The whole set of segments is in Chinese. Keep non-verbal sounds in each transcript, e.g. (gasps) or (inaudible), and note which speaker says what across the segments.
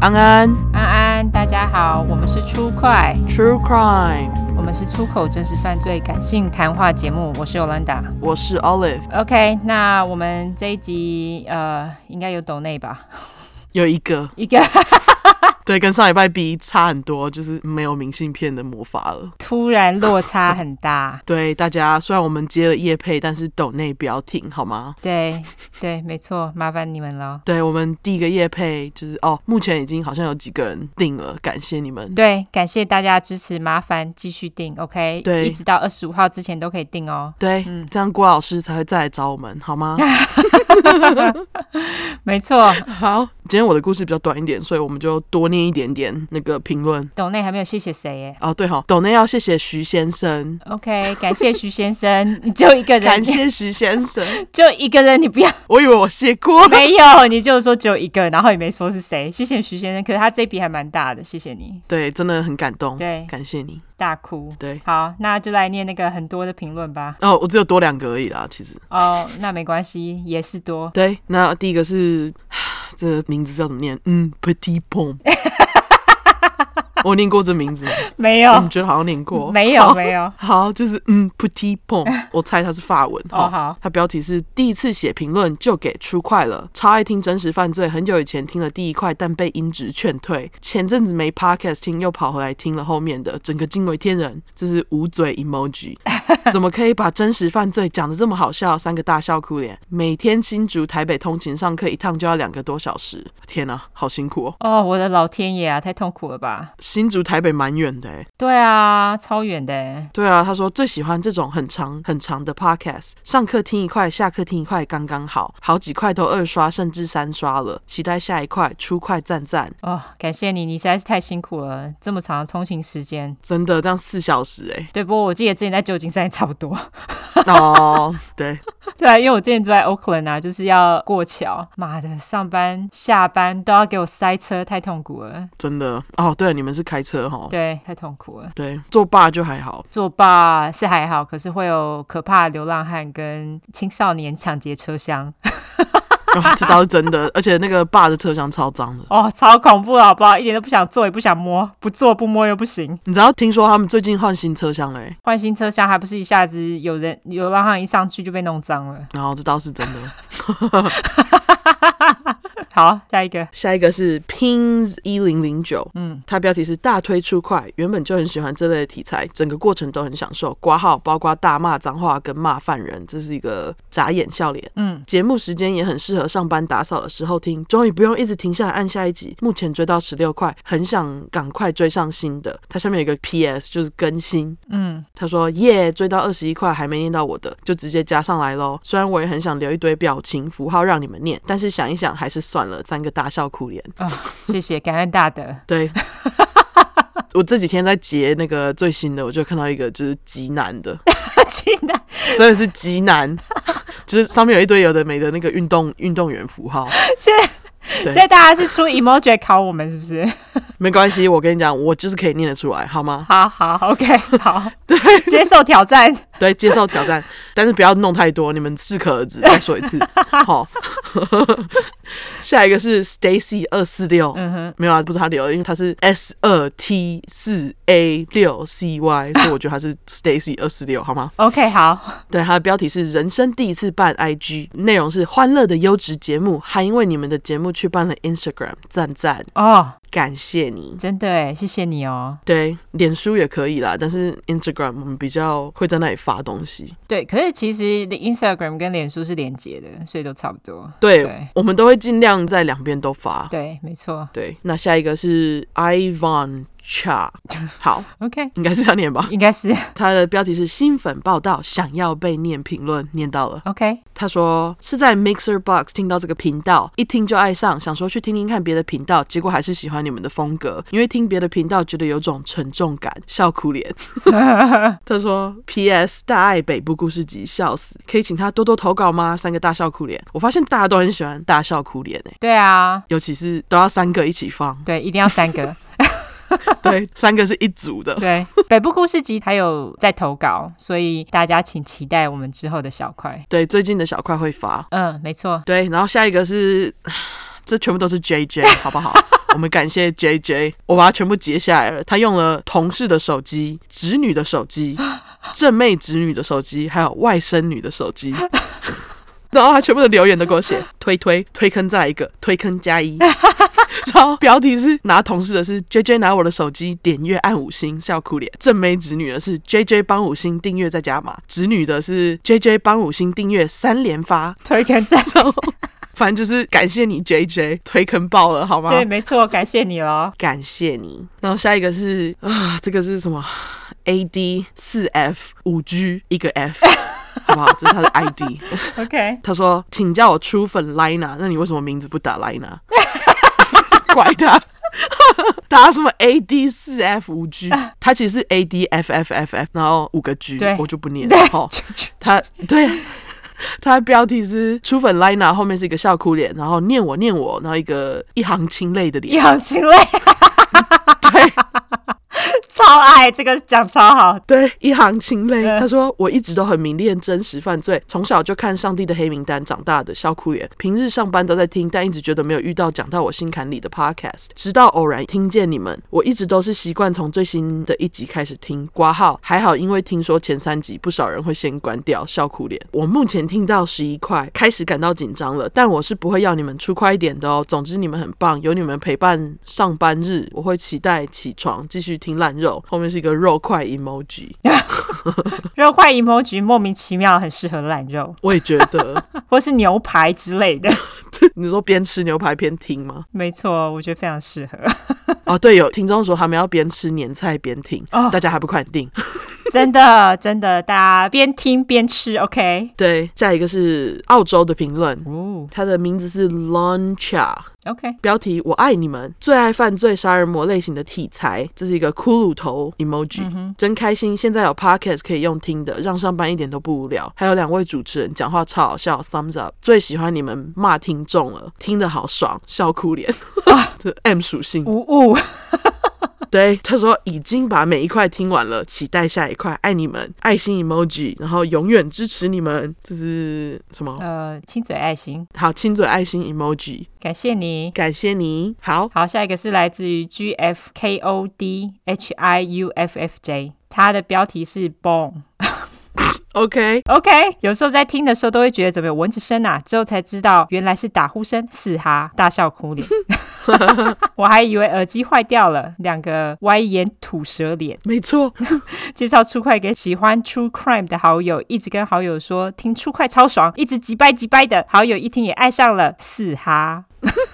Speaker 1: 安安
Speaker 2: 安安，大家好，我们是出快，
Speaker 1: True Crime，
Speaker 2: 我们是出口真实犯罪感性谈话节目，我是 Yolanda。
Speaker 1: 我是 Olive，
Speaker 2: OK，那我们这一集呃，应该有抖内吧？ (laughs)
Speaker 1: 有一个
Speaker 2: 一个
Speaker 1: 对，跟上礼拜比差很多，就是没有明信片的魔法了。
Speaker 2: 突然落差很大，
Speaker 1: 对大家，虽然我们接了叶配，但是抖内不要停，好吗？
Speaker 2: 对对，没错，麻烦你们了。
Speaker 1: 对我们第一个叶配就是哦，目前已经好像有几个人订了，感谢你们。
Speaker 2: 对，感谢大家的支持，麻烦继续订，OK？
Speaker 1: 对
Speaker 2: 一直到二十五号之前都可以订哦。
Speaker 1: 对，这样郭老师才会再来找我们，好吗？
Speaker 2: 没错，
Speaker 1: 好，今天我的故事比较短一点，所以我们就多念一点点那个评论。
Speaker 2: 抖内还没有谢谢谁耶
Speaker 1: 哦，对哈、抖内要谢谢徐先生，
Speaker 2: ？OK，感谢徐先生，你就一个人
Speaker 1: 感，谢徐先生。
Speaker 2: (laughs) 就一个人，你不要
Speaker 1: 我以为我谢过了。
Speaker 2: (laughs) 没有，你就说只有一个，然后也没说是谁。谢谢徐先生，可是他这笔还蛮大的，谢谢你，
Speaker 1: 对，真的很感动，
Speaker 2: 对，
Speaker 1: 感谢你。
Speaker 2: 大哭。
Speaker 1: 对，
Speaker 2: 好，那就来念那个很多的评论吧。
Speaker 1: 哦，我只有多两个而已啦，其实。
Speaker 2: 哦，那没关系，也是多。
Speaker 1: 对，那第一个是 (sighs) 这名字叫怎么念？嗯，Petit
Speaker 2: (laughs)
Speaker 1: Pom。我念过这名字吗？
Speaker 2: (laughs) 没
Speaker 1: 我
Speaker 2: 有
Speaker 1: 们，觉得好像念过。
Speaker 2: 哦 (laughs) 没有，
Speaker 1: 好
Speaker 2: 没有。
Speaker 1: 好，就是嗯，petit
Speaker 2: (laughs)
Speaker 1: pom，我猜它是法文。
Speaker 2: 哦好，
Speaker 1: 它标题是第一次写评论就给出块了，超爱听真实犯罪，很久以前听了第一块，但被音质劝退，前阵子没 podcast 听，又跑回来听了后面的，整个惊为天人。这是捂嘴
Speaker 2: (laughs)
Speaker 1: emoji，怎么可以把真实犯罪讲得这么好笑？三个大笑哭脸，每天新竹台北通勤上课一趟就要两个多小时，天哪、好辛苦哦！
Speaker 2: 哦，我的老天爷啊，太痛苦了吧？
Speaker 1: 新竹台北蛮远的诶、欸
Speaker 2: 对啊，超远的。
Speaker 1: 对啊，他说最喜欢这种很长很长的 podcast，上课听一块，下课听一块，刚刚好，好几块都二刷甚至三刷了，期待下一块出块赞赞，
Speaker 2: 哦，感谢你，你实在是太辛苦了，这么长的通勤时间。
Speaker 1: 真的这样四小时哎、
Speaker 2: 对，不过我记得之前在旧金山也差不多。 (laughs)
Speaker 1: 哦， (laughs) 对，
Speaker 2: 对啊，因为我之前住在 Oakland 啊，就是要过桥，妈的，上班下班都要给我塞车，太痛苦了。
Speaker 1: 真的哦，对，你们是开车哈，
Speaker 2: 对，太痛苦了。
Speaker 1: 对，作罢就还好，
Speaker 2: 作罢是还好，可是会有可怕的流浪汉跟青少年抢劫车厢， (laughs)
Speaker 1: 哦、这倒是真的，而且那个爸的车厢超脏的。
Speaker 2: 哦，超恐怖的好不好？一点都不想坐，也不想摸，不坐不摸又不行。
Speaker 1: 你知道听说他们最近换新车厢嘞、欸
Speaker 2: 换新车厢还不是一下子有人流浪汉一上去就被弄脏了。 (laughs)
Speaker 1: 然后这倒是真的。
Speaker 2: 好，下一个，
Speaker 1: 下一个是 Pins 一零零九，嗯，它标题是大推出快，原本就很喜欢这类的题材，整个过程都很享受。挂号包括大骂脏话跟骂犯人，这是一个眨眼笑脸。嗯，节目时间也很适合上班打扫的时候听，终于不用一直停下来按下一集。目前追到十六块，很想赶快追上新的。它下面有一个 PS，就是更新。他说：“耶，追到二十一块还没念到我的，就直接加上来喽。虽然我也很想留一堆表情符号让你们念，但是想一想还是算了。三个大笑哭脸，
Speaker 2: 谢谢，感恩大德。 (laughs)
Speaker 1: 对。”我这几天在截那个最新的，我就看到一个就是极难的，
Speaker 2: 竟然
Speaker 1: 真的是极难， (laughs) 就是上面有一堆有的没的那个运动运动员符号。对
Speaker 2: 现在大家是出 emoji 来考我们是不是？ (laughs)
Speaker 1: 没关系，我跟你讲，我就是可以念得出来，好吗？
Speaker 2: 好好，OK，好， (laughs) 接受挑战。
Speaker 1: 对，接受挑战，但是不要弄太多，你们适可而止。再说一次，好。下一个是 Stacy 二四六，没有啊，不是他留的，因为他是 S 二 T 四 A 六 C Y，所以我觉得他是 Stacy 二四六，好吗？
Speaker 2: OK，好，
Speaker 1: 对，它的标题是“人生第一次办 IG”，内容是欢乐的优质节目，还因为你们的节目去办了 Instagram，赞赞，
Speaker 2: 哦，
Speaker 1: 感谢你。
Speaker 2: 真的哎，谢谢你哦。
Speaker 1: 对，脸书也可以啦，但是 Instagram 我们比较会在那里发东西。
Speaker 2: 对，可是其实 Instagram 跟脸书是连接的，所以都差不多。
Speaker 1: 对，
Speaker 2: 对
Speaker 1: 我们都会尽量在两边都发。
Speaker 2: 对，没错。
Speaker 1: 对，那下一个是 Ivan Cha，好，
Speaker 2: OK，
Speaker 1: 应该是要念吧。
Speaker 2: 应该是
Speaker 1: 他的标题是新粉报道，想要被念评论，念到了。
Speaker 2: OK。 (laughs)
Speaker 1: 他说是在 Mixer Box 听到这个频道，一听就爱上，想说去听听看别的频道，结果还是喜欢你们的风格，因为听别的频道觉得有种沉重感，笑哭脸。他说 P.S. 大爱北部故事集，笑死，可以请他多多投稿吗？三个大笑哭脸，我发现大家都很喜欢大笑哭脸欸诶、
Speaker 2: 对啊，，
Speaker 1: 尤其是都要三个一起放 (laughs)
Speaker 2: 对，一定要三个。
Speaker 1: 对，三个是一组的。
Speaker 2: 对，北部故事集还有在投稿，所以大家请期待我们之后的小块。
Speaker 1: 对，最近的小块会发。
Speaker 2: 嗯，没错。
Speaker 1: 对，然后下一个是，这全部都是 J J，好不好？我们感谢 J J，我把它全部截下来了。他用了同事的手机、侄女的手机、正妹侄女的手机，还有外甥女的手机。 (laughs) 然后他全部的留言都给我写推推推坑再来一个推坑加一，然后标题是拿同事的是 J J 拿我的手机点阅按五星笑哭脸，正妹侄女的是 J J 帮五星订阅再加码，侄女的是 J J 帮五星订阅三连发，
Speaker 2: 推坑赞，
Speaker 1: 然后反正就是感谢你 J J 推坑爆了好吗？
Speaker 2: 对，没错，感谢你喽。
Speaker 1: 感谢你。然后下一个是啊，这个是什么？A D 四 F 五 G 一个 F，好不好？这是他的 I D。 (laughs)
Speaker 2: OK，
Speaker 1: 他说：“请叫我初粉 Lina，那你为什么名字不打 Lina？” (laughs) 怪他。 (laughs) 打什么 A D 四 F 五 G，他其实是 A D F F F F，然后五个 G，
Speaker 2: 对
Speaker 1: 我就不念了。
Speaker 2: (laughs)
Speaker 1: 哦，他 (laughs) 对，啊他的标题是初粉 Lina，后面是一个笑哭脸，然后念我念我，然后一个一行清泪的
Speaker 2: 一
Speaker 1: 脸。
Speaker 2: 行情泪，
Speaker 1: 对，
Speaker 2: 超爱这个讲超好。
Speaker 1: 对，一行清泪。
Speaker 2: 嗯
Speaker 1: 他说：“我一直都很迷恋真实犯罪，从小就看《上帝的黑名单》长大的，笑哭脸。平日上班都在听，但一直觉得没有遇到讲到我心坎里的 podcast。直到偶然听见你们，我一直都是习惯从最新的一集开始听。挂号还好，因为听说前三集不少人会先关掉，笑哭脸。我目前听到十一块，开始感到紧张了，但我是不会要你们出快一点的哦。总之你们很棒，有你们陪伴上班日，我会期待起床继续听烂肉。后面是一个肉块 emoji。”
Speaker 2: 肉块 emoji 莫名其妙很适合烂肉，
Speaker 1: 我也觉得， (laughs)
Speaker 2: 或是牛排之类的。
Speaker 1: 你说边吃牛排边听吗？
Speaker 2: 没错，我觉得非常适合，
Speaker 1: 哦，对，有听众说他们要边吃年菜边听，
Speaker 2: 哦
Speaker 1: 大家还不快订？
Speaker 2: 真的真的，大家边听边吃，OK？
Speaker 1: 对，下一个是澳洲的评论，
Speaker 2: 哦
Speaker 1: 他的名字是 Launcha，
Speaker 2: ，OK，
Speaker 1: 标题“我爱你们”，最爱犯罪杀人魔类型的题材，这是一个骷髅头 emoji，、真开心！现在有 podcast 可以用听的，让上班一点都不无聊。还有两位主持人讲话超好笑，thumbs up！最喜欢你们骂听众了，听得好爽，笑哭脸， (laughs) 这 M 属性。
Speaker 2: 无误，
Speaker 1: 对，他说已经把每一块听完了，期待下一块，爱你们，爱心 emoji，然后永远支持你们，这是什么？
Speaker 2: 呃，亲嘴爱心，
Speaker 1: 好，亲嘴爱心 emoji，
Speaker 2: 感谢你。
Speaker 1: 感谢你。好，
Speaker 2: 好，下一个是来自于 G F K O D H I U F F J，它的标题是 Bone。
Speaker 1: OK，
Speaker 2: OK，有时候在听的时候都会觉得怎么有蚊子声啊，之后才知道原来是打呼声，死哈，大笑哭脸。 (laughs) 我还以为耳机坏掉了，两个歪眼吐舌脸。
Speaker 1: 没错，
Speaker 2: 介绍出快给喜欢 True Crime 的好友，一直跟好友说听出快超爽，一直急掰急掰的。好友一听也爱上了，死哈。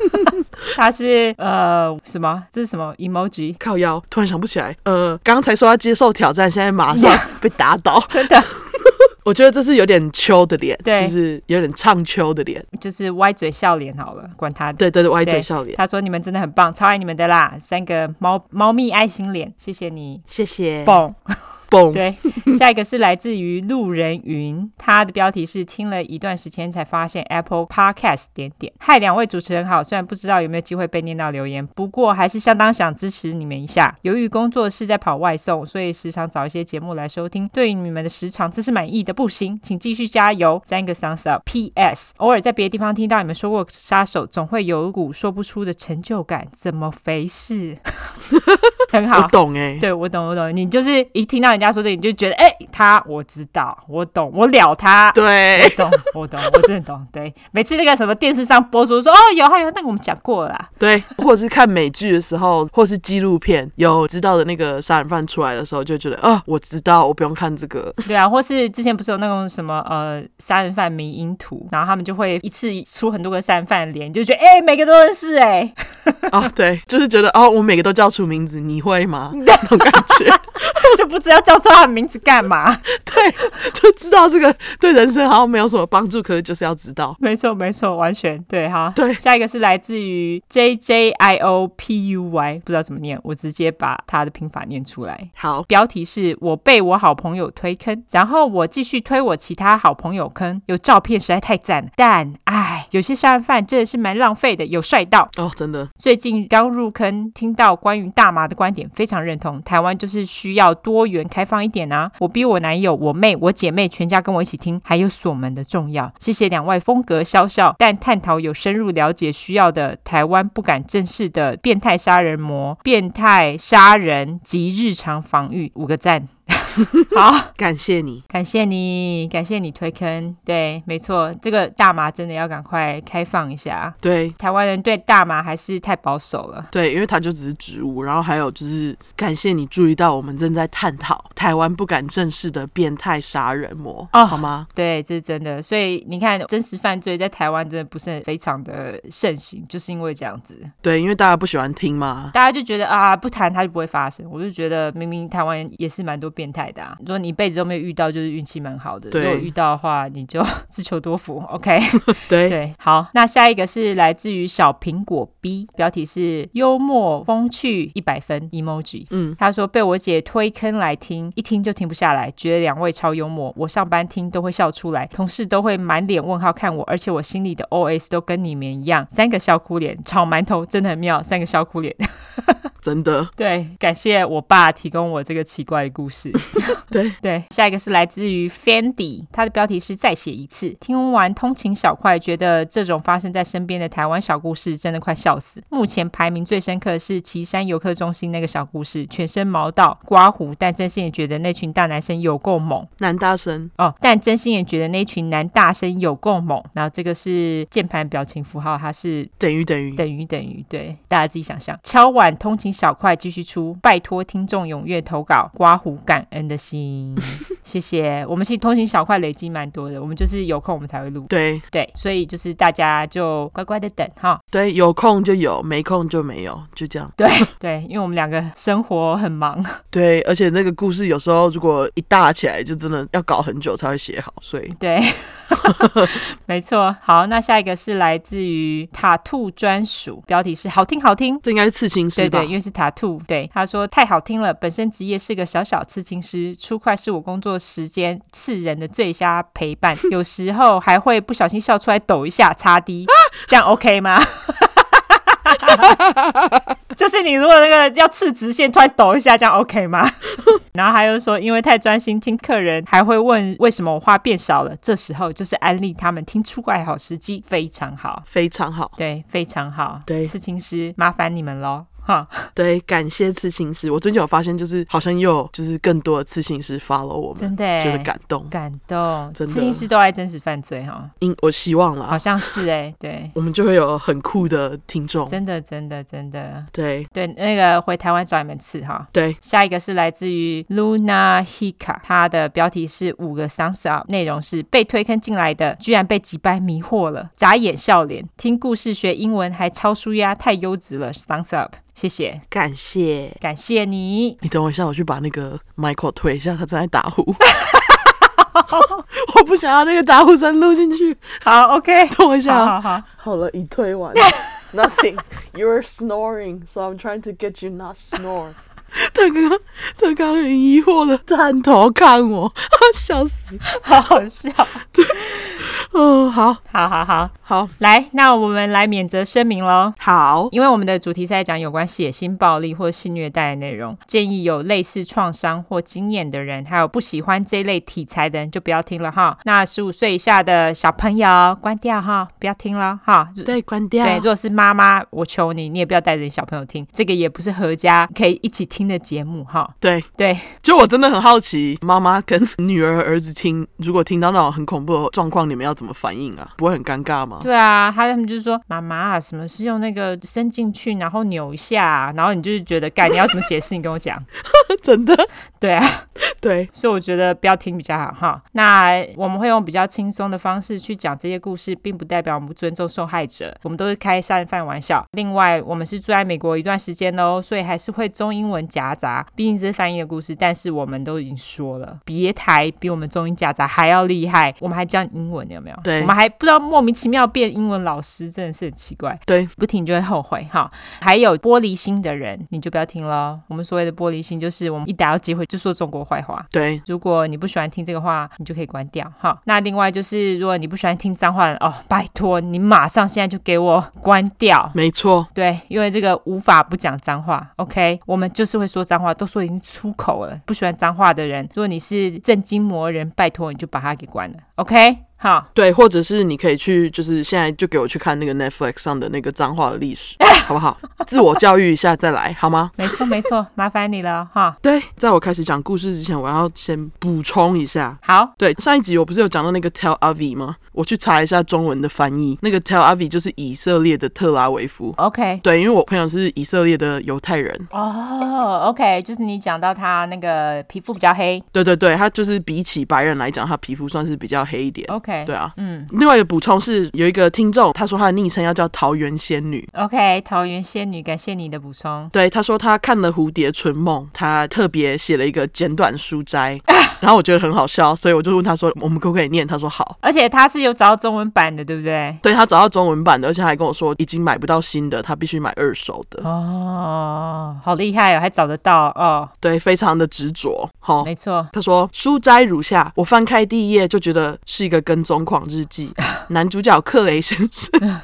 Speaker 2: (laughs) 他是呃什么？这是什么 emoji？
Speaker 1: 靠腰，突然想不起来。呃，刚才说要接受挑战，现在马
Speaker 2: (laughs)
Speaker 1: 上被打倒。
Speaker 2: 真的
Speaker 1: (laughs) 我觉得这是有点秋的脸，
Speaker 2: 对
Speaker 1: 就是有点唱秋的脸。
Speaker 2: 就是歪嘴笑脸好了，管他的。
Speaker 1: 对对对，歪
Speaker 2: 对
Speaker 1: 嘴笑脸。
Speaker 2: 他说：“你们真的很棒，超爱你们的啦！三个猫猫咪爱心脸，谢谢你。
Speaker 1: 谢谢，
Speaker 2: 蹦，
Speaker 1: 蹦，
Speaker 2: 对，下一个是来自于路人云，他的标题是听了一段时间才发现 Apple Podcast 点点。嗨，两位主持人好，虽然不知道有没有机会被念到留言，不过还是相当想支持你们一下。由于工作是在跑外送，所以时常找一些节目来收听，对于你们的时长真是满意的不行，请继续加油。三个 thumbs up。P.S. 偶尔在别的地方听到你们说过杀手，总会有一股说不出的成就感，怎么回事？ (laughs) 很好
Speaker 1: 我，懂哎、
Speaker 2: 对，我懂，我懂。你就是一听到人家说这个，你就觉得，哎、他我知道，我懂，我了他。我
Speaker 1: 对
Speaker 2: 懂，我懂，我真的懂。对，每次那个什么电视上播出说，哦，有还有那个我们讲过了啦，
Speaker 1: 对，或者是看美剧的时候，或是纪录片，有知道的那个杀人犯出来的时候，就觉得啊、我知道，我不用看这
Speaker 2: (laughs)
Speaker 1: 个。
Speaker 2: 对啊，或是之前不是有那种什么呃杀人犯迷因图，然后他们就会一次出很多个杀人犯的脸，你就觉得，哎、每个都认识、哎， (laughs)
Speaker 1: 啊，对，就是觉得哦，我每个都叫出名字，你会
Speaker 2: (laughs)
Speaker 1: 吗？那种感觉，
Speaker 2: 就不知道叫出他的名字干嘛。
Speaker 1: 对，就知道这个对人生好像没有什么帮助，可是就是要知道。
Speaker 2: 没错，没错，完全对哈。
Speaker 1: 对
Speaker 2: 下一个是来自于 J J I O P U Y，不知道怎么念，我直接把他的拼法念出来。
Speaker 1: 好，
Speaker 2: 标题是我被我好朋友推坑，然后我继续推我其他好朋友坑。有照片实在太赞了，但唉，有些杀人犯真的是蛮浪费的，有帅到。
Speaker 1: 哦，真的，
Speaker 2: 最近刚入坑，听到关于大麻的观点，非常认同。台湾就是需要多元开开放一点啊！我逼我男友、我妹、我姐妹全家跟我一起听，还有锁门的重要。谢谢两位风格萧萧，但探讨有深入了解需要的台湾不敢正视的变态杀人魔、变态杀人及日常防御，五个赞。好。
Speaker 1: 感谢你。
Speaker 2: 感谢你，感谢你推坑。对，没错，这个大麻真的要赶快开放一下。
Speaker 1: 对
Speaker 2: 台湾人对大麻还是太保守了。
Speaker 1: 对，因为它就只是植物，然后还有就是感谢你注意到我们正在探讨台湾不敢正视的变态杀人魔，
Speaker 2: 哦
Speaker 1: 好吗？
Speaker 2: 对，这是真的。所以你看，真实犯罪在台湾真的不是非常的盛行，就是因为这样子，
Speaker 1: 对，因为大家不喜欢听嘛。
Speaker 2: 大家就觉得啊，不谈它就不会发生。我就觉得明明台湾也是蛮多变态的、啊，如果你一辈子都没有遇到，就是运气蛮好的。
Speaker 1: 对
Speaker 2: 如果遇到的话，你就 (laughs) 自求多福。OK。
Speaker 1: 对，
Speaker 2: 对，好，那下一个是来自于小苹果 B，标题是幽默风趣一百分 emoji。
Speaker 1: 嗯，
Speaker 2: 他说被我姐推坑来听，一听就停不下来，觉得两位超幽默，我上班听都会笑出来，同事都会满脸问号看我，而且我心里的 OS 都跟你们一样，三个笑哭脸，炒馒头真的很妙，三个笑哭脸。 (laughs)
Speaker 1: 真的，
Speaker 2: 对，感谢我爸提供我这个奇怪的故事。
Speaker 1: 对，
Speaker 2: 对，下一个是来自于 Fendi，它的标题是“再写一次”。听完通勤小快，觉得这种发生在身边的台湾小故事真的快笑死。目前排名最深刻的是旗山游客中心那个小故事，全身毛到刮胡，但真心也觉得那群大男生有够猛
Speaker 1: 男大生，
Speaker 2: 哦。但真心也觉得那群男大生有够猛。然后这个是键盘表情符号，它是
Speaker 1: 等于等于，
Speaker 2: 等于等于，对，大家自己想象。敲碗通勤小块继续出，拜托听众踊跃投稿，刮胡感恩的心， (laughs) 谢谢。我们其实通勤小块累积蛮多的，我们就是有空我们才会录，
Speaker 1: 对
Speaker 2: 对，所以就是大家就乖乖的等哈。
Speaker 1: 对，有空就有，没空就没有，就这样。
Speaker 2: 对，因为我们两个生活很忙，
Speaker 1: 对，而且那个故事有时候如果一大起来，就真的要搞很久才会写好，所以
Speaker 2: 对， (laughs) 没错。好，那下一个是来自于塔兔专属，标题是好听好听，
Speaker 1: 这应该是刺青师
Speaker 2: 对
Speaker 1: 吧？
Speaker 2: 对，因为是塔兔。对，他说太好听了，本身职业是个小小刺青师，出块是我工作时间刺人的最佳陪
Speaker 1: (laughs)
Speaker 2: 伴，有时候还会不小心笑出来抖一下，
Speaker 1: (laughs)
Speaker 2: 擦低，这样 OK 吗？ (laughs) 就是你如果那个要刺直线，突然抖一下，这样 OK
Speaker 1: (laughs)
Speaker 2: 吗？然后还有说，因为太专心听客人，还会问为什么我话变少了。这时候就是安利他们听出怪好时机，非常好，
Speaker 1: 非常好。
Speaker 2: 对，非常好，
Speaker 1: 对
Speaker 2: 刺青师麻烦你们喽，哈。
Speaker 1: 对，感谢刺青师。我最近有发现，就是好像又有就是更多的刺青师 follow 我们，
Speaker 2: 真的欸
Speaker 1: 觉得感动。
Speaker 2: 感动，
Speaker 1: 真的
Speaker 2: 刺青师都爱真实犯罪哈，
Speaker 1: 因我希望啦
Speaker 2: 好，像是哎、对，
Speaker 1: 我们就会有很酷的听众。
Speaker 2: 真的真的真的，
Speaker 1: 对
Speaker 2: 对，那个回台湾找你们吃哈。
Speaker 1: 对，
Speaker 2: 下一个是来自于 Luna Hika，它的标题是五个 thumbs up，内容是被推坑进来的，居然被几掰迷惑了，眨眼笑脸，听故事学英文还超舒压，太优质了，thumbs up，谢谢，
Speaker 1: 感谢。
Speaker 2: 感谢你。
Speaker 1: 你等我一下，我去把那个 Michael 推一下，他正在打呼。 (laughs) 我不想要那个打呼声录进去。
Speaker 2: 好，OK，
Speaker 1: 等我一下
Speaker 2: 好
Speaker 1: 啊。
Speaker 2: 好好。
Speaker 1: 好了，已推完。Nothing. (laughs) You're snoring, so I'm trying to get you not
Speaker 2: (laughs)
Speaker 1: snore. 他刚刚，他刚刚很疑惑的探头看我， (laughs) 笑死。
Speaker 2: (laughs) 好好笑，
Speaker 1: 嗯，好，
Speaker 2: 好好好，
Speaker 1: 好，
Speaker 2: 来，那我们来免责声明喽。
Speaker 1: 好。
Speaker 2: 因为我们的主题是在讲有关血腥暴力或性虐待的内容，建议有类似创伤或经验的人，还有不喜欢这类题材的人就不要听了哈。那十五岁以下的小朋友关掉哈，不要听了哈。如
Speaker 1: 对，啊关掉。
Speaker 2: 对，如果是妈妈，我求你，你也不要带着你小朋友听，这个也不是合家可以一起听的节目哈。
Speaker 1: 对，
Speaker 2: 对，
Speaker 1: 就我真的很好奇，妈妈跟女儿、儿子听，如果听到那种很恐怖的状况，你们要怎么反应啊？不会很尴尬吗？
Speaker 2: (laughs) 对啊，他他们就是说妈妈，什么是用那个伸进去，然后扭一下，啊然后你就是觉得，干，你要怎么解释？你跟我讲。
Speaker 1: (laughs)
Speaker 2: (laughs)
Speaker 1: 真的，
Speaker 2: 对啊。
Speaker 1: 对，
Speaker 2: 所以我觉得不要听比较好哈。那我们会用比较轻松的方式去讲这些故事，并不代表我们不尊重受害者，我们都是开善饭玩笑。另外，我们是住在美国一段时间喽，所以还是会中英文夹杂，毕竟这是翻译的故事。但是我们都已经说了，别台比我们中英夹杂还要厉害，我们还教你英文，有没有？有？
Speaker 1: 对
Speaker 2: (laughs) 我们还不知道莫名其妙变英文老师，真的是很奇怪。
Speaker 1: 对，
Speaker 2: 不听你就会后悔哈。还有玻璃心的人，你就不要听了。我们所谓的玻璃心，就是我们一逮到机会就说中国坏话。
Speaker 1: 对，
Speaker 2: 如果你不喜欢听这个话，你就可以关掉哈。那另外就是，如果你不喜欢听脏话的哦，拜托你马上现在就给我关掉。
Speaker 1: 没错，
Speaker 2: 对，因为这个无法不讲脏话。OK，我们就是会说脏话，都说已经出口了。不喜欢脏话的人，如果你是正经魔人，拜托你就把它给关了。OK，好。
Speaker 1: 对，或者是你可以去，就是现在就给我去看那个 Netflix 上的那个脏话的历 (laughs) 史，好不好？自我教育一下再来，好吗？
Speaker 2: 没错，没错，麻烦你了哈。
Speaker 1: 对，在我开始讲故事之前，我要先补充一下。
Speaker 2: 好，
Speaker 1: 对，上一集我不是有讲到那个 Tel Aviv 吗？我去查一下中文的翻译，那个 Tel Aviv 就是以色列的特拉维夫。
Speaker 2: OK，
Speaker 1: 对，因为我朋友是以色列的犹太人，
Speaker 2: 哦、o k 就是你讲到他那个皮肤比较黑
Speaker 1: 对对对，他就是比起白人来讲，他皮肤算是比较黑一点。
Speaker 2: ，OK，
Speaker 1: 对啊，
Speaker 2: 嗯
Speaker 1: 另外一个补充是，有一个听众他说他的昵称要叫桃园仙女，
Speaker 2: ，OK，桃园仙女，感谢你的补充。
Speaker 1: 对，他说他看了《蝴蝶春梦》，他特别写了一个简短书
Speaker 2: (laughs)
Speaker 1: 摘，然后我觉得很好笑，所以我就问他说我们可不可以念？他说好。
Speaker 2: 而且他是有找到中文版的，对不对？
Speaker 1: 对他找到中文版的，而且还跟我说已经买不到新的，他必须买二手的。
Speaker 2: 哦、好厉害哦，还找得到哦，
Speaker 1: 对，非常的执着。好、
Speaker 2: 没错，
Speaker 1: 他说书摘如下，我翻开第一页就觉得是一个跟踪狂日记，男主角克雷先生。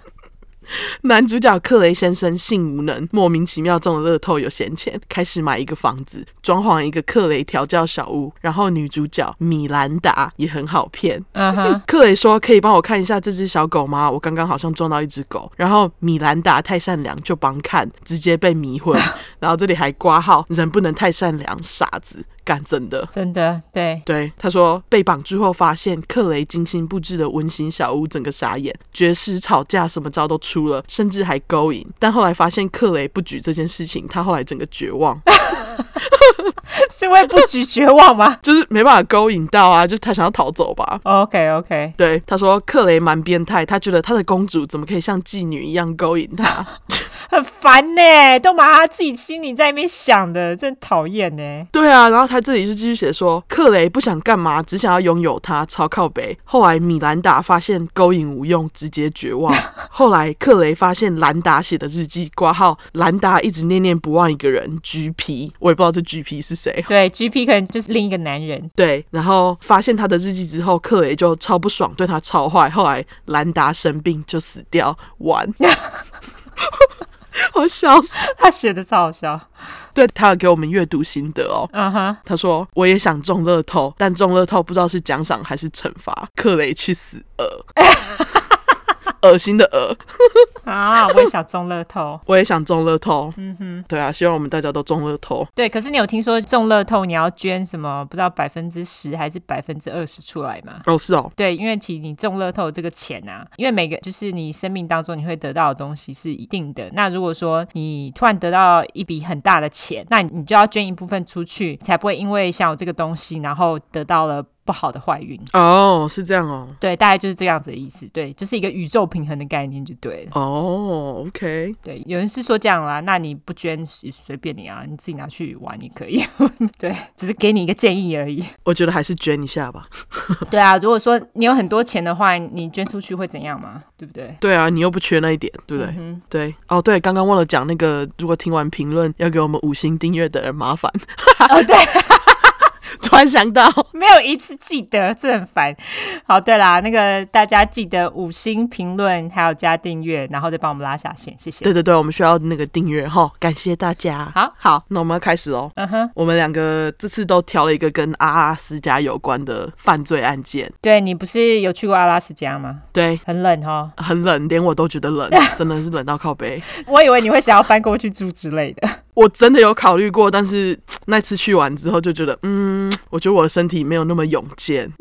Speaker 1: 男主角克雷先生性无能，莫名其妙中了乐透，有闲钱，开始买一个房子，装潢一个克雷调教小屋。然后女主角米兰达也很好骗，
Speaker 2: 嗯哼，
Speaker 1: 克雷说：“可以帮我看一下这只小狗吗？我刚刚好像撞到一只狗。”然后米兰达太善良就帮看，直接被迷昏。然后这里还挂号，人不能太善良，傻子干真的。
Speaker 2: 真的， (laughs) 对，
Speaker 1: 对，他说被绑之后发现克雷精心布置的温馨小屋，整个傻眼，绝食、吵架什么招都出了，甚至还勾引。但后来发现克雷不举这件事情，他后来整个绝望， (laughs)
Speaker 2: 是为不举绝望吗哦
Speaker 1: 就是没办法勾引到啊，就是他想要逃走吧。
Speaker 2: ？OK，OK，
Speaker 1: 对，他说克雷蛮变态，他觉得他的公主怎么可以像妓女一样勾引他？ (laughs)
Speaker 2: 很烦呢，都把他自己心里在那边想的，真讨厌呢。
Speaker 1: 对啊，然后他这里就继续写说，克雷不想干嘛，只想要拥有她，超靠北。后来米兰达发现勾引无用，直接绝望。后来克雷发现兰达写的日记，挂号兰达一直念念不忘一个人橘皮，我也不知道这橘皮是谁。 (laughs)
Speaker 2: 对，GP 可能就是另一个男人。
Speaker 1: 对，然后发现他的日记之后，克雷就超不爽，对他超坏。后来兰达生病就死掉，完。 (laughs) 我笑死！
Speaker 2: 他写的超好笑，
Speaker 1: 对他有给我们阅读心得哦。
Speaker 2: 嗯哼，
Speaker 1: 他说：“我也想中乐透，但中乐透不知道是奖赏还是惩罚。克雷去死，呃，
Speaker 2: (laughs)
Speaker 1: 恶心的恶。
Speaker 2: (laughs) 啊，我也想中乐透。
Speaker 1: 我也想中乐透。嗯哼，对啊，希望我们大家都中乐透。
Speaker 2: 对，可是你有听说中乐透你要捐什么？不知道百分之十还是百分之二十出来吗？
Speaker 1: 哦，是哦，
Speaker 2: 对，因为其实你中乐透这个钱啊，因为每个就是你生命当中你会得到的东西是一定的。那如果说你突然得到一笔很大的钱，那你就要捐一部分出去，才不会因为想有这个东西，然后得到了不好的坏运。
Speaker 1: 哦，是这样哦，
Speaker 2: 对，大概就是这样子的意思。对，就是一个宇宙平衡的概念就对了。
Speaker 1: 哦，OK，
Speaker 2: 对，有人是说这样啦，那你不捐随随便你啊，你自己拿去玩也可以。 (laughs) 对，只是给你一个建议而已。
Speaker 1: 我觉得还是捐一下吧。
Speaker 2: (laughs) 对啊，如果说你有很多钱的话，你捐出去会怎样嘛？对不对？
Speaker 1: 对啊，你又不缺那一点，对不对？
Speaker 2: 嗯
Speaker 1: 对，哦，对，刚刚忘了讲那个，如果听完评论要给我们五星订阅的人，麻烦。 (laughs)
Speaker 2: 哼、哦，对，
Speaker 1: 突然想到，
Speaker 2: 没有一次记得，这很烦。好，对啦，那个大家记得五星评论，还有加订阅，然后再帮我们拉下线，谢谢。
Speaker 1: 对对对，我们需要那个订阅哈，感谢大家。
Speaker 2: 好
Speaker 1: 好，那我们要开始喽。
Speaker 2: 嗯哼，
Speaker 1: 我们两个这次都挑了一个跟阿拉斯加有关的犯罪案件，
Speaker 2: 对你不是有去过阿拉斯加吗？
Speaker 1: 对，
Speaker 2: 很冷哦，
Speaker 1: 很冷，连我都觉得
Speaker 2: (laughs)
Speaker 1: 冷，真的是冷到靠背。
Speaker 2: 我以为你会想要搬过去住之类的。
Speaker 1: 我真的有考虑过，但是那次去完之后就觉得，嗯，我觉得我的身体没有那么勇
Speaker 2: (laughs)
Speaker 1: 健，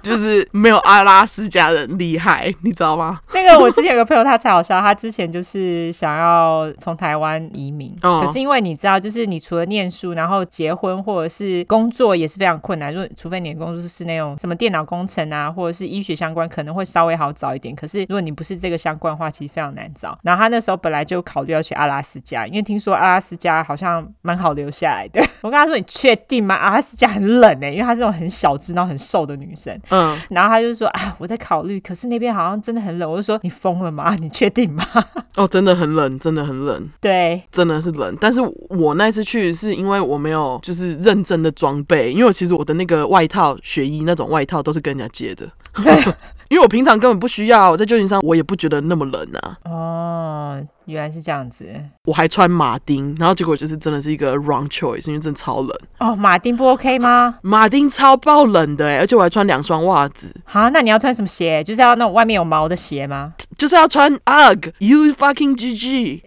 Speaker 1: 就是没有阿拉斯加人厉害，你知道吗？
Speaker 2: 那个个我之前有个朋友，他才好笑，他之前就是想要从台湾移民，
Speaker 1: 哦
Speaker 2: 可是因为你知道，就是你除了念书，然后结婚或者是工作也是非常困难。如果除非你的工作是那种什么电脑工程啊，或者是医学相关，可能会稍微好找一点。可是如果你不是这个相关的话，其实非常难找。然后他那时候本来就考虑要去阿拉斯加，因为听说阿拉斯加好像蛮好留下来的。 (laughs) 我跟他说：“你确定吗？阿拉斯加很冷欸诶、因为她是那种很小只、然后很瘦的女生。”
Speaker 1: 嗯，
Speaker 2: 然后他就说啊，我在考虑，可是那边好像真的很冷。我就说你疯了吗？ (laughs) 你确定吗？ (laughs)
Speaker 1: 哦，真的很冷，真的很冷，
Speaker 2: 对，
Speaker 1: 真的是冷。但是我那次去是因为我没有就是认真的装备，因为我其实我的那个外套、雪衣那种外套都是跟人家借的， (laughs) 因为我平常根本不需要，我在旧金山我也不觉得那么冷啊。
Speaker 2: 哦，原来是这样子。
Speaker 1: 我还穿马丁，然后结果就是真的是一个 wrong choice，因为真的超冷，
Speaker 2: 哦，马丁不 OK 吗？
Speaker 1: 马丁超爆冷的、欸，而且我还穿两双袜子，
Speaker 2: 啊，那你要穿什么鞋？就是要那种外面有毛的鞋吗？
Speaker 1: 就是要穿 UGG，You fucking GG。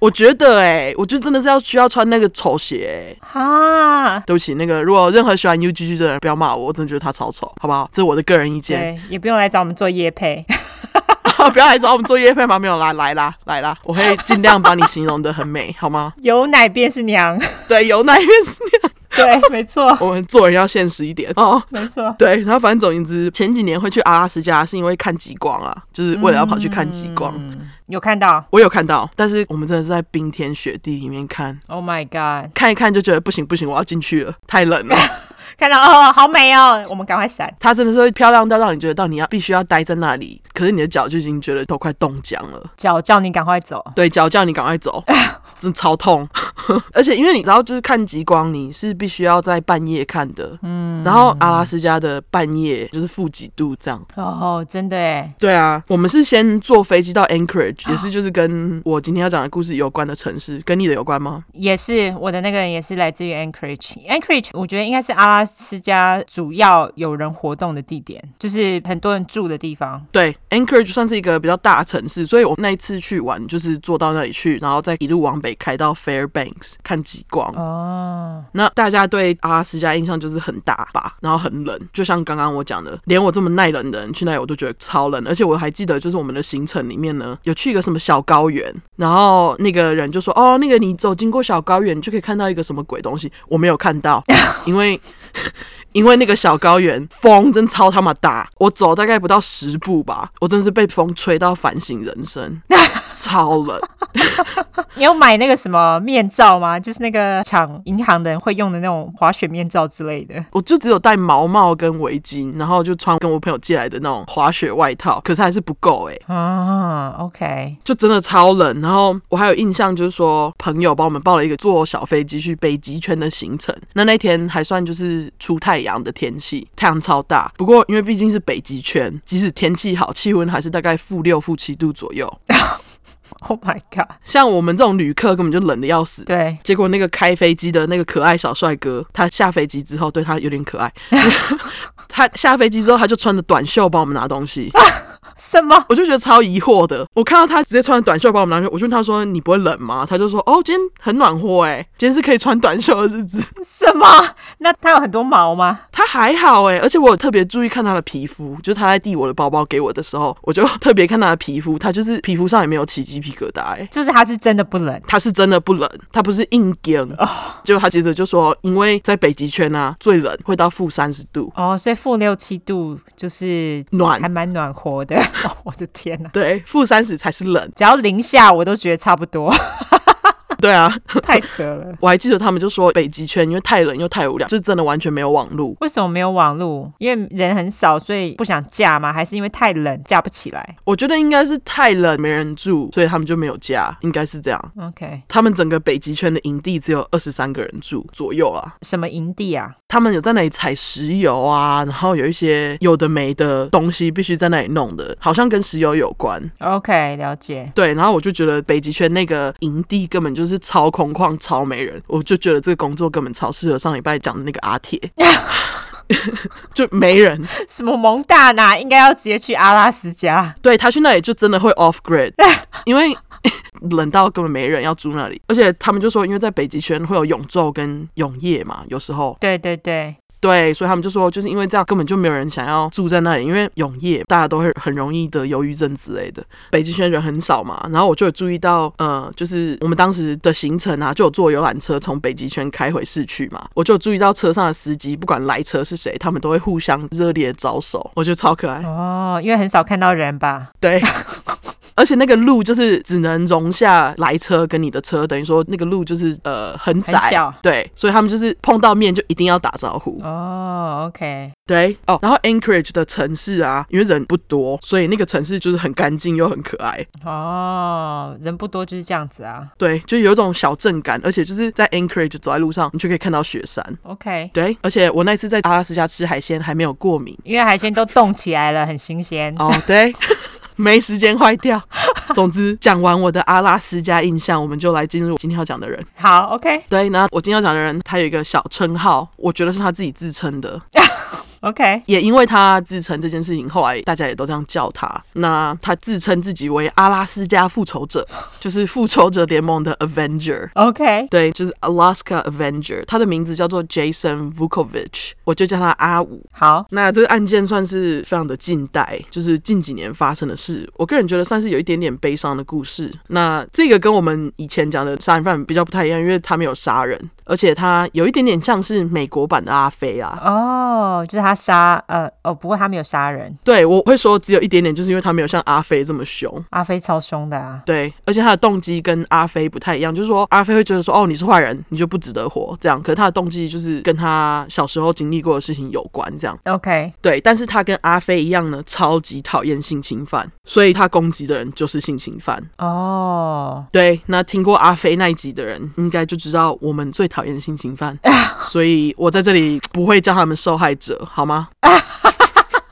Speaker 1: 我觉得哎、我就真的是要需要穿那个丑鞋、欸。
Speaker 2: 啊，
Speaker 1: 对不起，那个如果有任何喜欢 UGG 的人不要骂我，我真的觉得他超丑，好不好？这是我的个人意见，
Speaker 2: 对，也不用来找我们做夜配。 (laughs)
Speaker 1: 不要来找我们做夜配吗？没有啦，来啦，来啦，我会尽量把你形容的很美，好吗？
Speaker 2: 有奶便是娘， (laughs)
Speaker 1: 对，有奶便是娘，
Speaker 2: 对，没错，
Speaker 1: 我们做人要现实一点哦。
Speaker 2: 没错。
Speaker 1: 对，然后反正总而言之，前几年会去阿拉斯加是因为看极光啊，就是为了要跑去看极光。
Speaker 2: 有看到
Speaker 1: 我有看到，但是我们真的是在冰天雪地里面看，
Speaker 2: ？Oh my god！
Speaker 1: 看一看就觉得不行不行，我要进去了，太冷了。
Speaker 2: 看到哦，好美哦，我们赶快闪。
Speaker 1: 它真的是会漂亮到让你觉得到你要必须要待在那里，可是你的脚就已经觉得都快冻僵了。
Speaker 2: 脚叫你赶快走。
Speaker 1: 对，脚叫你赶快走，真的超痛。 (laughs) 而且因为你知道，就是看极光，你是必须要在半夜看的。嗯，然后阿拉斯加的半夜就是负几度这样。
Speaker 2: 哦，真的哎，
Speaker 1: 对啊，我们是先坐飞机到 Anchorage，也是就是跟我今天要讲的故事有关的城市，跟你的有关吗？
Speaker 2: 也是我的那个人也是来自于 Anchorage。Anchorage 我觉得应该是阿拉斯加主要有人活动的地点，就是很多人住的地方。
Speaker 1: 对，Anchorage 算是一个比较大的城市，所以我那一次去玩就是坐到那里去，然后再一路往北开到 Fairbanks 看极光。
Speaker 2: 哦，
Speaker 1: 那大家对阿拉斯加印象就是很大吧，然后很冷，就像刚刚我讲的，连我这么耐冷的人去那里我都觉得超冷，而且我还记得就是我们的行程里面呢，有去一个什么小高原，然后那个人就说哦，那个你走经过小高原，你就可以看到一个什么鬼东西，我没有看到，因为因为那个小高原风真超他妈大，我走大概不到十步吧，我真是被风吹到反省人生，超冷。
Speaker 2: 你有买那个什么面罩吗？就是那个抢银行的人会用的那种滑雪面罩之类的。
Speaker 1: 我就只有戴毛帽跟围巾，然后就穿跟我朋友借来的那种滑雪外套，可是还是不够诶、
Speaker 2: 啊，OK，
Speaker 1: 就真的超冷。然后我还有印象，就是说朋友帮我们报了一个坐小飞机去北极圈的行程。那那天还算就是出太阳的天气，太阳超大。不过因为毕竟是北极圈，即使天气好，气温还是大概负六、负七度左右。
Speaker 2: ，Oh my god，
Speaker 1: 像我们这种旅客根本就冷的要死。
Speaker 2: 对，
Speaker 1: 结果那个开飞机的那个可爱小帅哥，他下飞机之后对他有点可爱。他下飞机之后，他就穿着短袖帮我们拿东西，
Speaker 2: 什么？
Speaker 1: 我就觉得超疑惑的。我看到他直接穿着短袖帮我们拿东西，我就问他说：“你不会冷吗？”他就说：“哦，今天很暖和哎、今天是可以穿短袖的日子。
Speaker 2: 什么？那它有很多毛吗”？
Speaker 1: 他还好哎、而且我有特别注意看他的皮肤，就是他在递我的包包给我的时候，我就特别看他的皮肤，他就是皮肤上也没有起鸡皮疙瘩哎、
Speaker 2: 就是它是真的不冷。
Speaker 1: 他是真的不冷，他不是硬顶。结果他接着就说，因为在北极圈啊，最冷会到负三十度，
Speaker 2: 哦，所以负六七度就是
Speaker 1: 暖
Speaker 2: 还蛮暖和的。哦 (laughs) 我的天哪！
Speaker 1: 对，负三十才是冷。 (laughs)
Speaker 2: 只要零下我都觉得差不多，
Speaker 1: 对啊，
Speaker 2: 太扯了。
Speaker 1: 我还记得他们就说北极圈因为太冷又太无聊，就真的完全没有网路。
Speaker 2: (laughs) 为什么没有网络？因为人很少，所以不想嫁吗？还是因为太冷嫁不起来
Speaker 1: 我觉得应该是太冷没人住，所以他们就没有家，应该是这样。
Speaker 2: ？OK，
Speaker 1: 他们整个北极圈的营地只有二十三个人住左右啊。
Speaker 2: 什么营地啊？
Speaker 1: 他们有在那里采石油啊，然后有一些有的没的东西必须在那里弄的，好像跟石油有关。
Speaker 2: OK，了解。 (laughs)
Speaker 1: 对，然后我就觉得北极圈那个营地根本就是超空旷、超没人，我就觉得这个工作根本超适合上礼拜讲的那个阿铁，就没人。
Speaker 2: 什么蒙大拿应该要直接去阿拉斯加？
Speaker 1: 对他去那里就真的会 off grid，因为 (laughs) 冷到根本没人要住那里，而且他们就说，因为在北极圈会有永昼跟永夜嘛，有时候
Speaker 2: 对对对，
Speaker 1: 对，所以他们就说，就是因为这样根本就没有人想要住在那里，因为永夜大家都会很容易得忧郁症之类的。北极圈人很少嘛，然后我就有注意到，呃，就是我们当时的行程啊，就有坐游览车从北极圈开回市区嘛，我就有注意到车上的司机，不管来车是谁，他们都会互相热烈地招手，我觉得超可爱。
Speaker 2: 哦，因为很少看到人吧？
Speaker 1: 对。 (laughs) 而且那个路就是只能容下来车跟你的车，等于说那个路就是呃很窄，
Speaker 2: 很小
Speaker 1: 对，所以他们就是碰到面就一定要打招呼。
Speaker 2: 哦，OK，
Speaker 1: 对哦，然后 Anchorage 的城市啊，因为人不多，所以那个城市就是很干净又很可爱。
Speaker 2: 哦，人不多就是这样子啊。
Speaker 1: 对，就有一种小镇感，而且就是在 Anchorage 走在路上，你就可以看到雪山。
Speaker 2: OK，
Speaker 1: 对，而且我那次在阿拉斯加吃海鲜还没有过敏。
Speaker 2: 因为海鲜都冻起来了，很新鲜。
Speaker 1: 哦，对。没时间坏掉。总之，讲完我的阿拉斯加印象，我们就来进入今天要讲的人。
Speaker 2: 好，OK，OK，、
Speaker 1: 对，那我今天要讲的人，他有一个小称号，我觉得是他自己自称的，也因为他自称这件事情，后来大家也都这样叫他。那他自称自己为阿拉斯加复仇者， (laughs) 就是复仇者联盟的 Avenger。
Speaker 2: OK，
Speaker 1: 对，就是 Alaska Avenger，他的名字叫做 Jason Vukovich，我就叫他阿五。
Speaker 2: 好，
Speaker 1: 那这个案件算是非常的近代，就是近几年发生的事。我个人觉得算是有一点点悲伤的故事。那这个跟我们以前讲的杀人犯比较不太一样，因为他没有杀人，而且他有一点点像是美国版的阿飞啊。
Speaker 2: 哦，就是他杀，呃，哦，不过他没有杀人，
Speaker 1: 对我会说只有一点点，就是因为他没有像阿飞这么凶。
Speaker 2: 阿飞超凶的啊。
Speaker 1: 对，而且他的动机跟阿飞不太一样，就是说阿飞会觉得说，哦，你是坏人，你就不值得活这样。可是他的动机就是跟他小时候经历过的事情有关，这样。
Speaker 2: OK，
Speaker 1: 对，但是他跟阿飞一样呢，超级讨厌性侵犯，所以他攻击的人就是性侵犯。
Speaker 2: 哦，
Speaker 1: 对，那听过阿飞那一集的人，应该就知道我们最讨厌性侵犯，所以我在这里不会叫他们受害者，好吗？ (laughs)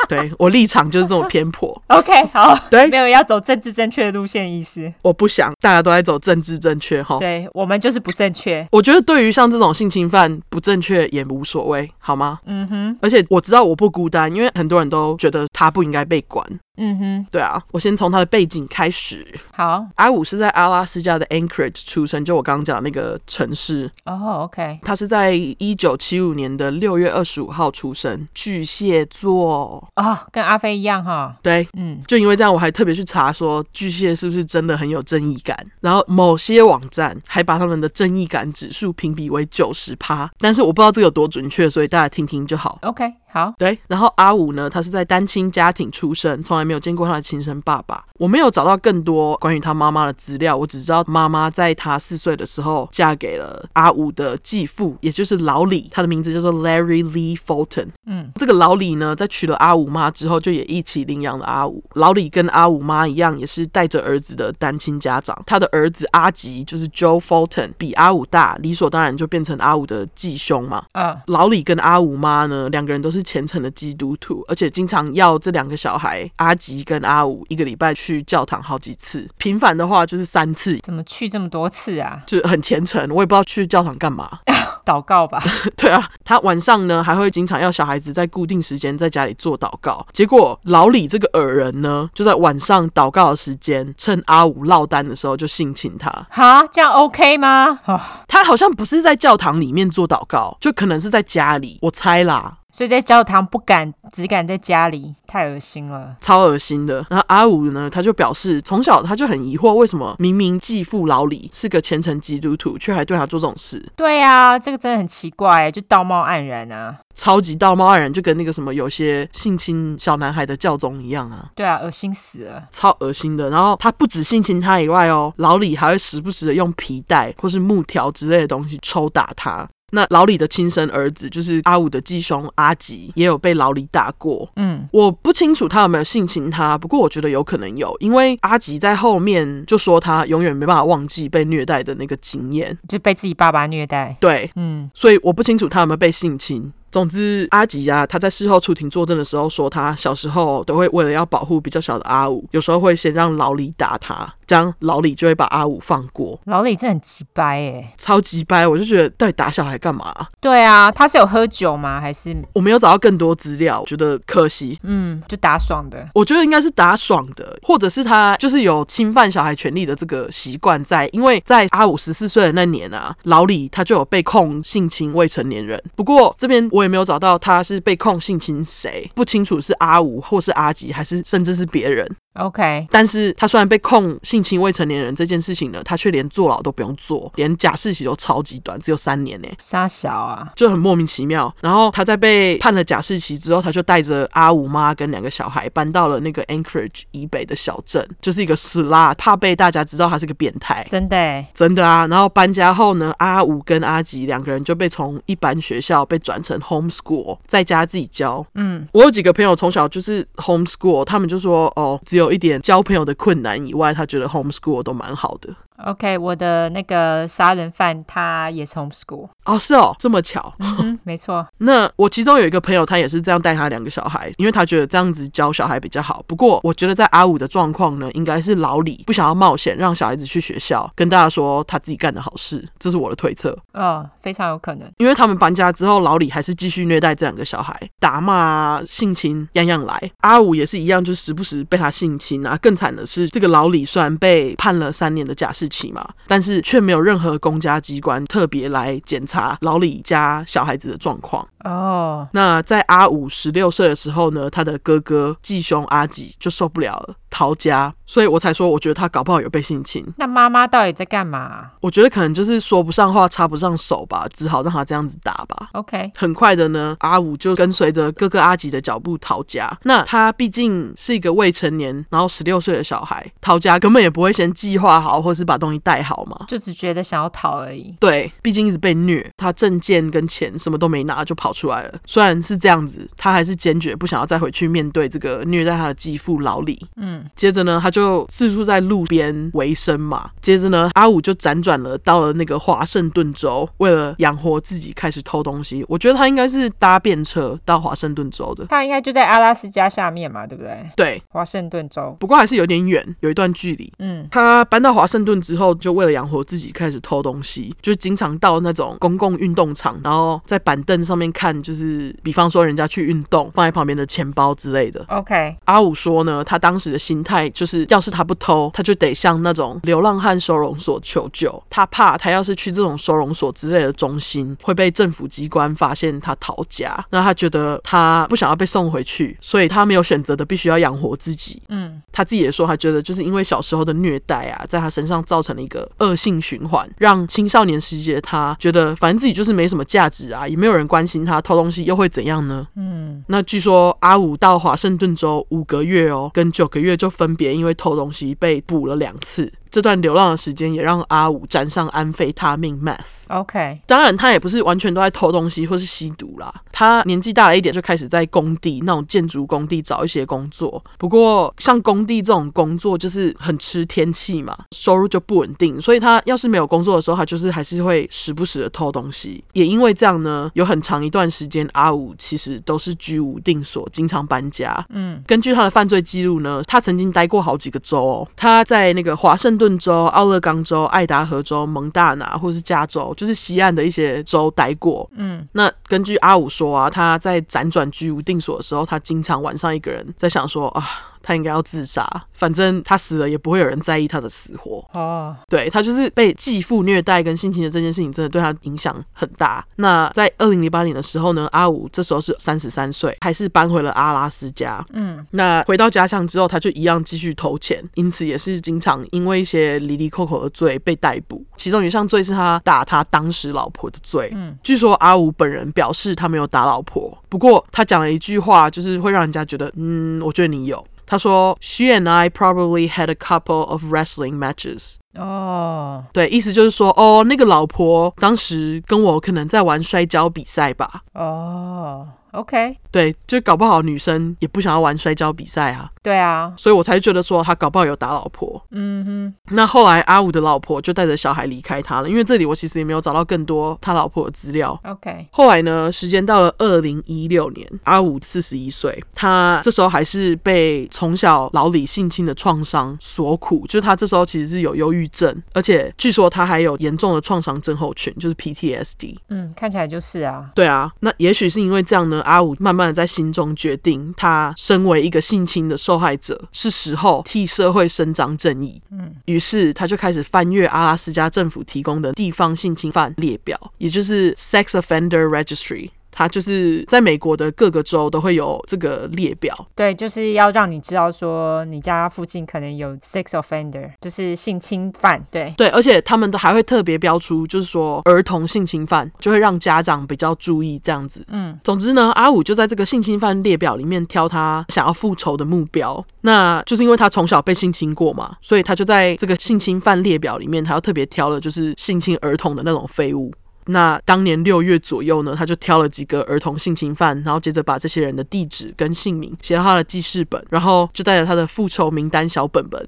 Speaker 1: 对我立场就是这么偏颇，
Speaker 2: OK，好，
Speaker 1: 对
Speaker 2: 没有要走政治正确的路线意思。
Speaker 1: 我不想大家都在走政治正确哈。
Speaker 2: 对我们就是不正确。
Speaker 1: 我觉得对于像这种性侵犯不正确也无所谓，好吗？
Speaker 2: 嗯哼，
Speaker 1: 而且我知道我不孤单，因为很多人都觉得他不应该被管。
Speaker 2: 嗯哼，
Speaker 1: 对啊，我先从他的背景开始。
Speaker 2: 好，
Speaker 1: 阿五是在阿拉斯加的 Anchorage 出生，就我刚刚讲的那个城市。
Speaker 2: 哦，OK，
Speaker 1: 他是在一九七五年的六月二十五号出生，巨蟹座。
Speaker 2: 哦，跟阿飞一样哈。
Speaker 1: 对，
Speaker 2: 嗯，
Speaker 1: 就因为这样，我还特别去查说巨蟹是不是真的很有正义感。然后某些网站还把他们的正义感指数评比为九十趴，但是我不知道这个有多准确，所以大家听听就好。
Speaker 2: OK，好，
Speaker 1: 对，然后阿五呢，他是在单亲家庭出生，从来没有见过他的亲生爸爸。我没有找到更多关于他妈妈的资料，我只知道妈妈在他四岁的时候嫁给了阿五的继父，也就是老李，他的名字叫做 Larry Lee Fulton。
Speaker 2: 嗯，
Speaker 1: 这个老李呢，在娶了阿五妈之后，就也一起领养了阿五。老李跟阿五妈一样，也是带着儿子的单亲家长。他的儿子阿吉就是 Joe Fulton，比阿五大，理所当然就变成阿五的继兄嘛。
Speaker 2: 嗯，
Speaker 1: 老李跟阿五妈呢，两个人都是虔诚的基督徒，而且经常要这两个小孩阿吉跟阿五一个礼拜去教堂好几次，频繁的话就是三次，
Speaker 2: 怎么去这么多次啊？
Speaker 1: 就很虔诚。我也不知道去教堂干嘛。 (laughs)
Speaker 2: 祷告 (laughs) 吧。
Speaker 1: 对啊，他晚上呢还会经常要小孩子在固定时间在家里做祷告。结果老李这个耳人呢，就在晚上祷告的时间，趁阿五落单的时候就性侵他。
Speaker 2: 哈，这样 OK 吗？哦，
Speaker 1: 他好像不是在教堂里面做祷告，就可能是在家里，我猜啦。
Speaker 2: 所以在教堂不敢，只敢在家里，太恶心了。
Speaker 1: 超恶心的。然后阿五呢，他就表示从小他就很疑惑，为什么明明继父老李是个虔诚基督徒，却还对他做这种事，
Speaker 2: 对啊，这个真的很奇怪，就道貌岸然啊。
Speaker 1: 超级道貌岸然，就跟那个什么有些性侵小男孩的教宗一样啊。
Speaker 2: 对啊，恶心死了。
Speaker 1: 超恶心的，然后他不止性侵他以外哦，老李还会时不时的用皮带或是木条之类的东西抽打他。那老李的亲生儿子就是阿五的继兄阿吉，也有被老李打过。
Speaker 2: 嗯，
Speaker 1: 我不清楚他有没有性侵他，不过我觉得有可能有，因为阿吉在后面就说他永远没办法忘记被虐待的那个经验。
Speaker 2: 就被自己爸爸虐待。
Speaker 1: 对，
Speaker 2: 嗯，
Speaker 1: 所以我不清楚他有没有被性侵。总之，阿吉啊，他在事后出庭作证的时候说，他小时候都会为了要保护比较小的阿五，有时候会先让老李打他，这样老李就会把阿五放过，
Speaker 2: 老李真的很鸡掰哎。
Speaker 1: 超级掰。我就觉得到底打小孩干嘛啊、
Speaker 2: 对啊，他是有喝酒吗？还是
Speaker 1: 我没有找到更多资料，觉得可惜。
Speaker 2: 嗯，就打爽的？
Speaker 1: 我觉得应该是打爽的，或者是他就是有侵犯小孩权利的这个习惯在，因为在阿五十四岁的那年啊，老李他就有被控性侵未成年人。不过这边我也没有找到他是被控性侵谁，不清楚是阿五或是阿吉，还是甚至是别人。
Speaker 2: OK，
Speaker 1: 但是他虽然被控性侵未成年人这件事情呢，他却连坐牢都不用坐，连假释期都超级短，只有三年呢、
Speaker 2: 傻小啊，
Speaker 1: 就很莫名其妙。然后他在被判了假释期之后，他就带着阿五妈跟两个小孩搬到了那个 Anchorage 以北的小镇，就是一个死啦，怕被大家知道他是个变态。
Speaker 2: 真的欸
Speaker 1: 真的啊，然后搬家后呢，阿五跟阿吉两个人就被从一般学校被转成 homeschool，在家自己教。嗯，我有几个朋友从小就是 homeschool，他们就说哦，只有一点交朋友的困难以外，他觉得 homeschool 都蛮好的。
Speaker 2: OK，我的那个杀人犯他也是 homeschool，
Speaker 1: 哦，是哦，这么巧。
Speaker 2: 嗯， (laughs) 没错，
Speaker 1: 那我其中有一个朋友，他也是这样带他两个小孩，因为他觉得这样子教小孩比较好。不过我觉得在阿五的状况呢，应该是老李不想要冒险，让小孩子去学校，跟大家说他自己干的好事，这是我的推测。
Speaker 2: 哦，非常有可能。
Speaker 1: 因为他们搬家之后，老李还是继续虐待这两个小孩，打骂、啊、性侵，样样来。阿五也是一样，就时不时被他性侵啊。更惨的是，这个老李虽然被判了三年的假释期嘛，但是却没有任何公家机关特别来检查老李家小孩子的状况。
Speaker 2: 哦，
Speaker 1: 那在阿五十六岁的时候呢，他的哥哥继兄阿吉就受不了了，逃家，所以我才说，我觉得他搞不好有被性侵。
Speaker 2: 那妈妈到底在干嘛、啊
Speaker 1: 我觉得可能就是说不上话，插不上手吧，只好让他这样子打吧。
Speaker 2: ？OK，
Speaker 1: 很快的呢，阿五就跟随着哥哥阿吉的脚步逃家。那他毕竟是一个未成年，然后十六岁的小孩，逃家根本也不会先计划好，或是把东西带好嘛。
Speaker 2: 就只觉得想要逃而已。
Speaker 1: 对，毕竟一直被虐，他证件跟钱什么都没拿就跑出来了。虽然是这样子，他还是坚决不想要再回去面对这个虐待他的继父老李。
Speaker 2: 嗯，
Speaker 1: 接着呢，他就四处在路边为生嘛。接着呢，阿五就辗转了到了那个华盛顿州，为了养活自己开始偷东西。我觉得他应该是搭便车到华盛顿州的。
Speaker 2: 他应该就在阿拉斯加下面嘛，对不对？
Speaker 1: 对，
Speaker 2: 华盛顿州。
Speaker 1: 不过还是有点远，有一段距离。
Speaker 2: 嗯，
Speaker 1: 他搬到华盛顿之后，就为了养活自己，开始偷东西，就经常到那种公共运动场，然后在板凳上面看，就是比方说人家去运动，放在旁边的钱包之类的。
Speaker 2: OK，
Speaker 1: 阿武说呢，他当时的心态就是，要是他不偷，他就得向那种流浪汉收容所求救。他怕他要是去这种收容所之类的中心，会被政府机关发现他逃家。那他觉得他不想要被送回去，所以他没有选择的，必须要养活自己。
Speaker 2: 嗯，
Speaker 1: 他自己也说，他觉得就是因为小时候的虐待啊，在他身上造成了一个恶性循环，让青少年时期的他觉得，反正自己就是没什么价值啊，也没有人关心他，偷东西又会怎样呢？嗯，那据说阿武到华盛顿州五个月哦，跟九个月就分别因为偷东西被捕了两次。这段流浪的时间也让阿武沾上安非他命 meth。
Speaker 2: OK，
Speaker 1: 当然，他也不是完全都在偷东西或是吸毒啦。他年纪大了一点，就开始在工地那种建筑工地找一些工作。不过，像工地这种工作就是很吃天气嘛，收入就不稳定，所以他要是没有工作的时候，他就是还是会时不时的偷东西。也因为这样呢，有很长一段时间，阿五其实都是居无定所，经常搬家。根据他的犯罪记录呢，他曾经待过好几个州哦。他在那个华盛顿州、奥勒冈州、爱达荷州、蒙大拿或是加州，就是西岸的一些州待过。嗯，那根据阿武说啊，他在辗转居无定所的时候，他经常晚上一个人在想说啊。他应该要自杀，反正他死了也不会有人在意他的死活。
Speaker 2: 哦，
Speaker 1: 对他就是被继父虐待跟性侵的这件事情，真的对他影响很大。那在二零零八年的时候呢，阿武这时候是三十三岁，还是搬回了阿拉斯加。嗯，那回到家乡之后，他就一样继续投钱，因此也是经常因为一些离离扣扣的罪被逮捕。其中有一项罪是他打他当时老婆的罪。嗯，据说阿武本人表示他没有打老婆，不过他讲了一句话，就是会让人家觉得，嗯，我觉得你有。他说，She and I probably had a couple of wrestling matches。
Speaker 2: 哦，
Speaker 1: 对，意思就是说，哦，那个老婆当时跟我可能在玩摔跤比赛吧。
Speaker 2: 哦，OK，
Speaker 1: 对，就搞不好女生也不想要玩摔跤比赛啊。
Speaker 2: 对啊，
Speaker 1: 所以我才觉得说他搞不好有打老婆。
Speaker 2: 嗯
Speaker 1: 那后来阿五的老婆就带着小孩离开他了，因为这里我其实也没有找到更多他老婆的资料。
Speaker 2: 哼，OK，
Speaker 1: 后来呢，时间到了二零一六年，阿五四十一岁，他这时候还是被从小老李性侵的创伤所苦，就是他这时候其实是有忧郁症，而且据说他还有严重的创伤症候群，就是 PTSD。
Speaker 2: 嗯，看起来就是啊，
Speaker 1: 对啊，那也许是因为这样呢，阿五慢慢的在心中决定，他身为一个性侵的受害者，是时候替社会伸张正义。嗯，于是他就开始翻阅阿拉斯加政府提供的地方性侵犯列表，也就是 Sex Offender Registry。它就是在美国的各个州都会有这个列表，
Speaker 2: 对，就是要让你知道说你家附近可能有 sex offender，就是性侵犯，对，
Speaker 1: 对，而且他们都还会特别标出，就是说儿童性侵犯，就会让家长比较注意这样子。
Speaker 2: 嗯，
Speaker 1: 总之呢，阿五就在这个性侵犯列表里面挑他想要复仇的目标，那就是因为他从小被性侵过嘛，所以他就在这个性侵犯列表里面，他要特别挑了就是性侵儿童的那种废物。那当年六月左右呢，他就挑了几个儿童性侵犯，然后接着把这些人的地址跟姓名写到他的记事本，然后就带着他的复仇名单小本本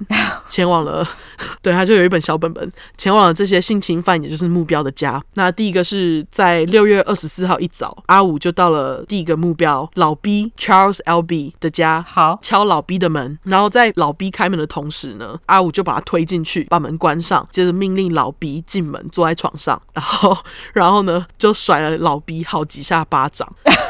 Speaker 1: 前往了。对，他就有一本小本本，前往了这些性侵犯，也就是目标的家。那第一个是在六月二十四号一早，阿五就到了第一个目标老 B Charles L B 的家，
Speaker 2: 好，
Speaker 1: 敲老 B 的门，然后在老 B 开门的同时呢，阿五就把他推进去，把门关上，接着命令老 B 进门，坐在床上，然后 (laughs) 然后呢就甩了老 B 好几下巴掌。 (laughs)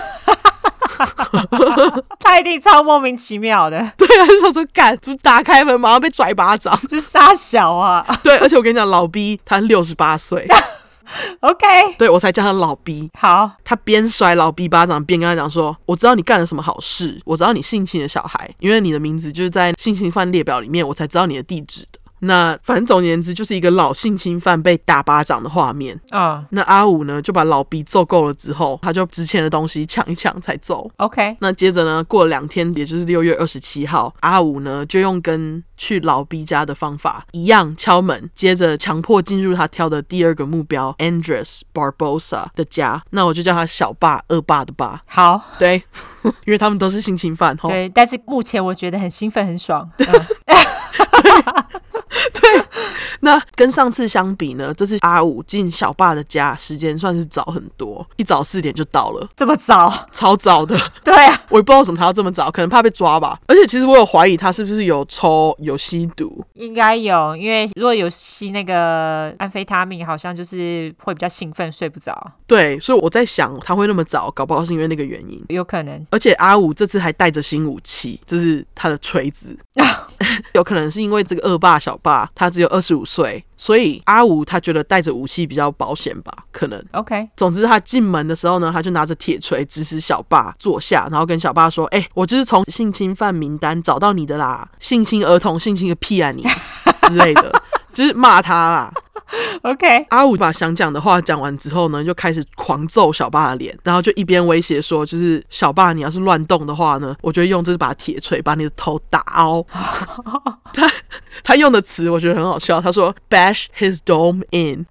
Speaker 2: 他一定超莫名其妙的，
Speaker 1: 对啊，就想说干，就打开门马上被甩巴掌。 (laughs)
Speaker 2: 就是傻小啊
Speaker 1: 对，而且我跟你讲，老 B 他六十八岁， (laughs)
Speaker 2: ，OK，
Speaker 1: 对我才叫他老 B。
Speaker 2: 好，
Speaker 1: 他边甩老 B 巴掌，边跟他讲说：“我知道你干了什么好事，我知道你性侵了小孩，因为你的名字就是在性侵犯列表里面，我才知道你的地址的。”那反正总而言之，就是一个老性侵犯被打巴掌的画面。
Speaker 2: 嗯
Speaker 1: 那阿五呢，就把老 B 揍够了之后，他就值钱的东西抢一抢才走。
Speaker 2: ，OK，
Speaker 1: 那接着呢，过了两天，也就是六月二十七号，阿五呢就用跟去老 B 家的方法一样敲门，接着强迫进入他挑的第二个目标 Andres Barbosa 的家。那我就叫他小爸、恶霸的爸，
Speaker 2: 好，
Speaker 1: 对， (laughs) 因为他们都是性侵犯，吼，
Speaker 2: 对，但是目前我觉得很兴奋，很爽，
Speaker 1: 对。那跟上次相比呢，这次阿五进小爸的家时间算是早很多，一早四点就到了，
Speaker 2: 这么早，
Speaker 1: 超早的。
Speaker 2: 对啊，
Speaker 1: 我也不知道为什么他要这么早，可能怕被抓吧。而且其实我有怀疑他是不是有抽有吸毒，
Speaker 2: 应该有，因为如果有吸那个安非他命，好像就是会比较兴奋，睡不着，
Speaker 1: 对，所以我在想他会那么早，搞不好是因为那个原因。
Speaker 2: 有可能，
Speaker 1: 而且阿五这次还带着新武器，就是他的锤子， (laughs) 有可能是因为这个恶霸小霸他只有二十五岁，所以阿五他觉得带着武器比较保险吧，可能。
Speaker 2: OK，
Speaker 1: 总之，他进门的时候呢，他就拿着铁锤指使小霸坐下，然后跟小霸说：“哎、我就是从性侵犯名单找到你的啦，性侵儿童，性侵个屁啊你之类的，就是骂他啦。”
Speaker 2: OK，
Speaker 1: 阿五把想讲的话讲完之后呢，就开始狂揍小霸的脸，然后就一边威胁说，就是小霸，你要是乱动的话呢，我就会用这把铁锤把你的头打凹。他他用的词我觉得很好笑，他说 bash his dome in。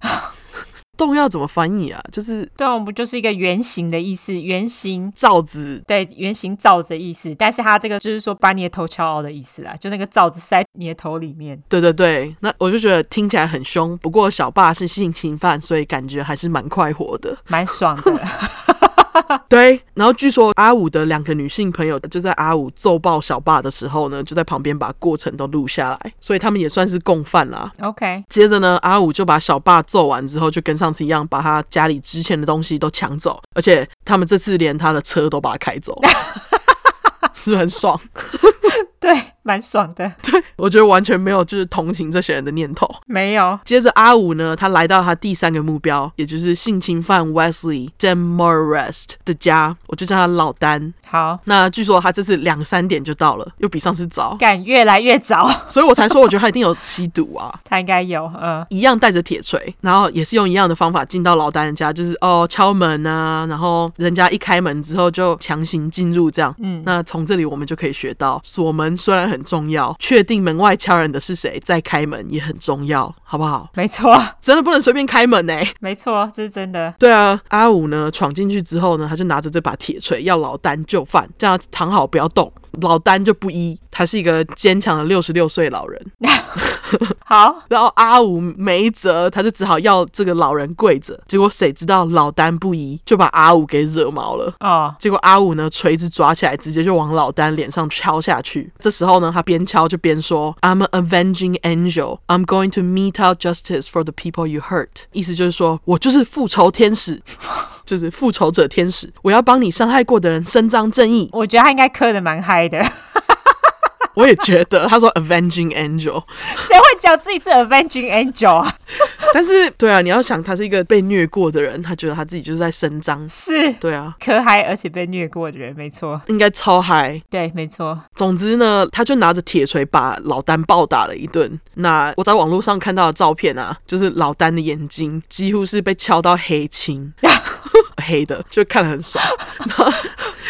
Speaker 1: 动要怎么翻译啊？就是
Speaker 2: 对，我们不就是一个圆形的意思，圆形。
Speaker 1: 罩子
Speaker 2: 对，圆形罩子的意思，但是它这个就是说把你的头敲凹的意思啦，就那个罩子塞你的头里面。
Speaker 1: 对对对，那我就觉得听起来很凶。不过小霸是性侵犯，所以感觉还是蛮快活的。
Speaker 2: 蛮爽 (laughs) 的。
Speaker 1: 对，然后据说阿五的两个女性朋友就在阿五揍爆小霸的时候呢，就在旁边把过程都录下来，所以他们也算是共犯啦。
Speaker 2: OK，
Speaker 1: 接着呢，阿五就把小霸揍完之后，就跟上次一样，把他家里值钱的东西都抢走，而且他们这次连他的车都把他开走，是不是很爽？
Speaker 2: 对，蛮爽的。
Speaker 1: 我觉得完全没有就是同情这些人的念头。
Speaker 2: 没有
Speaker 1: 接着阿五呢，他来到他第三个目标，也就是性侵犯 Wesley Demarest 的家，我就叫他老丹。
Speaker 2: 好，
Speaker 1: 那据说他这次两三点就到了，又比上次早， (laughs)
Speaker 2: 干越来越早，
Speaker 1: 所以我才说我觉得他一定有吸毒啊。
Speaker 2: 他应该有，嗯，
Speaker 1: 一样带着铁锤，然后也是用一样的方法进到老丹家，就是哦敲门啊，然后人家一开门之后就强行进入这样。嗯，那从这里我们就可以学到，锁门虽然很重要，确定门外敲人的是谁，再开门也很重要，好不好？
Speaker 2: 没错， (laughs)
Speaker 1: 真的不能随便开门呢、欸
Speaker 2: 没错，这是真的。
Speaker 1: 对啊，阿武呢闯进去之后呢，他就拿着这把铁锤要老丹就范，叫他躺好不要动。老丹就不依，他是一个坚强的六十六岁老人。
Speaker 2: 好，
Speaker 1: 然后阿武没辙，他就只好要这个老人跪着。结果谁知道老丹不依，就把阿武给惹毛了。
Speaker 2: 哦，
Speaker 1: 结果阿武呢，锤子抓起来，直接就往老丹脸上敲下去。这时候呢，他边敲就边说：“I'm an avenging angel. I'm going to mete out justice for the people you hurt。”意思就是说我就是复仇天使， (laughs) 就是复仇者天使，我要帮你伤害过的人伸张正义。
Speaker 2: 我觉得他应该磕的蛮嗨的。 (laughs)
Speaker 1: 我也觉得，他说 avenging angel，
Speaker 2: 谁会讲自己是 Avenging Angel 啊？
Speaker 1: 但是对啊，你要想他是一个被虐过的人，他觉得他自己就是在伸张。
Speaker 2: 是
Speaker 1: 对啊，
Speaker 2: 磕嗨而且被虐过的人，没错，
Speaker 1: 应该超嗨。
Speaker 2: 对，没错，
Speaker 1: 总之呢，他就拿着铁锤把老丹暴打了一顿。那我在网络上看到的照片啊，就是老丹的眼睛几乎是被敲到黑青，黑的，就看得很爽。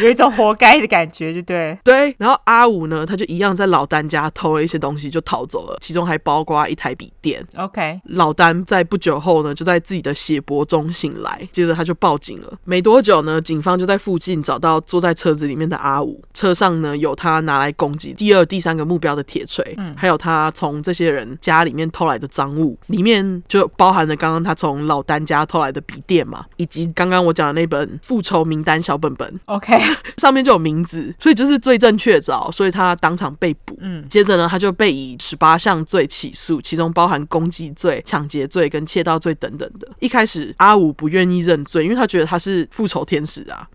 Speaker 2: 有一种活该的感觉，就对。
Speaker 1: 对，然后阿武呢，他就一样在老丹家偷了一些东西就逃走了，其中还包括一台笔电。
Speaker 2: OK，
Speaker 1: 老丹在不久后呢，就在自己的血泊中醒来，接着他就报警了。没多久呢，警方就在附近找到坐在车子里面的阿武，车上呢有他拿来攻击第二、第三个目标的铁锤，还有他从这些人家里面偷来的赃物，里面就包含了刚刚他从老丹家偷来的笔电嘛，以及刚刚我讲的那本复仇名单小本本，
Speaker 2: OK，
Speaker 1: 上面就有名字，所以就是罪证确凿，所以他当场被捕。嗯，接着呢，他就被以十八项罪起诉，其中包含攻击罪、抢劫罪跟窃盗罪等等的。一开始阿武不愿意认罪，因为他觉得他是复仇天使啊。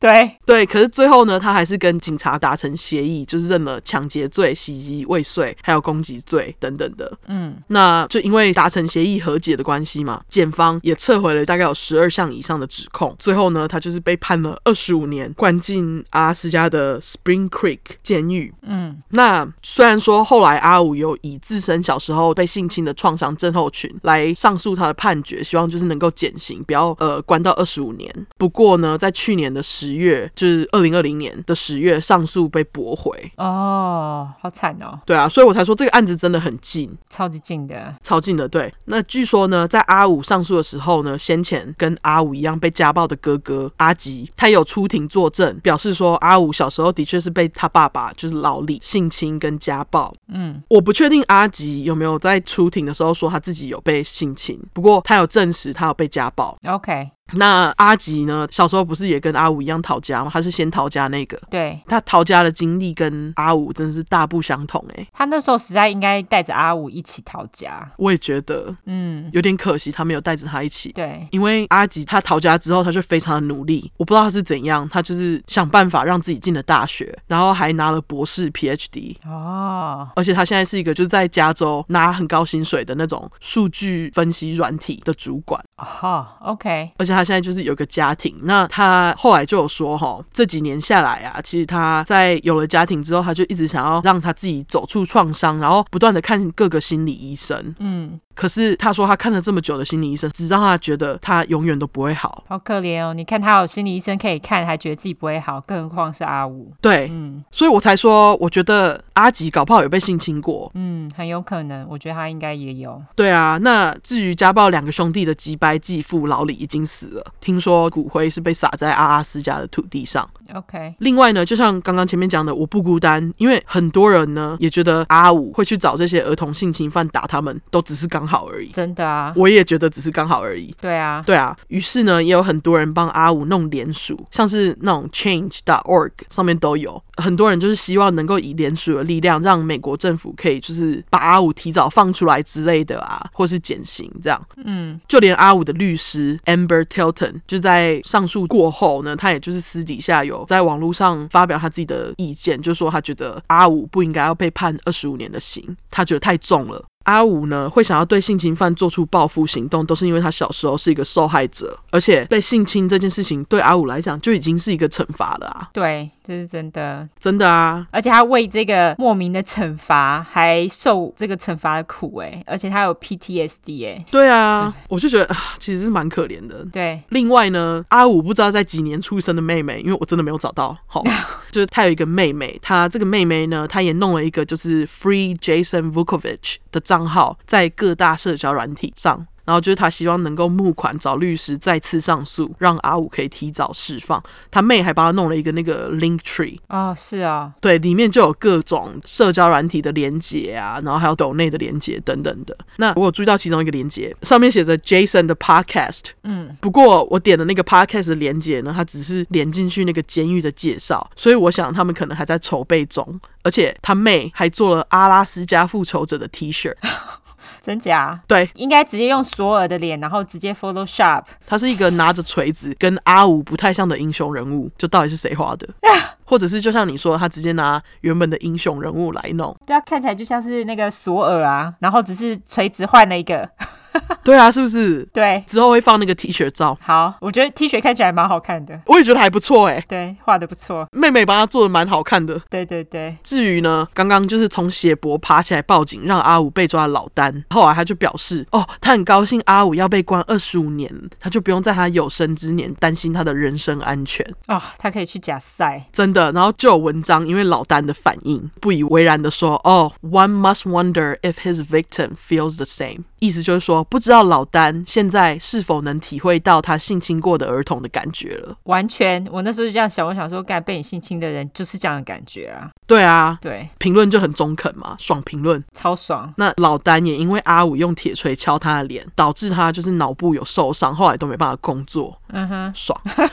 Speaker 2: 对，
Speaker 1: 对，可是最后呢，他还是跟警察达成协议，就是认了抢劫罪、袭击未遂，还有攻击罪等等的。嗯，那就因为达成协议和解的关系嘛，检方也撤回了大概有十二项以上的指控。最后呢，他就是被判了二十五年，关进阿斯加的 Spring Creek 监狱。嗯，那虽然说后来阿武有以自身小时候被性侵的创伤症候群来上诉他的判决，希望就是能够减刑，不要呃关到二十五年。不过呢，在去年的十月，就是二零二零年的十月，上诉被驳回。
Speaker 2: 哦，好惨哦，
Speaker 1: 对啊，所以我才说这个案子真的很近，
Speaker 2: 超级近的，
Speaker 1: 超近的。对，那据说呢，在阿武上诉的时候呢，先前跟阿武一样被家暴的哥哥阿吉，他有出庭作证，表示说阿武小时候的确是被他爸爸就是老李性侵跟家暴。嗯，我不确定阿吉有没有在出庭的时候说他自己有被性侵，不过他有证实他有被家暴。
Speaker 2: OK，
Speaker 1: 那阿吉呢，小时候不是也跟阿武一样逃家吗？他是先逃家那个。
Speaker 2: 对
Speaker 1: 他逃家的经历跟阿武真是大不相同诶、欸
Speaker 2: 他那时候实在应该带着阿武一起逃家。
Speaker 1: 我也觉得
Speaker 2: 嗯，
Speaker 1: 有点可惜，他没有带着他一起。
Speaker 2: 对，
Speaker 1: 因为阿吉他逃家之后，他就非常的努力，我不知道他是怎样，他就是想办法让自己进了大学，然后还拿了博士 PhD，
Speaker 2: 哦，
Speaker 1: 而且他现在是一个就是在加州拿很高薪水的那种数据分析软体的主管，
Speaker 2: 哦，OK，
Speaker 1: 而且他现在就是有个家庭。那他后来就有说哈，这几年下来啊，其实他在有了家庭之后，他就一直想要让他自己走出创伤，然后不断的看各个心理医生。
Speaker 2: 嗯，
Speaker 1: 可是他说他看了这么久的心理医生，只让他觉得他永远都不会好。
Speaker 2: 好可怜哦。你看他有心理医生可以看，还觉得自己不会好，更何况是阿武。
Speaker 1: 对，
Speaker 2: 嗯
Speaker 1: 所以我才说，我觉得阿吉搞不好有被性侵过。
Speaker 2: 嗯，很有可能，我觉得他应该也有。
Speaker 1: 对啊，那至于家暴两个兄弟的击败继父老李已经死了，听说骨灰是被撒在阿拉斯加的土地上。
Speaker 2: OK，
Speaker 1: 另外呢，就像刚刚前面讲的，我不孤单，因为很多人呢也觉得阿武会去找这些儿童性侵犯打他们，都只是刚好而已。
Speaker 2: 真的啊，
Speaker 1: 我也觉得只是刚好而已。
Speaker 2: 对啊，
Speaker 1: 对啊，于是呢，也有很多人帮阿武弄联署，像是那种 Change.org 上面都有很多人，就是希望能够以联署的力量，让美国政府可以就是把阿武提早放出来之类的啊，或是减刑这样。
Speaker 2: 嗯，
Speaker 1: 就连阿武的律师 Amber Tilton 就在上诉过后呢，他也就是私底下有在网络上发表他自己的意见，就说他觉得阿武不应该要被判二十五年的刑，他觉得太重了。阿武呢会想要对性侵犯做出报复行动，都是因为他小时候是一个受害者，而且被性侵这件事情对阿武来讲就已经是一个惩罚了啊。
Speaker 2: 对，这这是真的。
Speaker 1: 真的啊，
Speaker 2: 而且他为这个莫名的惩罚还受这个惩罚的苦哎、而且他有 PTSD 哎、
Speaker 1: 对啊，我就觉得啊，其实是蛮可怜的。
Speaker 2: 对，
Speaker 1: 另外呢，阿五不知道在几年出生的妹妹，因为我真的没有找到。好，就是他有一个妹妹，他这个妹妹呢，她也弄了一个就是 Free Jason Vukovic 的账号，在各大社交软体上。然后就是他希望能够募款找律师再次上诉，让阿五可以提早释放。他妹还帮他弄了一个那个 Link Tree，
Speaker 2: 哦，是哦，
Speaker 1: 对，里面就有各种社交软体的连接啊，然后还有抖内的连接等等的。那我有注意到其中一个连接，上面写着 Jason 的 Podcast，嗯，不过我点的那个 Podcast 的连接呢，它只是连进去那个监狱的介绍，所以我想他们可能还在筹备中。而且他妹还做了阿拉斯加复仇者的 T 恤，
Speaker 2: 真假？
Speaker 1: 对，
Speaker 2: 应该直接用索尔的脸，然后直接 Photoshop。
Speaker 1: 他是一个拿着锤子跟阿五不太像的英雄人物，就到底是谁画的？或者是就像你说，他直接拿原本的英雄人物来弄，
Speaker 2: 对啊，看起来就像是那个索尔啊，然后只是垂直换了一个。
Speaker 1: 对啊，是不是？
Speaker 2: 对，
Speaker 1: 之后会放那个 T 恤照，
Speaker 2: 好，我觉得 T 恤看起来蛮好看的，
Speaker 1: 我也觉得还不错哎、
Speaker 2: 对，画的不错。
Speaker 1: 妹妹帮他做的蛮好看的。
Speaker 2: 对对对，
Speaker 1: 至于呢，刚刚就是从斜坡爬起来报警，让阿五被抓的老丹，后来他就表示，哦，他很高兴阿五要被关二十五年，他就不用在他有生之年担心他的人身安全，
Speaker 2: 哦，他可以去假赛。
Speaker 1: 真的。然后就有文章因为老丹的反应不以为然的说，哦，one must wonder if his victim feels the same，意思就是说，不知道老丹现在是否能体会到他性侵过的儿童的感觉了。
Speaker 2: 完全，我那时候就这样想，我想说，干被你性侵的人就是这样的感觉啊，
Speaker 1: 对啊，
Speaker 2: 对，
Speaker 1: 评论就很中肯嘛，爽评论。
Speaker 2: 超爽，
Speaker 1: 那老丹也因为阿五用铁锤敲他的脸，导致他就是脑部有受伤，后来都没办法工作，
Speaker 2: 嗯哼，
Speaker 1: 爽。 (laughs)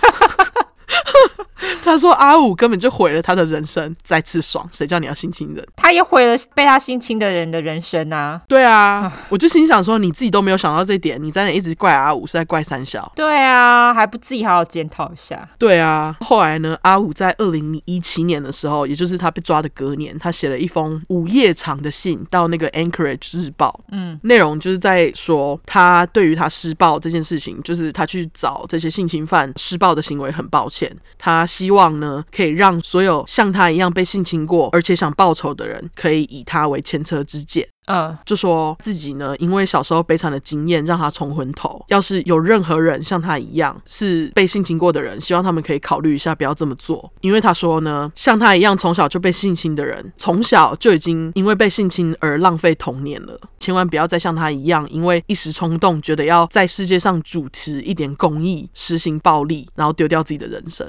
Speaker 1: 他说阿五根本就毁了他的人生，再次爽，谁叫你要性侵人？
Speaker 2: 他也毁了被他性侵的人的人生啊，
Speaker 1: 对啊，我就心想说你自己都没有想到这一点，你在那一直怪阿五是在怪三小。
Speaker 2: 对啊，还不自己好好检讨一下，
Speaker 1: 对啊，后来呢，阿五在二零一七年的时候，也就是他被抓的隔年，他写了一封午夜长的信到那个 Anchorage 日报，嗯，内容就是在说他对于他施暴这件事情，就是他去找这些性侵犯施暴的行为很抱歉，他希望呢可以让所有像他一样被性侵过而且想报仇的人，可以以他为前车之鉴。
Speaker 2: 嗯，
Speaker 1: 就说自己呢，因为小时候悲惨的经验让他冲昏头。要是有任何人像他一样是被性侵过的人，希望他们可以考虑一下，不要这么做。因为他说呢，像他一样从小就被性侵的人，从小就已经因为被性侵而浪费童年了，千万不要再像他一样，因为一时冲动觉得要在世界上主持一点公益，实行暴力，然后丢掉自己的人生。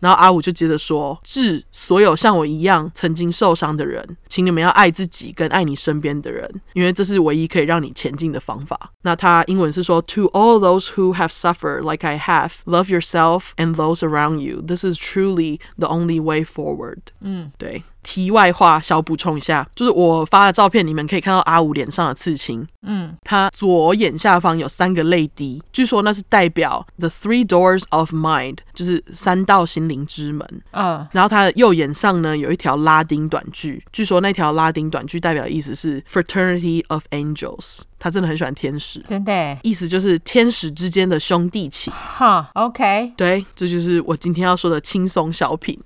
Speaker 1: 然后阿五就接着说：“致所有像我一样曾经受伤的人，请你们要爱自己跟爱你身边的人，因为这是唯一可以让你前进的方法。”那他英文是说：“To all those who have suffered like I have, love yourself and those around you. This is truly the only way forward。”嗯，对。题外话，小补充一下，就是我发的照片，你们可以看到阿五脸上的刺青，他左眼下方有三个泪滴，据说那是代表 the three doors of mind，就是三道心灵之门。
Speaker 2: 嗯，
Speaker 1: 然后他的右眼上呢有一条拉丁短句，据说那条拉丁短句代表的意思是 fraternity of angels。他真的很喜欢天使，
Speaker 2: 真的耶，
Speaker 1: 意思就是天使之间的兄弟情。
Speaker 2: 哈，OK，
Speaker 1: 对，这就是我今天要说的轻松小品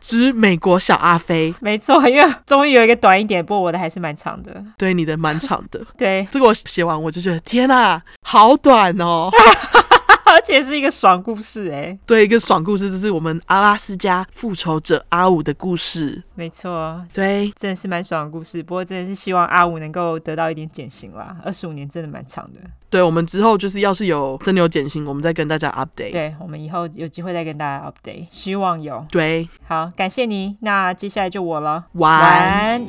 Speaker 1: 之美国小阿飞。
Speaker 2: 没错，因为终于有一个短一点，不过我的还是蛮长的，
Speaker 1: 对，你的蛮长的， (laughs)
Speaker 2: 对，
Speaker 1: 这个我写完我就觉得天啊，好短哦。
Speaker 2: (laughs)
Speaker 1: (laughs)
Speaker 2: 而且是一个爽故事，哎，
Speaker 1: 对，一个爽故事，这是我们阿拉斯加复仇者阿五的故事。
Speaker 2: 没错。
Speaker 1: 对，
Speaker 2: 真的是蛮爽的故事，不过真的是希望阿五能够得到一点减刑啦。二十五年真的蛮长的，
Speaker 1: 对，我们之后就是要是有真的有减刑，我们再跟大家 update。
Speaker 2: 对我们以后有机会再跟大家 update，希望有。
Speaker 1: 对，
Speaker 2: 好，感谢你。那接下来就我了，
Speaker 1: 晚安。
Speaker 2: 安。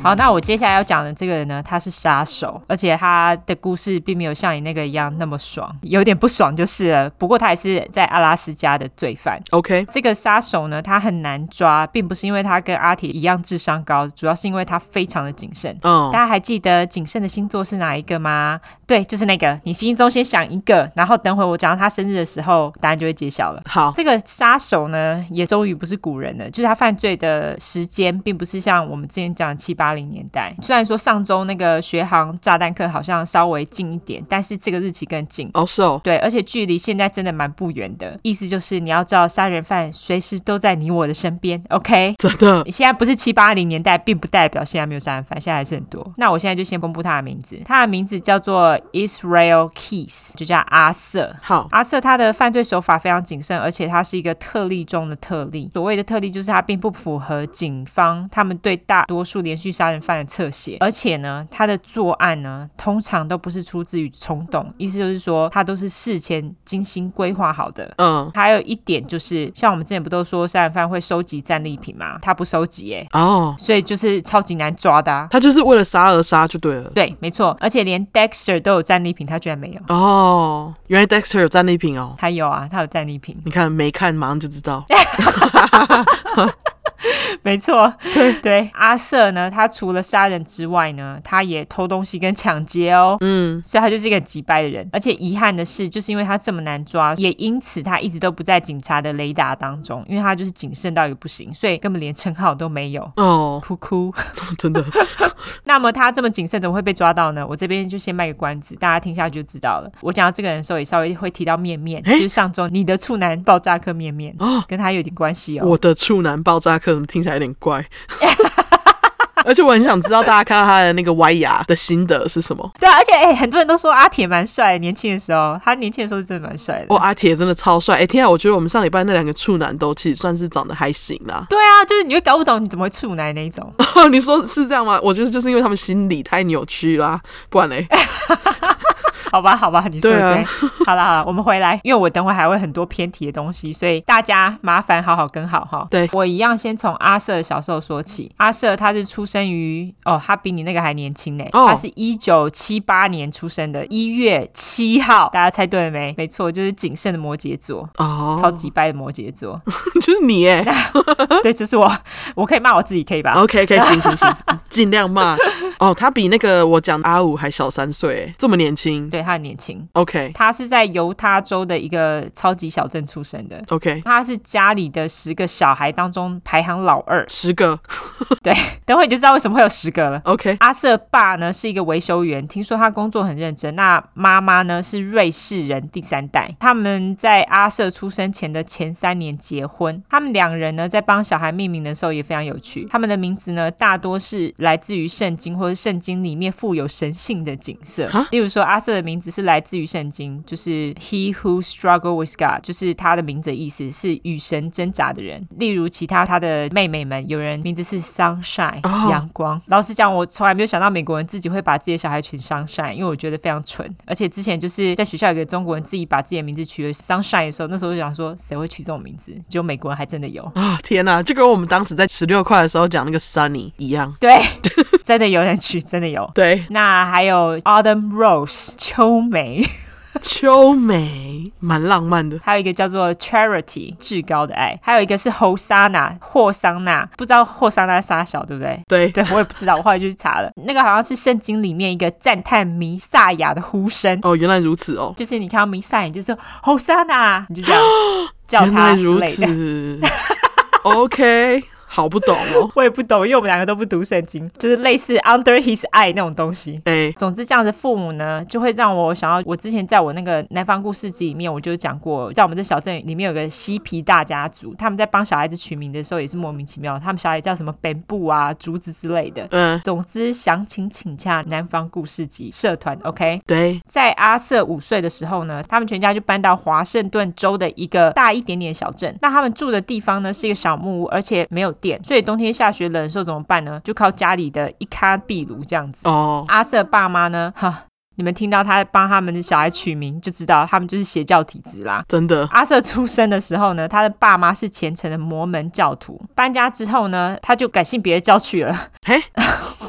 Speaker 2: 好，那我接下来要讲的这个人呢，他是杀手，而且他的故事并没有像你那个一样那么爽，有点不爽就是了。不过他也是在阿拉斯加的罪犯。
Speaker 1: OK，
Speaker 2: 这个杀手呢，他很难抓，并不是因为他跟阿铁一样智商高，主要是因为他非常的谨慎。
Speaker 1: 嗯
Speaker 2: 大，家还记得谨慎的星座是哪一个吗？对，就是那个。你心中先想一个，然后等会我讲到他生日的时候，答案就会揭晓了。
Speaker 1: 好，
Speaker 2: 这个杀手呢，也终于不是古人了，就是他犯罪的时间，并不是像我们之前讲的七八零年代。虽然说上周那个学航炸弹课好像稍微近一点，但是这个日期更近。
Speaker 1: 哦，是哦，
Speaker 2: 对，而且距离现在真的蛮不远的。意思就是你要知道，杀人犯随时都在你我的身边。OK，
Speaker 1: 真的
Speaker 2: 你现在不是七八零年代，并不代表现在没有杀人犯，现在还是很多。那我现在就先公布他的名字，他的名字叫做 Israel Keys，就叫阿瑟。
Speaker 1: 好，
Speaker 2: 阿瑟他的犯罪手法非常谨慎，而且他是一个特例中的特例。所谓的特例就是他并不符合警方他们对大多数连续杀人犯的侧写，而且呢，他的作案呢通常都不是出自于冲动，意思就是说他都是事前精心规划好的。
Speaker 1: 嗯，
Speaker 2: 还有一点就是，像我们之前不都说杀人犯会收集战利品吗？他不收集耶、
Speaker 1: 哦，
Speaker 2: 所以就是超级难抓的、啊。
Speaker 1: 他就是为了杀而杀就对了。
Speaker 2: 对，没错，而且连 Dexter 都有战利品，他居然没有。
Speaker 1: 哦，原来 Dexter 有战利品哦。
Speaker 2: 他有啊，他有战利品。 (laughs)
Speaker 1: 你看没看，马上就知道。
Speaker 2: 没错，对对，阿瑟呢，他除了杀人之外呢，他也偷东西跟抢劫哦，嗯，所以他就是一个很急掰的人。而且遗憾的是，就是因为他这么难抓，也因此他一直都不在警察的雷达当中，因为他就是谨慎到一个不行，所以根本连称号都没有。
Speaker 1: 哦， (laughs)
Speaker 2: 哭哭。
Speaker 1: 真的，
Speaker 2: 那么他这么谨慎，怎么会被抓到呢？我这边就先卖个关子，大家听下去就知道了。我讲到这个人的时候，也稍微会提到面面，
Speaker 1: 诶
Speaker 2: 就是上周你的处男爆炸客面面，
Speaker 1: 哦
Speaker 2: 跟他有点关系哦。
Speaker 1: 我的处男爆炸课听起来有点怪。 (laughs) 而且我很想知道大家看到他的那个歪牙的心得是什么。
Speaker 2: 对啊，而且哎、欸很多人都说阿铁蛮帅的，年轻的时候，他年轻的时候是真的蛮帅的。
Speaker 1: 哇，阿铁真的超帅！哎、天啊，我觉得我们上礼拜那两个处男都其实算是长得还行啦。 (laughs)
Speaker 2: 对啊，就是你会搞不懂你怎么会处男那一种。
Speaker 1: 你说是这样吗？我觉得就是因为他们心理太扭曲啦，不然嘞，
Speaker 2: 哎 (laughs) 好吧，好吧，你说的对。
Speaker 1: 对啊
Speaker 2: 好了好了，我们回来，因为我等会还会很多偏题的东西，所以大家麻烦好好跟好哈。
Speaker 1: 对
Speaker 2: 我一样先从阿瑟的小时候说起。阿瑟他是出生于哦，他比你那个还年轻呢、
Speaker 1: 哦
Speaker 2: 他是一九七八年出生的，一月七号，大家猜对了没？没错，就是谨慎的摩羯座。
Speaker 1: 哦，
Speaker 2: 超级掰的摩羯座，
Speaker 1: (laughs)
Speaker 2: (laughs)
Speaker 1: 就是你哎。
Speaker 2: 对，啊就是我，我可以骂我自己，可以吧？
Speaker 1: OK
Speaker 2: (laughs)
Speaker 1: OK，行行行，尽量骂。哦，他比那个我讲阿五还小三岁欸，这么年轻。
Speaker 2: 对，他很年轻，
Speaker 1: OK
Speaker 2: 他是在犹他州的一个超级小镇出生的。
Speaker 1: OK，，
Speaker 2: 他是家里的十个小孩当中排行老二
Speaker 1: 十个
Speaker 2: 等会你就知道为什么会有十个了。
Speaker 1: OK
Speaker 2: 阿瑟爸呢是一个维修员，听说他工作很认真。那妈妈呢是瑞士人第三代，他们在阿瑟出生前的前三年结婚。他们两人呢在帮小孩命名的时候也非常有趣，他们的名字呢大多是来自于圣经或者圣经里面富有神性的景色
Speaker 1: 哈。
Speaker 2: 例如说阿瑟的名字是来自于圣经，就是 He who struggle with God，就是他的名字的意思是与神挣扎的人。例如其他他的妹妹们，有人名字是 Sunshine，、
Speaker 1: 哦
Speaker 2: 阳光。老实讲，我从来没有想到美国人自己会把自己的小孩取 Sunshine，因为我觉得非常蠢。而且之前就是在学校有个中国人自己把自己的名字取了 Sunshine 的时候，那时候就想说谁会取这种名字？结果美国人还真的 (laughs) 有，
Speaker 1: 啊，天哪、就跟我们当时在十六块的时候讲那个 Sunny 一样。
Speaker 2: 对，真的有人取，真的有。
Speaker 1: 对，
Speaker 2: 那还有 Autumn Rose 秋梅，
Speaker 1: 秋美蛮浪漫的。
Speaker 2: 还有一个叫做 Charity 至高的爱，还有一个是侯莎娜霍桑娜，不知道霍桑娜杀小对不对？
Speaker 1: 对，
Speaker 2: 对，我也不知道，我后来就去查了，那个好像是圣经里面一个赞叹弥赛亚的呼声，
Speaker 1: 哦，原来如此哦，
Speaker 2: 就是你看到弥赛亚，你就说 Hosanna，你
Speaker 1: (gasps)
Speaker 2: 就这样叫
Speaker 1: 原
Speaker 2: 他
Speaker 1: 来
Speaker 2: 之
Speaker 1: 如
Speaker 2: 类的。
Speaker 1: 此。OK，好 (laughs) 不懂哦。
Speaker 2: 我也不懂，因为我们两个都不读圣经，就是类似 under his eye 那种东西。
Speaker 1: 哎、
Speaker 2: 总之，这样子父母呢，就会让我想到我之前在我那个南方故事集里面，我就讲过，在我们这小镇里面有个嬉皮大家族，他们在帮小孩子取名的时候也是莫名其妙，他们小孩叫什么本布啊、竹子之类的。
Speaker 1: 嗯，
Speaker 2: 总之，详情请洽南方故事集社团，OK。
Speaker 1: 对，
Speaker 2: 在阿瑟五岁的时候呢，他们全家就搬到华盛顿州的一个大一点点的小镇。那他们住的地方呢是一个小木屋，而且没有电，所以冬天下雪冷的时候怎么办呢？就靠家里的一咖壁炉这样子。
Speaker 1: 哦，
Speaker 2: 阿瑟爸妈呢，哈，你们听到他帮他们的小孩取名，就知道他们就是邪教体质啦。
Speaker 1: 真的，
Speaker 2: 阿瑟出生的时候呢，他的爸妈是虔诚的摩门教徒。搬家之后呢，他就改信别的教去了。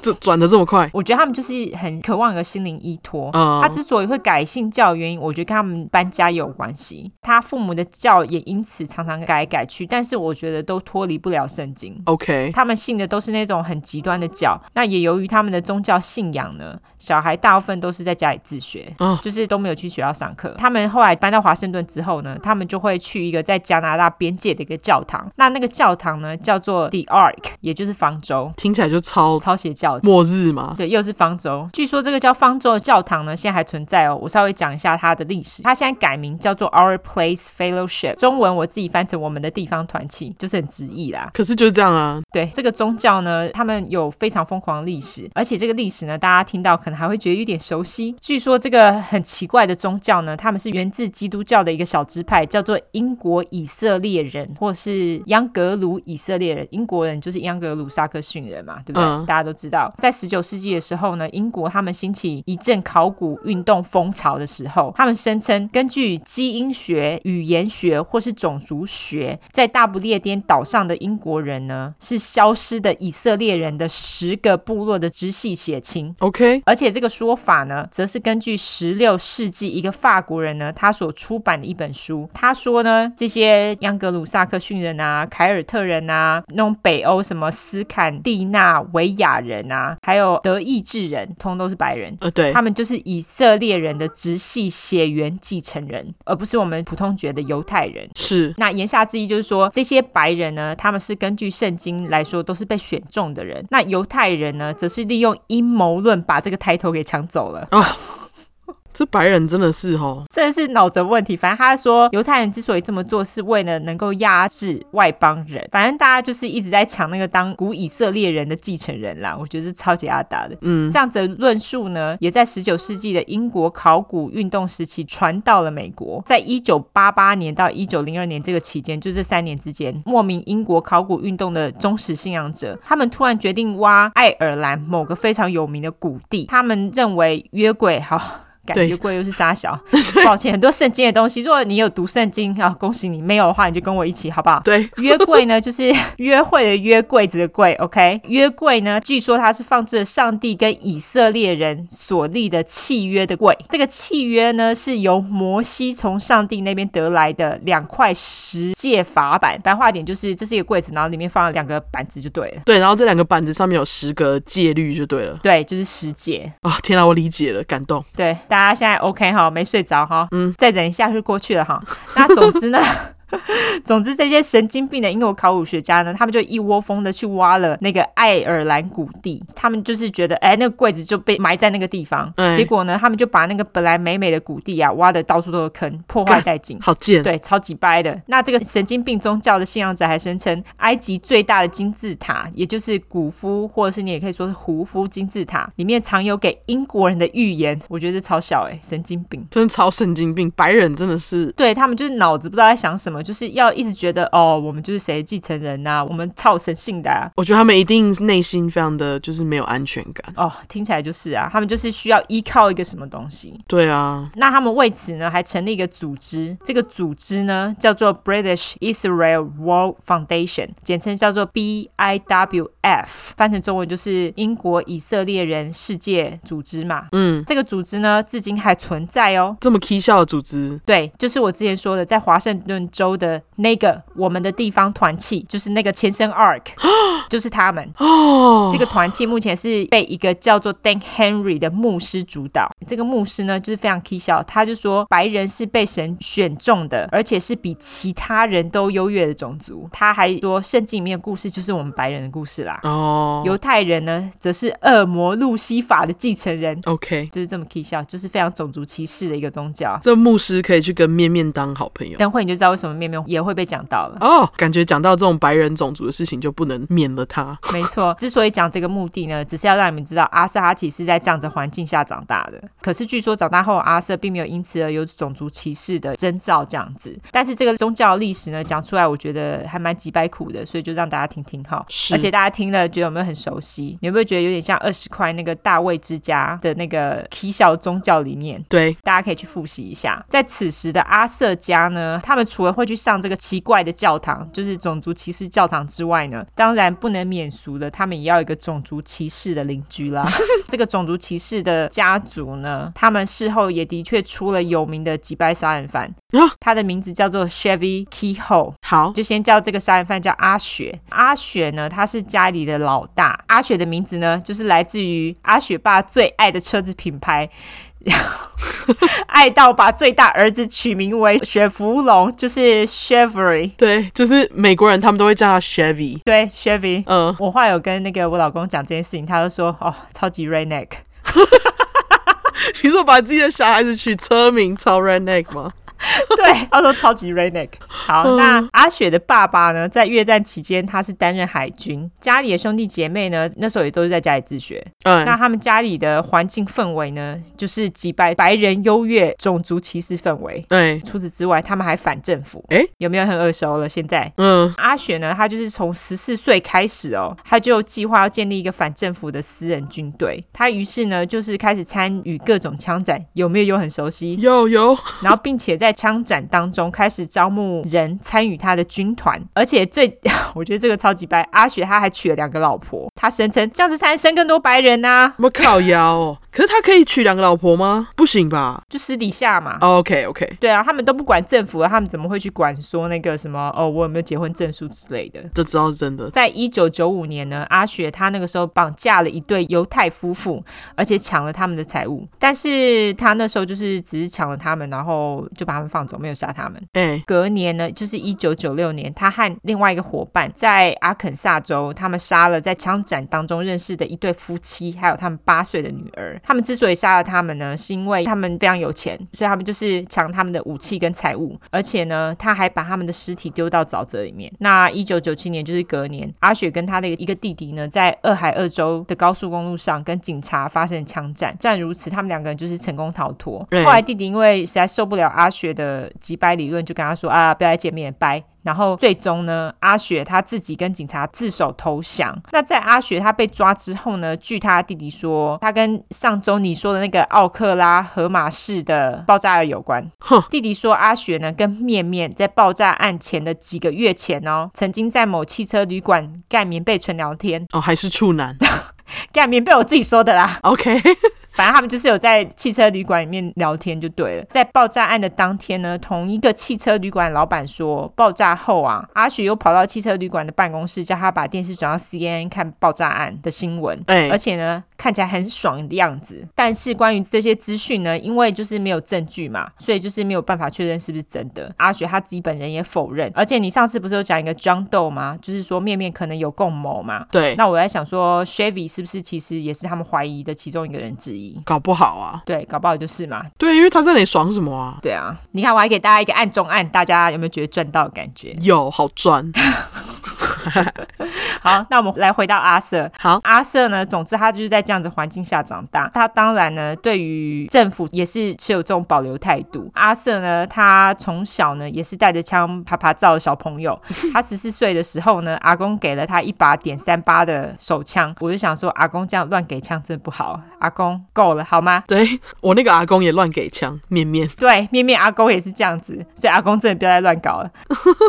Speaker 1: 这转的这么快，
Speaker 2: 我觉得他们就是很渴望有个心灵依托。
Speaker 1: 嗯
Speaker 2: 他之所以会改信教，原因我觉得跟他们搬家也有关系。他父母的教也因此常常改来改去，但是我觉得都脱离不了圣经。
Speaker 1: ，OK，
Speaker 2: 他们信的都是那种很极端的教。那也由于他们的宗教信仰呢，小孩大部分都是在家里自学，
Speaker 1: 哦
Speaker 2: 就是都没有去学校上课。他们后来搬到华盛顿之后呢，他们就会去一个在加拿大边界的一个教堂。那那个教堂呢，叫做 The Ark，也就是方舟。
Speaker 1: 听起来就超
Speaker 2: 超邪教教。
Speaker 1: 末日吗？
Speaker 2: 对，又是方舟。据说这个叫方舟的教堂呢，现在还存在哦。我稍微讲一下它的历史，它现在改名叫做 Our Place Fellowship，中文我自己翻成我们的地方团契，就是很直译啦。
Speaker 1: 可是就是这样啊，
Speaker 2: 对这个宗教呢，他们有非常疯狂的历史，而且这个历史呢，大家听到可能还会觉得有点熟悉。据说这个很奇怪的宗教呢，他们是源自基督教的一个小支派，叫做英国以色列人，或是央格鲁以色列人。英国人就是央格鲁撒克逊人嘛，对不对？
Speaker 1: 嗯
Speaker 2: 大家都知道，在十九世纪的时候呢，英国他们兴起一阵考古运动风潮的时候，他们声称根据基因学、语言学或是种族学，在大不列颠岛上的英国人呢，是消失的以色列人的十个部落的直系血亲。
Speaker 1: OK，
Speaker 2: 而且这个说法呢，则是根据十六世纪一个法国人呢，他所出版的一本书。他说呢，这些央格鲁萨克逊人啊、凯尔特人啊、那种北欧什么斯堪的纳维亚人啊，还有德意志人，通都是白人。
Speaker 1: 呃，对
Speaker 2: 他，们就是以色列人的直系血缘继承人，而不是我们普通觉得犹太人。
Speaker 1: 是
Speaker 2: 那言下之意就是说，这些白人呢，他们是根据圣经来说都是被选中的人，那犹太人呢，则是利用阴谋论把这个抬头给抢走了。
Speaker 1: 这白人真的是哦，
Speaker 2: 这是脑子问题。反正他说，犹太人之所以这么做，是为了能够压制外邦人。反正大家就是一直在抢那个当古以色列人的继承人啦，我觉得是超级阿达的。
Speaker 1: 嗯，
Speaker 2: 这样子的论述呢，也在19世纪的英国考古运动时期传到了美国。在1988年到1902年这个期间，就这三年之间，莫名英国考古运动的忠实信仰者，他们突然决定挖爱尔兰某个非常有名的谷地，他们认为约柜 (laughs) 好。感
Speaker 1: 对
Speaker 2: 约柜又是沙小，
Speaker 1: (laughs)
Speaker 2: 抱歉，很多圣经的东西，如果你有读圣经啊，恭喜你；没有的话，你就跟我一起，好不好？
Speaker 1: 对，
Speaker 2: 约柜呢，就是 (laughs) 约会的约柜子的柜，OK？约柜呢，据说它是放置了上帝跟以色列人所立的契约的柜。这个契约呢，是由摩西从上帝那边得来的两块石界法板，白话点就是这是一个柜子，然后里面放了两个板子就对了。
Speaker 1: 对，然后这两个板子上面有十个戒律就对了。
Speaker 2: 对，就是十戒。
Speaker 1: 啊，天啊，我理解了，感动。
Speaker 2: 对，大家现在 OK 哈，没睡着哈，嗯，再忍一下就过去了哈。 (laughs) 那总之呢。总之，这些神经病的英国考古学家呢，他们就一窝蜂的去挖了那个爱尔兰谷地。他们就是觉得，哎、那个柜子就被埋在那个地方。
Speaker 1: 哎
Speaker 2: 结果呢，他们就把那个本来美美的谷地啊，挖的到处都是坑，破坏殆尽。
Speaker 1: 好贱，
Speaker 2: 对，超级掰的。那这个神经病宗教的信仰者还声称，埃及最大的金字塔，也就是古夫，或者是你也可以说是胡夫金字塔，里面藏有给英国人的预言。我觉得这超小哎、神经病。
Speaker 1: 真的超神经病，白人真的是
Speaker 2: 对他们就是脑子不知道在想什么，就是要一直觉得哦，我们就是谁的继承人呐、我们超神性的、啊。
Speaker 1: 我觉得他们一定内心非常的就是没有安全感。
Speaker 2: 哦，听起来就是啊，他们就是需要依靠一个什么东西。
Speaker 1: 对啊，
Speaker 2: 那他们为此呢，还成立一个组织，这个组织呢叫做 British Israel World Foundation，简称叫做 BIWF，翻成中文就是英国以色列人世界组织嘛。
Speaker 1: 嗯，
Speaker 2: 这个组织呢，至今还存在哦。
Speaker 1: 这么 K 笑的组织，
Speaker 2: 对，就是我之前说的，在华盛顿州的那个我们的地方团契，就是那个前身 ARC，就是他们。这个团契目前是被一个叫做 Dan Henry 的牧师主导。这个牧师呢，就是非常 k 笑，他就说白人是被神选中的，而且是比其他人都优越的种族。他还说，圣经里面的故事就是我们白人的故事啦。
Speaker 1: 哦
Speaker 2: 犹太人呢，则是恶魔路西法的继承人，
Speaker 1: ，OK，
Speaker 2: 就是这么 k 笑，就是非常种族歧视的一个宗教。
Speaker 1: 这牧师可以去跟面面当好朋友。
Speaker 2: 等会你就知道为什么面面也会被讲到了。
Speaker 1: 哦，感觉讲到这种白人种族的事情，就不能免了他。
Speaker 2: 没错，之所以讲这个目的呢，只是要让你们知道阿瑟他其实是在这样子环境下长大的。可是据说长大后阿瑟并没有因此而有种族歧视的征兆这样子。但是这个宗教历史呢讲出来，我觉得还蛮几百苦的，所以就让大家听听哈。
Speaker 1: 是
Speaker 2: 而且大家听了觉得有没有很熟悉？你有没有觉得有点像二十块那个大卫之家的那个奇小宗教理念？
Speaker 1: 对，
Speaker 2: 大家可以去复习一下。在此时的阿瑟家呢，他们除了会去上这个奇怪的教堂，就是种族歧视教堂之外呢，当然不能免俗的，他们也要有一个种族歧视的邻居啦。这个种族歧视的家族呢，他们事后也的确出了有名的击败杀人犯，
Speaker 1: 啊
Speaker 2: 他的名字叫做 Chevy Keyhole。
Speaker 1: 好，
Speaker 2: 就先叫这个杀人犯叫阿雪。阿雪呢，她是家里的老大。阿雪的名字呢，就是来自于阿雪爸最爱的车子品牌 (laughs) 爱到把最大儿子取名为雪芙蓉，就是 Chevy。
Speaker 1: 对，就是美国人他们都会叫他 Chevy。
Speaker 2: 对，Chevy。
Speaker 1: 嗯，
Speaker 2: 我后来有跟那个我老公讲这件事情，他就说：“哦，超级 redneck。
Speaker 1: (laughs)
Speaker 2: (laughs)
Speaker 1: 你说把自己的小孩子取车名超 redneck 吗？”
Speaker 2: 对，他说超级 redneck。好，那阿雪的爸爸呢，在越战期间他是担任海军，家里的兄弟姐妹呢，那时候也都是在家里自学。 (laughs) 那
Speaker 1: 嗯，
Speaker 2: 他们家里的环境氛围呢，就是击败白人优越种族歧视氛围。
Speaker 1: 对，
Speaker 2: 除此之外，他们还反政府。
Speaker 1: 诶
Speaker 2: 有没有很耳熟了？现在
Speaker 1: 嗯，
Speaker 2: 阿雪呢，她就是从十四岁开始哦，她就计划要建立一个反政府的私人军队。她于是呢，就是开始参与各种枪战，有没有有很
Speaker 1: (laughs)
Speaker 2: 熟悉？
Speaker 1: 有有，
Speaker 2: 然后并且在枪战当中开始招募人参与他的军团，而且最 (laughs) 我觉得这个超级白，阿雪她还娶了两个老婆，她声称这样子才能生更多白人啊呐、
Speaker 1: 我靠腰哦。可是他可以娶两个老婆吗？不行吧
Speaker 2: 就私底下嘛。
Speaker 1: ？OK OK，
Speaker 2: 对啊，他们都不管政府了，他们怎么会去管说那个什么哦，我有没有结婚证书之类的？
Speaker 1: 这知道是真的。
Speaker 2: 在一九九五年呢，阿雪她那个时候绑架了一对犹太夫妇，而且抢了他们的财物。但是她那时候就是只是抢了他们，然后就把他们放走，没有杀他们。
Speaker 1: 哎、
Speaker 2: 隔年呢，就是一九九六年，他和另外一个伙伴在阿肯萨州，他们杀了在枪战当中认识的一对夫妻，还有他们八岁的女儿。他们之所以杀了他们呢，是因为他们非常有钱，所以他们就是抢他们的武器跟财物，而且呢，他还把他们的尸体丢到沼泽里面。那一九九七年，就是隔年，阿雪跟他的一个弟弟呢，在俄亥俄州的高速公路上跟警察发生枪战。虽然如此，他们两个人就是成功逃脱。
Speaker 1: 嗯
Speaker 2: 后来弟弟因为实在受不了阿雪的击败理论，就跟他说啊，不要再见面，拜。然后最终呢，阿雪她自己跟警察自首投降。那在阿雪她被抓之后呢，据她弟弟说，她跟上周你说的那个奥克拉荷马市的爆炸案有关。弟弟说，阿雪呢跟面面在爆炸案前的几个月前哦，曾经在某汽车旅馆盖棉被纯聊天，
Speaker 1: 哦，还是处男。
Speaker 2: 盖棉被我自己说的啦。
Speaker 1: OK， (laughs)
Speaker 2: 反正他们就是有在汽车旅馆里面聊天就对了。在爆炸案的当天呢，同一个汽车旅馆老板说，爆炸后啊，阿雪又跑到汽车旅馆的办公室，叫他把电视转到 CNN 看爆炸案的新闻。
Speaker 1: 哎、
Speaker 2: 而且呢，看起来很爽的样子。但是关于这些资讯呢，因为就是没有证据嘛，所以就是没有办法确认是不是真的。阿雪她自己本人也否认。而且你上次不是有讲一个 John Doe 吗？就是说面面可能有共谋嘛。
Speaker 1: 对，
Speaker 2: 那我在想说，Chevy 是不是其实也是他们怀疑的其中一个人之一？
Speaker 1: 搞不好啊。
Speaker 2: 对，搞不好就是嘛。
Speaker 1: 对，因为他在那里爽什么啊？
Speaker 2: 对啊，你看我还给大家一个暗中暗，大家有没有觉得赚到的感觉？
Speaker 1: 有好赚，
Speaker 2: 好，那我们来回到阿瑟。
Speaker 1: 好，
Speaker 2: 阿瑟呢，总之他就是在这样子环境下长大。他当然呢，对于政府也是持有这种保留态度。阿瑟呢，他从小呢也是带着枪啪啪照的小朋友。他十四岁的时候呢，阿公给了他一把点三八的手枪。我就想说，阿公这样乱给枪真的不好。阿公够了好吗？
Speaker 1: 对我那个阿公也乱给枪，面面
Speaker 2: 对，面面阿公也是这样子，所以阿公真的不要再乱搞了。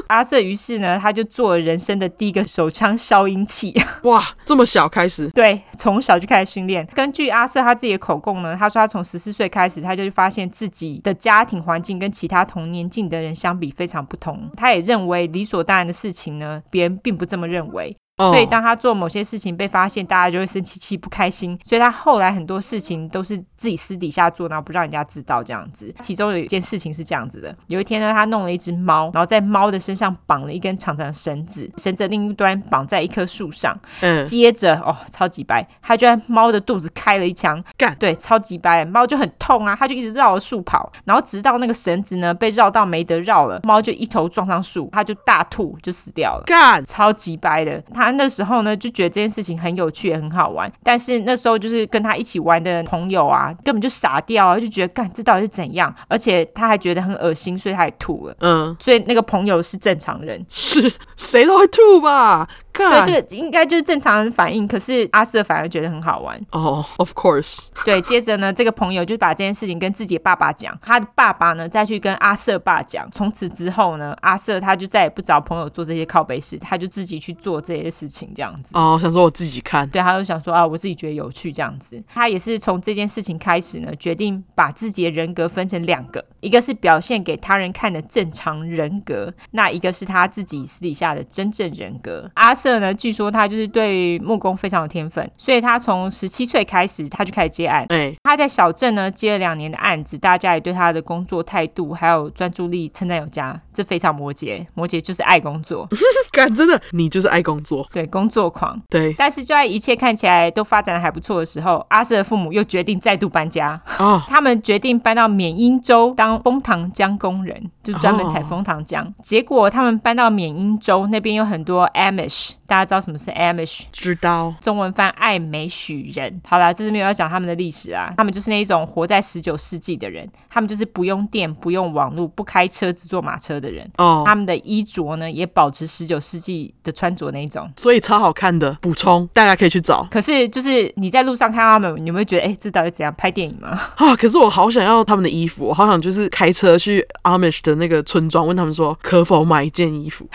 Speaker 2: 阿瑟于是呢，他就做了人生的第一个手枪消音器。 (laughs)
Speaker 1: 哇，这么小开始，
Speaker 2: 对，从小就开始训练。根据阿瑟他自己的口供呢，他说他从十四岁开始，他就发现自己的家庭环境跟其他同年纪的人相比非常不同。他也认为理所当然的事情呢，别人并不这么认为。
Speaker 1: 哦、
Speaker 2: 所以当他做某些事情被发现，大家就会生气气不开心。所以他后来很多事情都是自己私底下做，然后不让人家知道这样子。其中有一件事情是这样子的：有一天呢，他弄了一只猫，然后在猫的身上绑了一根长长的绳子，绳子的另一端绑在一棵树上。
Speaker 1: 嗯，
Speaker 2: 接着哦，超级白，他就在猫的肚子开了一枪，
Speaker 1: 干
Speaker 2: 对，超级白，猫就很痛啊，它就一直绕着树跑，然后直到那个绳子呢被绕到没得绕了，猫就一头撞上树，它就大吐，就死掉了。
Speaker 1: 干
Speaker 2: 超级掰的，他那时候呢就觉得这件事情很有趣，也很好玩。但是那时候就是跟他一起玩的朋友啊，根本就傻掉啊，就觉得干这到底是怎样？而且他还觉得很恶心，所以他也吐了。
Speaker 1: 嗯，
Speaker 2: 所以那个朋友是正常人，
Speaker 1: 是谁都会吐吧？
Speaker 2: 对
Speaker 1: 干，
Speaker 2: 这个应该就是正常人反应。可是阿瑟反而觉得很好玩。
Speaker 1: 哦、o f course，
Speaker 2: 对，接着呢，这个朋友就把这件事情跟自己的爸爸讲，他的爸爸呢再去跟阿瑟爸讲。从此之后呢，阿瑟他就再也不找朋友做这些靠背事，他就自己去做这些事情，这样子。
Speaker 1: 哦、想说我自己看，
Speaker 2: 对，他就想说啊，我自己觉得有趣这样子。他也是从这件事情开始呢，决定把自己的人格分成两个，一个是表现给他人看的正常人格，那一个是他自己私底下的真正人格。阿瑟呢，据说他就是对木工非常有天分，所以他从十七岁开始，他就开始接案。
Speaker 1: 哎，
Speaker 2: 他在小镇呢接了两年的案子，大家也对他的工作态度还有专注力称赞有加，这非常摩羯。摩羯就是爱工作，
Speaker 1: 干真的，你就是爱工作，
Speaker 2: 对工作狂。
Speaker 1: 对
Speaker 2: 但是就在一切看起来都发展的还不错的时候，阿瑟的父母又决定再度搬家。 (laughs)
Speaker 1: 哦，
Speaker 2: 他们决定搬到缅因州当枫糖浆工人，就专门采
Speaker 1: 哦
Speaker 2: 枫糖浆。结果他们搬到缅因州那边有很多 Amish，大家知道什么是 Amish
Speaker 1: 知道
Speaker 2: 中文翻爱美许人。好啦，这是没有要讲他们的历史啊，他们就是那一种活在十九世纪的人，他们就是不用电、不用网络、不开车，只坐马车的人。
Speaker 1: 哦，
Speaker 2: 他们的衣着呢，也保持十九世纪的穿着那一种。
Speaker 1: 所以超好看的，补充大家可以去找
Speaker 2: 可是，就是你在路上看到他们，你会觉得，哎、这到底怎样拍电影吗？ (laughs)
Speaker 1: 啊。可是我好想要他们的衣服，我好想就是开车去 Amish 的那个村庄，问他们说可否买一件 (laughs) 衣服。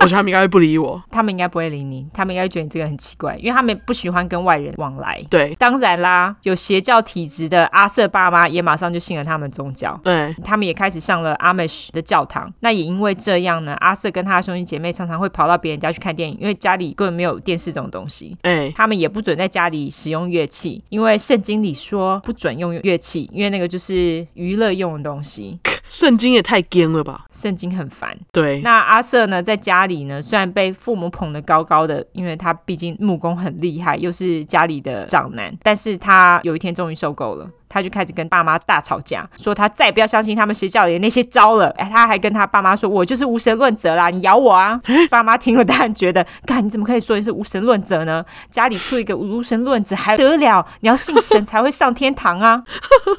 Speaker 1: 我觉得他们应该会不理我。
Speaker 2: 他们应该不会理你，他们应该觉得你这个人很奇怪，因为他们不喜欢跟外人往来。
Speaker 1: 对
Speaker 2: 当然啦，有邪教体质的阿瑟爸妈也马上就信了他们宗教。
Speaker 1: 对，
Speaker 2: 他们也开始上了阿美什的教堂。那也因为这样呢，阿瑟跟他的兄弟姐妹常常会跑到别人家去看电影，因为家里根本没有电视这种东西。
Speaker 1: 哎、
Speaker 2: 他们也不准在家里使用乐器，因为圣经里说不准用乐器，因为那个就是娱乐用的东西。
Speaker 1: 圣经也太奸了吧？
Speaker 2: 圣经很烦，
Speaker 1: 对，
Speaker 2: 那阿瑟呢，在家里呢，虽然被父母捧得高高的，因为他毕竟木工很厉害，又是家里的长男，但是他有一天终于受够了。他就开始跟爸妈大吵架，说他再也不要相信他们邪教里的那些招了。哎， (laughs) 他还跟他爸妈说：“我就是无神论者啦，你咬我啊！”爸妈听了当然觉得，干你怎么可以说你是无神论者呢？家里出一个无神论者还得了？你要信神才会上天堂啊！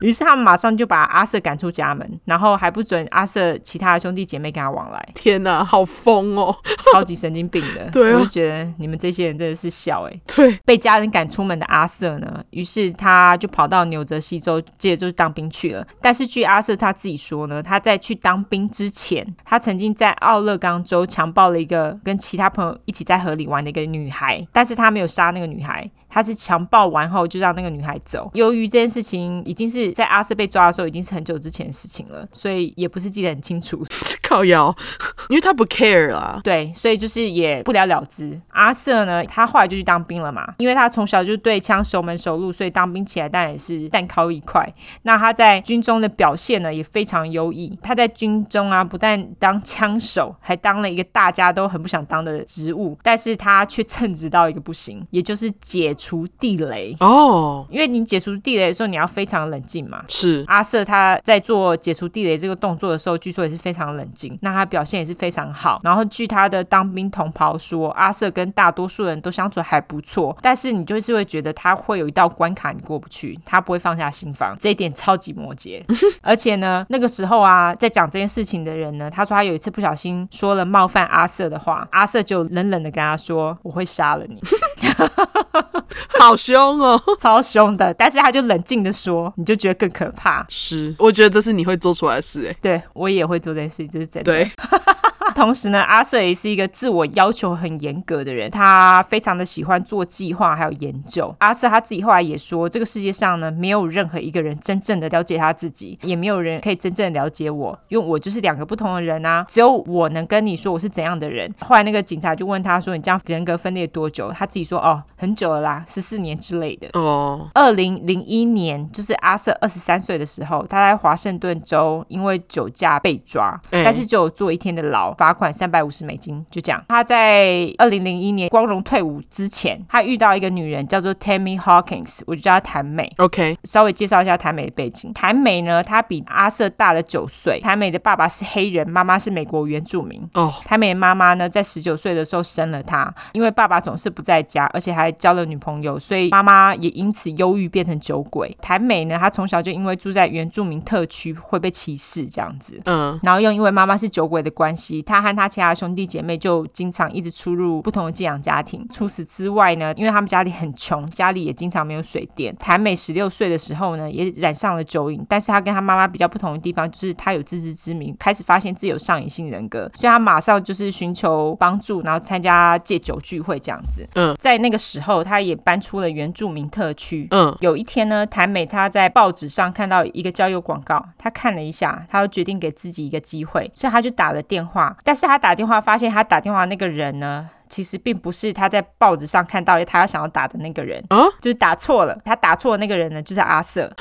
Speaker 2: 于是他们马上就把阿瑟赶出家门，然后还不准阿瑟其他的兄弟姐妹跟他往来。
Speaker 1: 天哪、好疯哦！
Speaker 2: (laughs) 超级神经病的。
Speaker 1: (laughs) 对啊
Speaker 2: 我就觉得你们这些人真的是笑哎、
Speaker 1: 对，
Speaker 2: 被家人赶出门的阿瑟呢，于是他就跑到纽泽西州，接着就当兵去了。但是据阿瑟他自己说呢，他在去当兵之前，他曾经在奥勒冈州强暴了一个跟其他朋友一起在河里玩的一个女孩，但是他没有杀那个女孩。他是强暴完后就让那个女孩走。由于这件事情已经是在阿瑟被抓的时候，已经是很久之前的事情了，所以也不是记得很清楚。
Speaker 1: 靠腰， (laughs) 因为他不 care 啦。
Speaker 2: 对，所以就是也不了了之。阿瑟呢，他后来就去当兵了嘛，因为他从小就对枪熟门熟路，所以当兵起来当然也是蛋糕一块。那他在军中的表现呢，也非常优异。他在军中啊，不但当枪手，还当了一个大家都很不想当的职务，但是他却称职到一个不行，也就是解除地雷。
Speaker 1: 哦，
Speaker 2: 因为你解除地雷的时候，你要非常冷静嘛。
Speaker 1: 是
Speaker 2: 阿瑟他在做解除地雷这个动作的时候，据说也是非常冷静，那他表现也是非常好。然后据他的当兵同袍说，阿瑟跟大多数人都相处还不错，但是你就是会觉得他会有一道关卡你过不去，他不会放下心防，这一点超级摩羯。而且呢，那个时候啊，在讲这件事情的人呢，他说他有一次不小心说了冒犯阿瑟的话，阿瑟就冷冷的跟他说：“我会杀了你。”
Speaker 1: (laughs) 好凶哦。
Speaker 2: 超凶的，但是他就冷静的说，你就觉得更可怕。
Speaker 1: (laughs) 是，我觉得这是你会做出来的事、哎，
Speaker 2: 对我也会做这件事情，这是真的。
Speaker 1: 对，
Speaker 2: (laughs) 同时呢，阿瑟也是一个自我要求很严格的人，他非常的喜欢做计划还有研究。阿瑟他自己后来也说，这个世界上呢，没有任何一个人真正的了解他自己，也没有人可以真正地了解我，因为我就是两个不同的人啊，只有我能跟你说我是怎样的人。后来那个警察就问他说：“你这样人格分裂多久？”他自己说：“哦，很久了啦，十四年之类的。”
Speaker 1: 哦，
Speaker 2: 二零零一年，就是阿瑟二十三岁的时候，他在华盛顿州因为酒驾被抓，
Speaker 1: 哎
Speaker 2: 但是就有坐一天的牢，罚款三百五十美金，就这样。他在二零零一年光荣退伍之前，他遇到一个女人叫做 Tammy Hawkins，我就叫她谭美。
Speaker 1: ，OK，
Speaker 2: 稍微介绍一下谭美的背景。谭美呢，她比阿瑟大了九岁。谭美的爸爸是黑人，妈妈是美国原住民。
Speaker 1: 哦，
Speaker 2: 谭美的妈妈呢，在十九岁的时候生了他，因为爸爸总是不在家，而且还交了女朋友，所以妈妈也因此忧郁，变成酒鬼。谭美呢，她从小就因为住在原住民特区会被歧视这样子。
Speaker 1: 嗯，
Speaker 2: 然后又因为妈妈是酒鬼的关系，她和她其他兄弟姐妹就经常一直出入不同的寄养家庭。除此之外呢，因为他们家里很穷，家里也经常没有水电。谭美十六岁的时候呢，也染上了酒瘾，但是她跟她妈妈比较不同的地方就是她有自知之明，开始发现自己有上瘾性人格，所以她马上就是寻求帮助，然后参加戒酒聚会这样子。
Speaker 1: 嗯，
Speaker 2: 在那个时候，她也搬出了原住民特区。
Speaker 1: 嗯，
Speaker 2: 有一天呢，谭美她在报纸上看到一个交友广告，她看了一下，她就决定给自己一个机会，所以她就打了电话。但是她打电话发现，她打电话那个人呢其实并不是他在报纸上看到他要想要打的那个人，
Speaker 1: 啊，
Speaker 2: 就是打错了。他打错的那个人呢，就是阿瑟。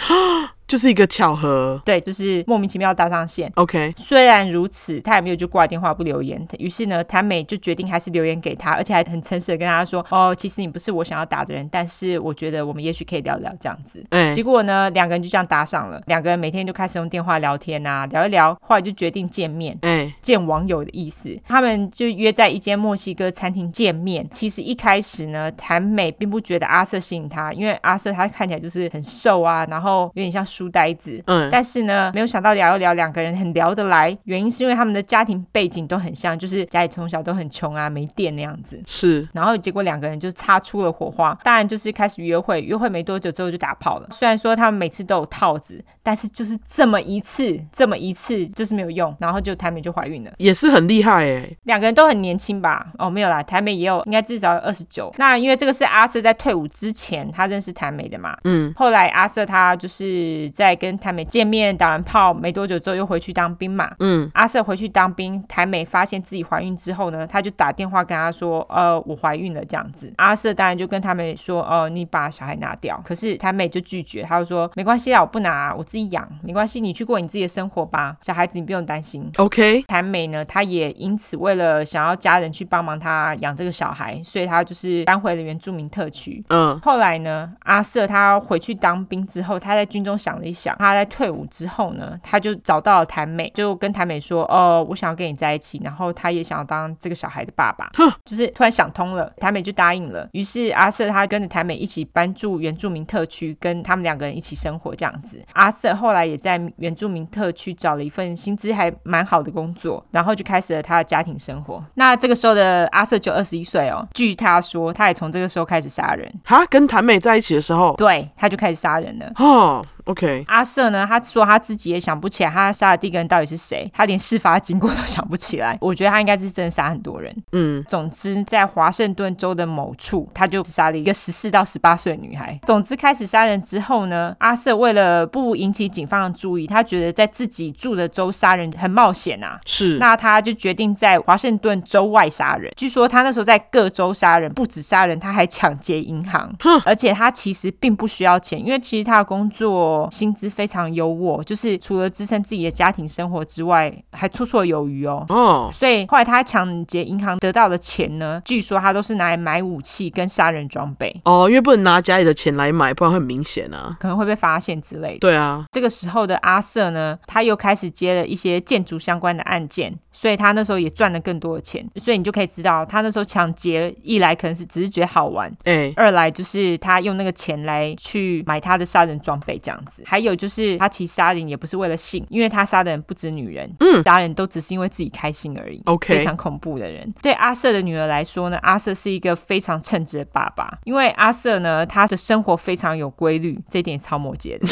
Speaker 1: 就是一个巧合。
Speaker 2: 对，就是莫名其妙搭上线。
Speaker 1: OK，
Speaker 2: 虽然如此，他也没有就挂电话不留言。于是呢，谭美就决定还是留言给他，而且还很诚实的跟他说：“哦，其实你不是我想要打的人，但是我觉得我们也许可以聊聊这样子。”
Speaker 1: 哎、
Speaker 2: 结果呢，两个人就这样搭上了。两个人每天就开始用电话聊天啊，聊一聊，后来就决定见面。
Speaker 1: 哎、
Speaker 2: 见网友的意思，他们就约在一间墨西哥餐厅见面。其实一开始呢，谭美并不觉得阿瑟吸引她，因为阿瑟他看起来就是很瘦啊，然后有点像书呆子，
Speaker 1: 嗯，
Speaker 2: 但是呢，没有想到聊一聊，两个人很聊得来。原因是因为他们的家庭背景都很像，就是家里从小都很穷啊，没电那样子。
Speaker 1: 是
Speaker 2: 然后结果两个人就擦出了火花，当然就是开始约会。约会没多久之后就打炮了。虽然说他们每次都有套子，但是就是这么一次，这么一次就是没有用。然后就台美就怀孕了，
Speaker 1: 也是很厉害哎、
Speaker 2: 两个人都很年轻吧？哦，没有啦，台美也有，应该至少有二十九。那因为这个是阿瑟在退伍之前他认识台美的嘛，
Speaker 1: 嗯，
Speaker 2: 后来阿瑟他就是在跟台美见面，打完炮没多久之后又回去当兵嘛。
Speaker 1: 嗯，
Speaker 2: 阿瑟回去当兵，台美发现自己怀孕之后呢，他就打电话跟他说：“呃，我怀孕了。”这样子，阿瑟当然就跟台美说：“呃，你把小孩拿掉。”可是台美就拒绝，他就说：“没关系啊啦，我不拿，我自己养，没关系，你去过你自己的生活吧，小孩子你不用担心。”
Speaker 1: ，OK，
Speaker 2: 谭美呢，她也因此为了想要家人去帮忙她养这个小孩，所以她就是搬回了原住民特区。
Speaker 1: 嗯，
Speaker 2: 后来呢，阿瑟他回去当兵之后，他在军中想了一想，他在退伍之后呢，他就找到了谭美，就跟谭美说：“哦，我想要跟你在一起。”然后他也想要当这个小孩的爸爸，就是突然想通了，谭美就答应了。于是阿瑟他跟着谭美一起搬住原住民特区，跟他们两个人一起生活这样子。阿瑟后来也在原住民特区找了一份薪资还蛮好的工作，然后就开始了他的家庭生活。那这个时候的阿瑟就二十一岁哦，据他说，他也从这个时候开始杀人。
Speaker 1: 哈，跟谭美在一起的时候，
Speaker 2: 对，他就开始杀人了。
Speaker 1: 哦，OK，
Speaker 2: 阿瑟呢，他说他自己也想不起来他杀的第一个人到底是谁，他连事发经过都 (laughs) 想不起来。我觉得他应该是真的杀很多人。
Speaker 1: 嗯，
Speaker 2: 总之，在华盛顿州的某处，他就杀了一个十四到十八岁的女孩。总之，开始杀人之后呢，阿瑟为了不引起警方的注意，他觉得在自己住的州杀人很冒险啊，
Speaker 1: 是，
Speaker 2: 那他就决定在华盛顿州外杀人。据说他那时候在各州杀人，不止杀人，他还抢劫银行。而且他其实并不需要钱，因为其实他的工作薪资非常优渥，就是除了支撑自己的家庭生活之外，还绰绰有余哦。
Speaker 1: 哦，
Speaker 2: 所以后来他抢劫银行得到的钱呢，据说他都是拿来买武器跟杀人装备，
Speaker 1: 哦，因为不能拿家里的钱来买，不然很明显啊。
Speaker 2: 可能会被发现之类的。
Speaker 1: 对啊，
Speaker 2: 这个时候的阿瑟呢，他又开始接了一些建筑相关的案件，所以他那时候也赚了更多的钱。所以你就可以知道，他那时候抢劫一来可能是只是觉得好玩，
Speaker 1: 哎、
Speaker 2: 二来就是他用那个钱来去买他的杀人装备这样子。还有就是他其实杀人也不是为了性，因为他杀的人不止女人，嗯，杀人都只是因为自己开心而已。
Speaker 1: OK
Speaker 2: 非常恐怖的人。对阿瑟的女儿来说呢，阿瑟是一个非常称职的爸爸，因为阿瑟呢，他的生活非常有规律，这一点超摩羯的。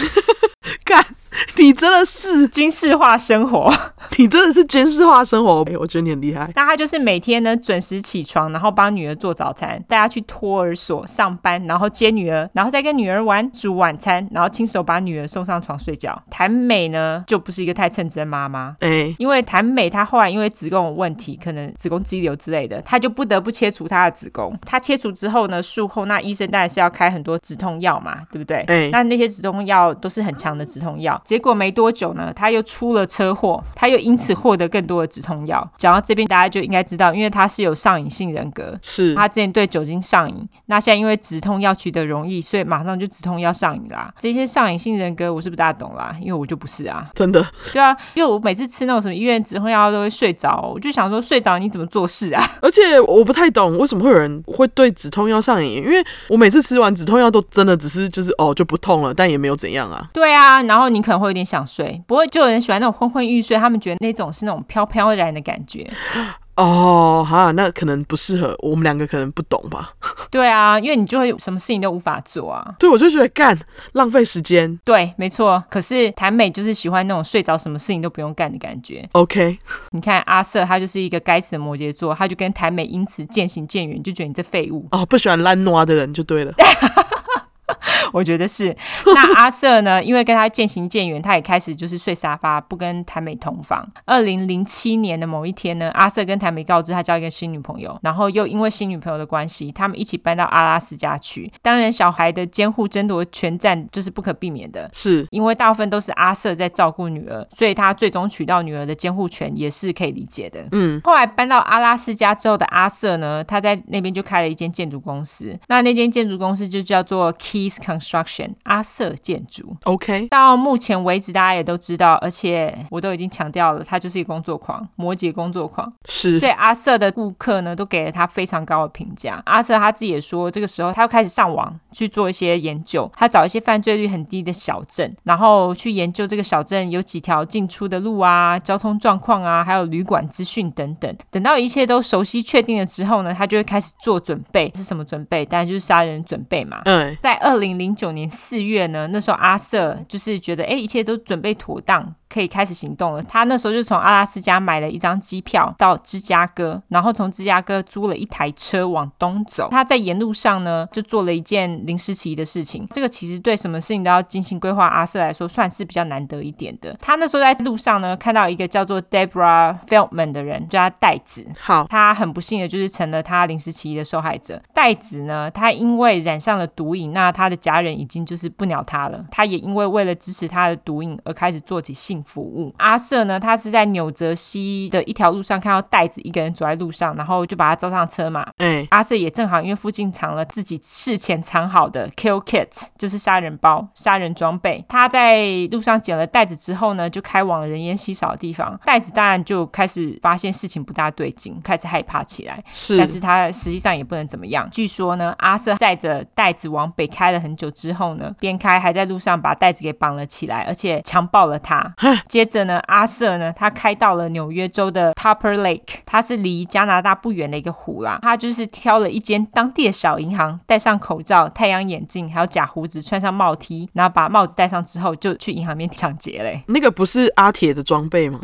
Speaker 1: 干，你真的是，
Speaker 2: 军事化生活。 (laughs)
Speaker 1: 你真的是军事化生活，哎、我觉得你很厉害。
Speaker 2: 那他就是每天呢准时起床，然后帮女儿做早餐，带她去托儿所上班，然后接女儿，然后再跟女儿玩，煮晚餐，然后亲手把女儿送上床睡觉。谭美呢就不是一个太称职的妈妈。
Speaker 1: 哎、
Speaker 2: 因为谭美她后来因为子宫有问题，可能子宫肌瘤之类的，她就不得不切除她的子宫。她切除之后呢，术后那医生当然是要开很多止痛药嘛，对不对？
Speaker 1: 哎
Speaker 2: 那那些止痛药都是很强的止痛药。结果没多久呢，她又出了车祸，她又因此获得更多的止痛药。讲到这边，大家就应该知道，因为她是有上瘾性人格。
Speaker 1: 是，
Speaker 2: 她之前对酒精上瘾，那现在因为止痛药取得容易，所以马上就止痛药上瘾啦。这些上瘾性人格我是不大懂啦，因为我就不是啊。
Speaker 1: 真的，
Speaker 2: (laughs) 对啊，因为我每次吃那种什么医院止痛药都会睡着，我就想说睡着你怎么做事啊？ (laughs)
Speaker 1: 而且我不太懂为什么会有人会对止痛药上瘾，因为我每次吃完止痛药都真的只是就是哦就不痛了，但也没有怎样啊。
Speaker 2: 对啊，然后你可能会有点想睡，不过就有人喜欢那种昏昏欲睡，他们觉得那种是那种飘飘然的感觉。
Speaker 1: 哦哈，那可能不适合我们两个，可能不懂吧。
Speaker 2: 对啊，因为你就会什么事情都无法做啊。
Speaker 1: 对，我就觉得干浪费时间。
Speaker 2: 对，没错。可是谭美就是喜欢那种睡着什么事情都不用干的感觉。
Speaker 1: OK，
Speaker 2: 你看阿瑟他就是一个该死的摩羯座，他就跟谭美因此渐行渐远，就觉得你这废物。哎
Speaker 1: 哦，不喜欢烂挪的人就对了。
Speaker 2: (laughs) 我觉得是。那阿瑟呢，因为跟他渐行渐远，他也开始就是睡沙发，不跟谭美同房。二零零七年的某一天呢，阿瑟跟谭美告知他交一个新女朋友，然后又因为新女朋友的关系，他们一起搬到阿拉斯加去。当然，小孩的监护争夺权战就是不可避免的。
Speaker 1: 是
Speaker 2: 因为大部分都是阿瑟在照顾女儿，所以他最终娶到女儿的监护权也是可以理解的。
Speaker 1: 嗯，
Speaker 2: 后来搬到阿拉斯加之后的阿瑟呢，他在那边就开了一间建筑公司，那那间建筑公司就叫做 Keys Construction 阿瑟建筑。
Speaker 1: OK，
Speaker 2: 到目前为止，大家也都知道，而且我都已经强调了，他就是一个工作狂，摩羯工作狂。
Speaker 1: 是
Speaker 2: 所以阿瑟的顾客呢，都给了他非常高的评价。阿瑟他自己也说，这个时候他又开始上网去做一些研究，他找一些犯罪率很低的小镇，然后去研究这个小镇有几条进出的路啊、交通状况啊，还有旅馆资讯等等。等到一切都熟悉确定了之后呢，他就会开始做准备。是什么准备？当然就是杀人准备嘛。
Speaker 1: 嗯，
Speaker 2: 在二零零九年四月呢，那时候阿瑟就是觉得，哎，一切都准备妥当，可以开始行动了。他那时候就从阿拉斯加买了一张机票到芝加哥，然后从芝加哥租了一台车往东走。他在沿路上呢，就做了一件临时起意的事情。这个其实对什么事情都要精心规划，阿瑟来说算是比较难得一点的。他那时候在路上呢，看到一个叫做 Debra Feldman 的人，叫他袋子，
Speaker 1: 好，
Speaker 2: 他很不幸的就是成了他临时起意的受害者。袋子呢，他因为染上了毒瘾，那他的家人已经就是不鸟他了。他也因为为了支持他的毒瘾而开始做起性服务。阿瑟呢，他是在纽泽西的一条路上看到袋子一个人走在路上，然后就把他招上车嘛。
Speaker 1: 哎、
Speaker 2: 阿瑟也正好因为附近藏了自己事前藏好的 kill kit，就是杀人包、杀人装备。他在路上捡了袋子之后呢，就开往了人烟稀少的地方。袋子当然就开始发现事情不大对劲，开始害怕起来。但是
Speaker 1: 是
Speaker 2: 他实际上也不能怎么样。据说呢，阿瑟载着袋子往北开了很久之后呢，边开还在路上把袋子给绑了起来，而且强暴了他。接着呢，阿瑟呢，他开到了纽约州的 Tupper Lake，它是离加拿大不远的一个湖啦。他就是挑了一间当地的小银行，戴上口罩、太阳眼镜，还有假胡子，穿上帽 T，然后把帽子戴上之后，就去银行面抢劫嘞。 (laughs)
Speaker 1: 那个不是阿铁的装备吗？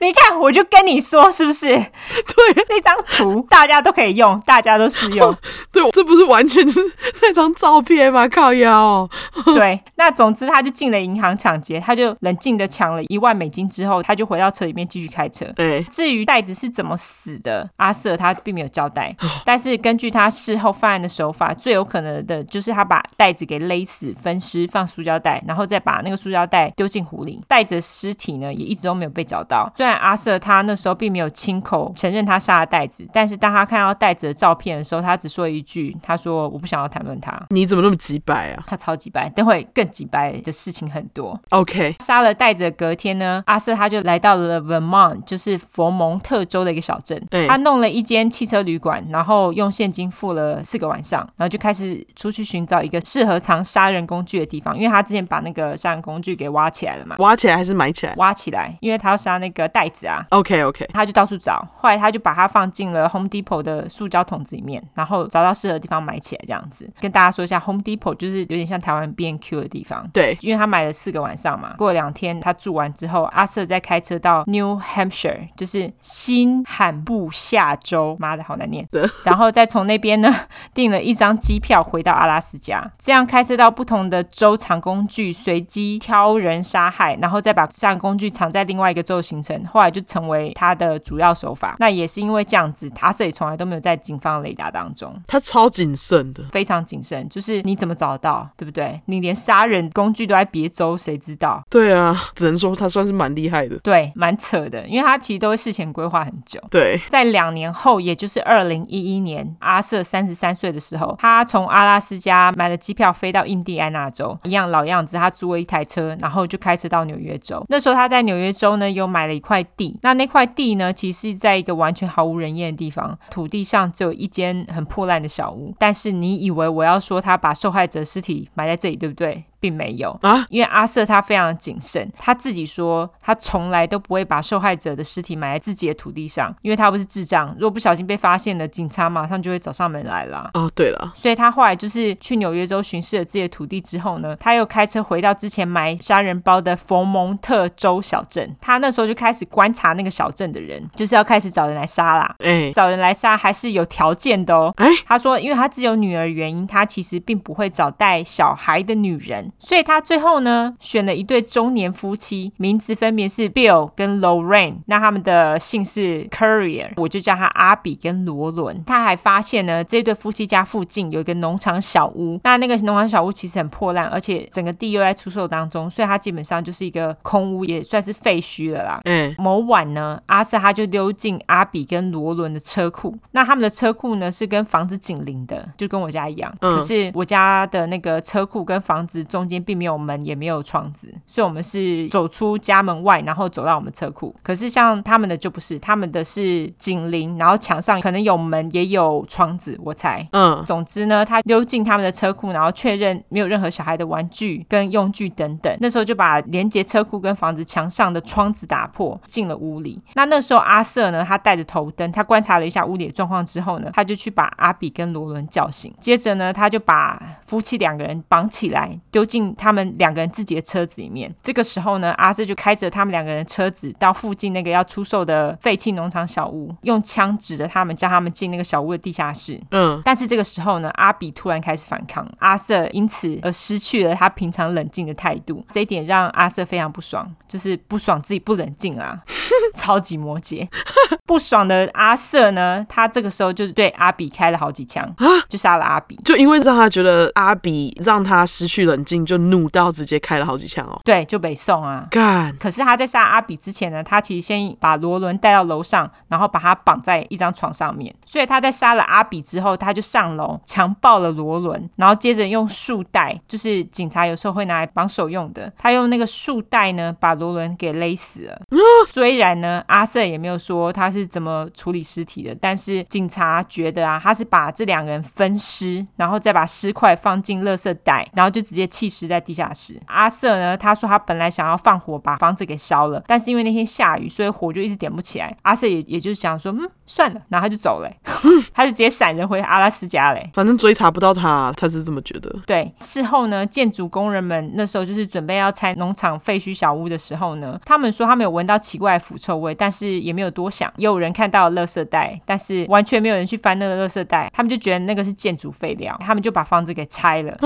Speaker 2: 你看，我就跟你说，是不是？
Speaker 1: 对
Speaker 2: 那张图大家都可以用，大家都适用。
Speaker 1: 对，这不是完全就是 (laughs) 那张照片吗？靠腰、哦，
Speaker 2: 对，那总之他就进了银行抢劫，他就冷静的抢了一万美金之后，他就回到车里面继续开车。
Speaker 1: 哎、
Speaker 2: 至于袋子是怎么死的，阿瑟他并没有交代，但是根据他事后犯案的手法，最有可能的就是他把袋子给勒死、分尸、放塑胶袋，然后再把那个塑胶袋丢进湖里。袋子的尸体呢，也一直都没有被找到。虽然阿瑟他那时候并没有亲口承认他杀了袋子，但是当他看到袋子的照片的时候，他只说了一句：“他说我不想要谈论他。”
Speaker 1: 你怎么那么几百啊
Speaker 2: 他超级白，等会更几白的事情很多。
Speaker 1: ？OK，
Speaker 2: 杀了袋子的隔天呢，阿瑟他就来到了 Vermont，就是佛蒙特州的一个小镇。
Speaker 1: 对
Speaker 2: 他弄了一间汽车旅馆，然后用现金付了四个晚上，然后就开始出去寻找一个适合藏杀人工具的地方，因为他之前把那个杀人工具给挖起来了嘛，
Speaker 1: 挖起来还是埋起来
Speaker 2: 挖起来，因为他要杀那个袋子啊。
Speaker 1: ？OK OK，
Speaker 2: 他就到处找，后来他就把它放进了 Home Depot 的塑胶桶子里面，然后找到适合的地方埋起来，这样子。跟大家说一下，Home Depot 就是有点像台湾 B N Q 的地方。
Speaker 1: 对，
Speaker 2: 因为他买了四个晚上嘛，过了两天他住完之后，阿瑟再开车到 New Hampshire，就是新罕布夏州，妈的好难念
Speaker 1: 对。
Speaker 2: 然后再从那边呢订了一张机票回到阿拉斯加，这样开车到不同的州藏工具，随机挑人杀害，然后再把这样工具藏在另外一个州的行程，后来就成为他的主要手法。那也是因为这样子，阿瑟也从来都没有在警方雷达当中。
Speaker 1: 他超谨慎的，
Speaker 2: 非常谨慎，就是你怎么找得到，对不对？你连杀人工具都在别州，谁知道？
Speaker 1: 对啊，只能说他算是蛮厉害的，
Speaker 2: 对，蛮扯的，因为他其实都会事前规划很久。
Speaker 1: 对，
Speaker 2: 在两年后，也就是二零一一年，阿瑟三十三岁的时候，他从阿拉斯加买了机票飞到印第安纳州，一样老样子，他租了一台车，然后就开车到纽约州。那时候他在纽约州呢，有买了一块地，那那块地呢，其实是在一个完全毫无人烟的地方，土地上只有一间很破烂的小屋。但是你以为我要说他把受害者尸体埋在这里，对不对？并没有。
Speaker 1: 啊，
Speaker 2: 因为阿瑟他非常谨慎，他自己说他从来都不会把受害者的尸体埋在自己的土地上，因为他不是智障，如果不小心被发现了，警察马上就会找上门来啦。
Speaker 1: 哦，对了，
Speaker 2: 所以他后来就是去纽约州巡视了自己的土地之后呢，他又开车回到之前埋杀人包的佛蒙特州小镇。他那时候就开始观察那个小镇的人，就是要开始找人来杀啦。
Speaker 1: 哎、
Speaker 2: 找人来杀还是有条件的哦。
Speaker 1: 哎
Speaker 2: 他说，因为他自己有女儿原因，他其实并不会找带小孩的女人，所以他最后呢选了一对中年夫妻，名字分别是 Bill 跟 Lorraine，那他们的姓是 Courier，我就叫他阿比跟罗伦。他还发现呢，这对夫妻家附近有一个农场小屋，那那个农场小屋其实很破烂，而且整个地又在出售当中，所以它基本上就是一个空屋，也算是废墟了啦。
Speaker 1: 哎、
Speaker 2: 某晚呢，阿瑟他就溜进阿比跟罗伦的车库。那他们的车库呢是跟房子紧邻的，就跟我家一样。
Speaker 1: 嗯
Speaker 2: 可是我家的那个车库跟房子中间并没有门，也没有窗子，所以我们是走出家门外，然后走到我们车库。可是像他们的就不是，他们的是紧邻，然后墙上可能有门也有窗子，我猜。
Speaker 1: 嗯，
Speaker 2: 总之呢，他溜进他们的车库，然后确认没有任何小孩的玩具跟用具等等。那时候就把连接车库跟房子墙上的窗子打破，进了屋里。那那时候阿瑟呢，他带着头灯，他观察了一下屋里的状况之后呢，他就去把阿比跟罗伦叫醒。接着呢，他就把夫妻两个人绑起来，丢进他们两个人自己的车子里面。这个时候呢，阿瑟就开着他们两个人的车子到附近那个要出售的废弃农场小屋，用枪指着他们，叫他们进那个小屋的地下室。
Speaker 1: 嗯，
Speaker 2: 但是这个时候呢，阿比突然开始反抗，阿瑟因此而失去了他平常冷静的态度，这一点让阿瑟非常不爽，就是不爽自己不冷静啊， (laughs) 超级摩羯。 (laughs) 不爽的阿瑟呢，他这个时候就是对阿比开了好几枪，就杀了阿比。
Speaker 1: 就因为让他觉得阿比让他失去冷静，就怒到直接开了好几枪哦，
Speaker 2: 对，就北宋啊。
Speaker 1: 干，
Speaker 2: 可是他在杀阿比之前呢，他其实先把罗伦带到楼上，然后把他绑在一张床上面。所以他在杀了阿比之后，他就上楼强暴了罗伦，然后接着用束带，就是警察有时候会拿来绑手用的，他用那个束带呢把罗伦给勒死了。虽然呢，阿瑟也没有说他是怎么处理尸体的，但是警察觉得啊，他是把这两个人分尸，然后再把尸块放进垃圾袋，然后就直接弃尸在地下室。阿瑟呢，他说他本来想要放火把房子给烧了，但是因为那天下雨，所以火就一直点不起来。阿瑟也也就想说，嗯，算了，然后他就走了、欸 (laughs) 他就直接闪人回阿拉斯加欸嘞、
Speaker 1: 反正追查不到他，他是这么觉得。
Speaker 2: 对，事后呢，建筑工人们那时候就是准备要拆农场废墟小屋的时候呢，他们说他们有闻到奇怪的腐臭味，但是也没有多想。也有人看到了垃圾袋，但是完全没有人去翻那个垃圾袋，他们就觉得那个是建筑废料，他们就把房子给拆了。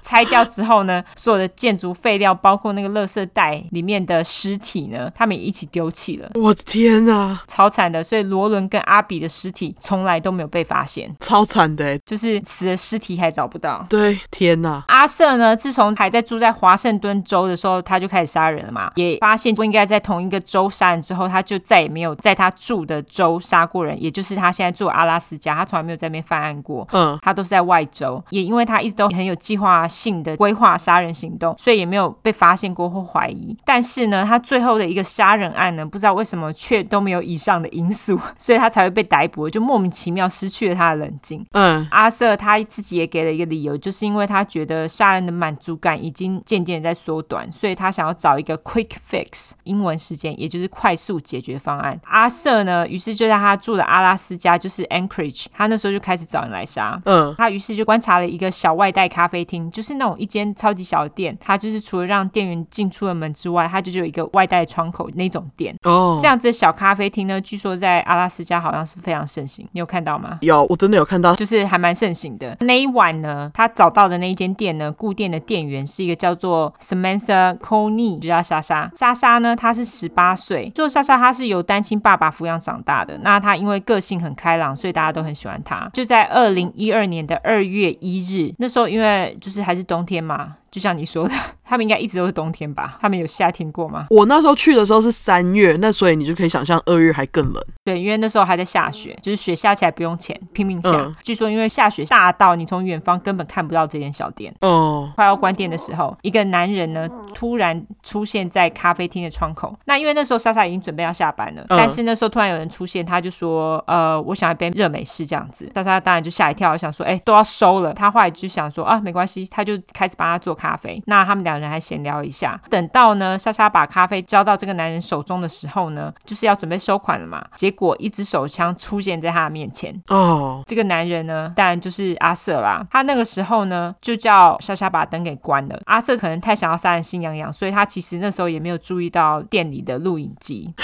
Speaker 2: 拆掉之后呢，所有的建筑废料，包括那个垃圾袋里面的尸体呢，他们也一起丢弃了，
Speaker 1: 我的天啊，
Speaker 2: 超惨的。所以罗伦跟阿比的尸体从来都没有被发现，
Speaker 1: 超惨的欸，
Speaker 2: 就是死的尸体还找不到。
Speaker 1: 对，天啊呐、
Speaker 2: 阿瑟呢，自从还在住在华盛顿州的时候，他就开始杀人了嘛，也发现不应该在同一个州杀人之后，他就再也没有在他住的州杀过人，也就是他现在住的阿拉斯加，他从来没有在那边犯案过。
Speaker 1: 嗯，
Speaker 2: 他都是在外州，也因为他一直都很有计划性的规划杀人行动，所以也没有被发现过或怀疑。但是呢，他最后的一个杀人案呢，不知道为什么却都没有以上的因素，所以他才会被逮捕，就莫名其妙失去了他的冷静。
Speaker 1: 嗯，
Speaker 2: 阿瑟他自己也给了一个理由，就是因为他觉得杀人的满足感已经渐渐在缩短，所以他想要找一个 quick fix 英文时间，也就是快速解决方案。阿瑟呢，于是就在他住的阿拉斯加，就是 Anchorage，他那时候就开始找人来杀。
Speaker 1: 嗯，
Speaker 2: 他于是就观察了一个小外带咖啡厅，就是那种一间超级小的店，它就是除了让店员进出的门之外，它就只有一个外带窗口那种店。
Speaker 1: 哦
Speaker 2: 这，样子的小咖啡厅呢，据说在阿拉斯加好像是非常盛行，你有看到吗？
Speaker 1: 有，我真的有看到，
Speaker 2: 就是还蛮盛行的。那一晚呢，他找到的那一间店呢，固店的店员是一个叫做 Samantha Coney，就叫莎莎。莎莎呢，她是十八岁，就莎莎她是由单亲爸爸抚养长大的。那她因为个性很开朗，所以大家都很喜欢她。就在二零一二年的二月一日，那时候因为就是还是冬天嘛。就像你说的，他们应该一直都是冬天吧？他们有夏天过吗？
Speaker 1: 我那时候去的时候是三月，那所以你就可以想象二月还更冷。
Speaker 2: 对，因为那时候还在下雪，就是雪下起来不用钱，拼命下。
Speaker 1: 嗯
Speaker 2: 据说因为下雪大到你从远方根本看不到这间小店。
Speaker 1: 哦，
Speaker 2: 快要关店的时候，一个男人呢突然出现在咖啡厅的窗口。那因为那时候莎莎已经准备要下班了，
Speaker 1: 嗯
Speaker 2: 但是那时候突然有人出现，他就说：“呃，我想要一杯热美式这样子。”莎莎当然就吓一跳，想说：“哎、都要收了。”他后来就想说：“啊，没关系。”他就开始帮他做咖啡。那他们两人还闲聊一下。等到呢，莎莎把咖啡交到这个男人手中的时候呢，就是要准备收款了嘛。结果一支手枪出现在他的面前，
Speaker 1: 哦，
Speaker 2: 这个男人呢，当然就是阿瑟啦。他那个时候呢，就叫莎莎把灯给关了。阿瑟可能太想要杀人心痒痒，所以他其实那时候也没有注意到店里的录影
Speaker 1: (gasps)
Speaker 2: 机。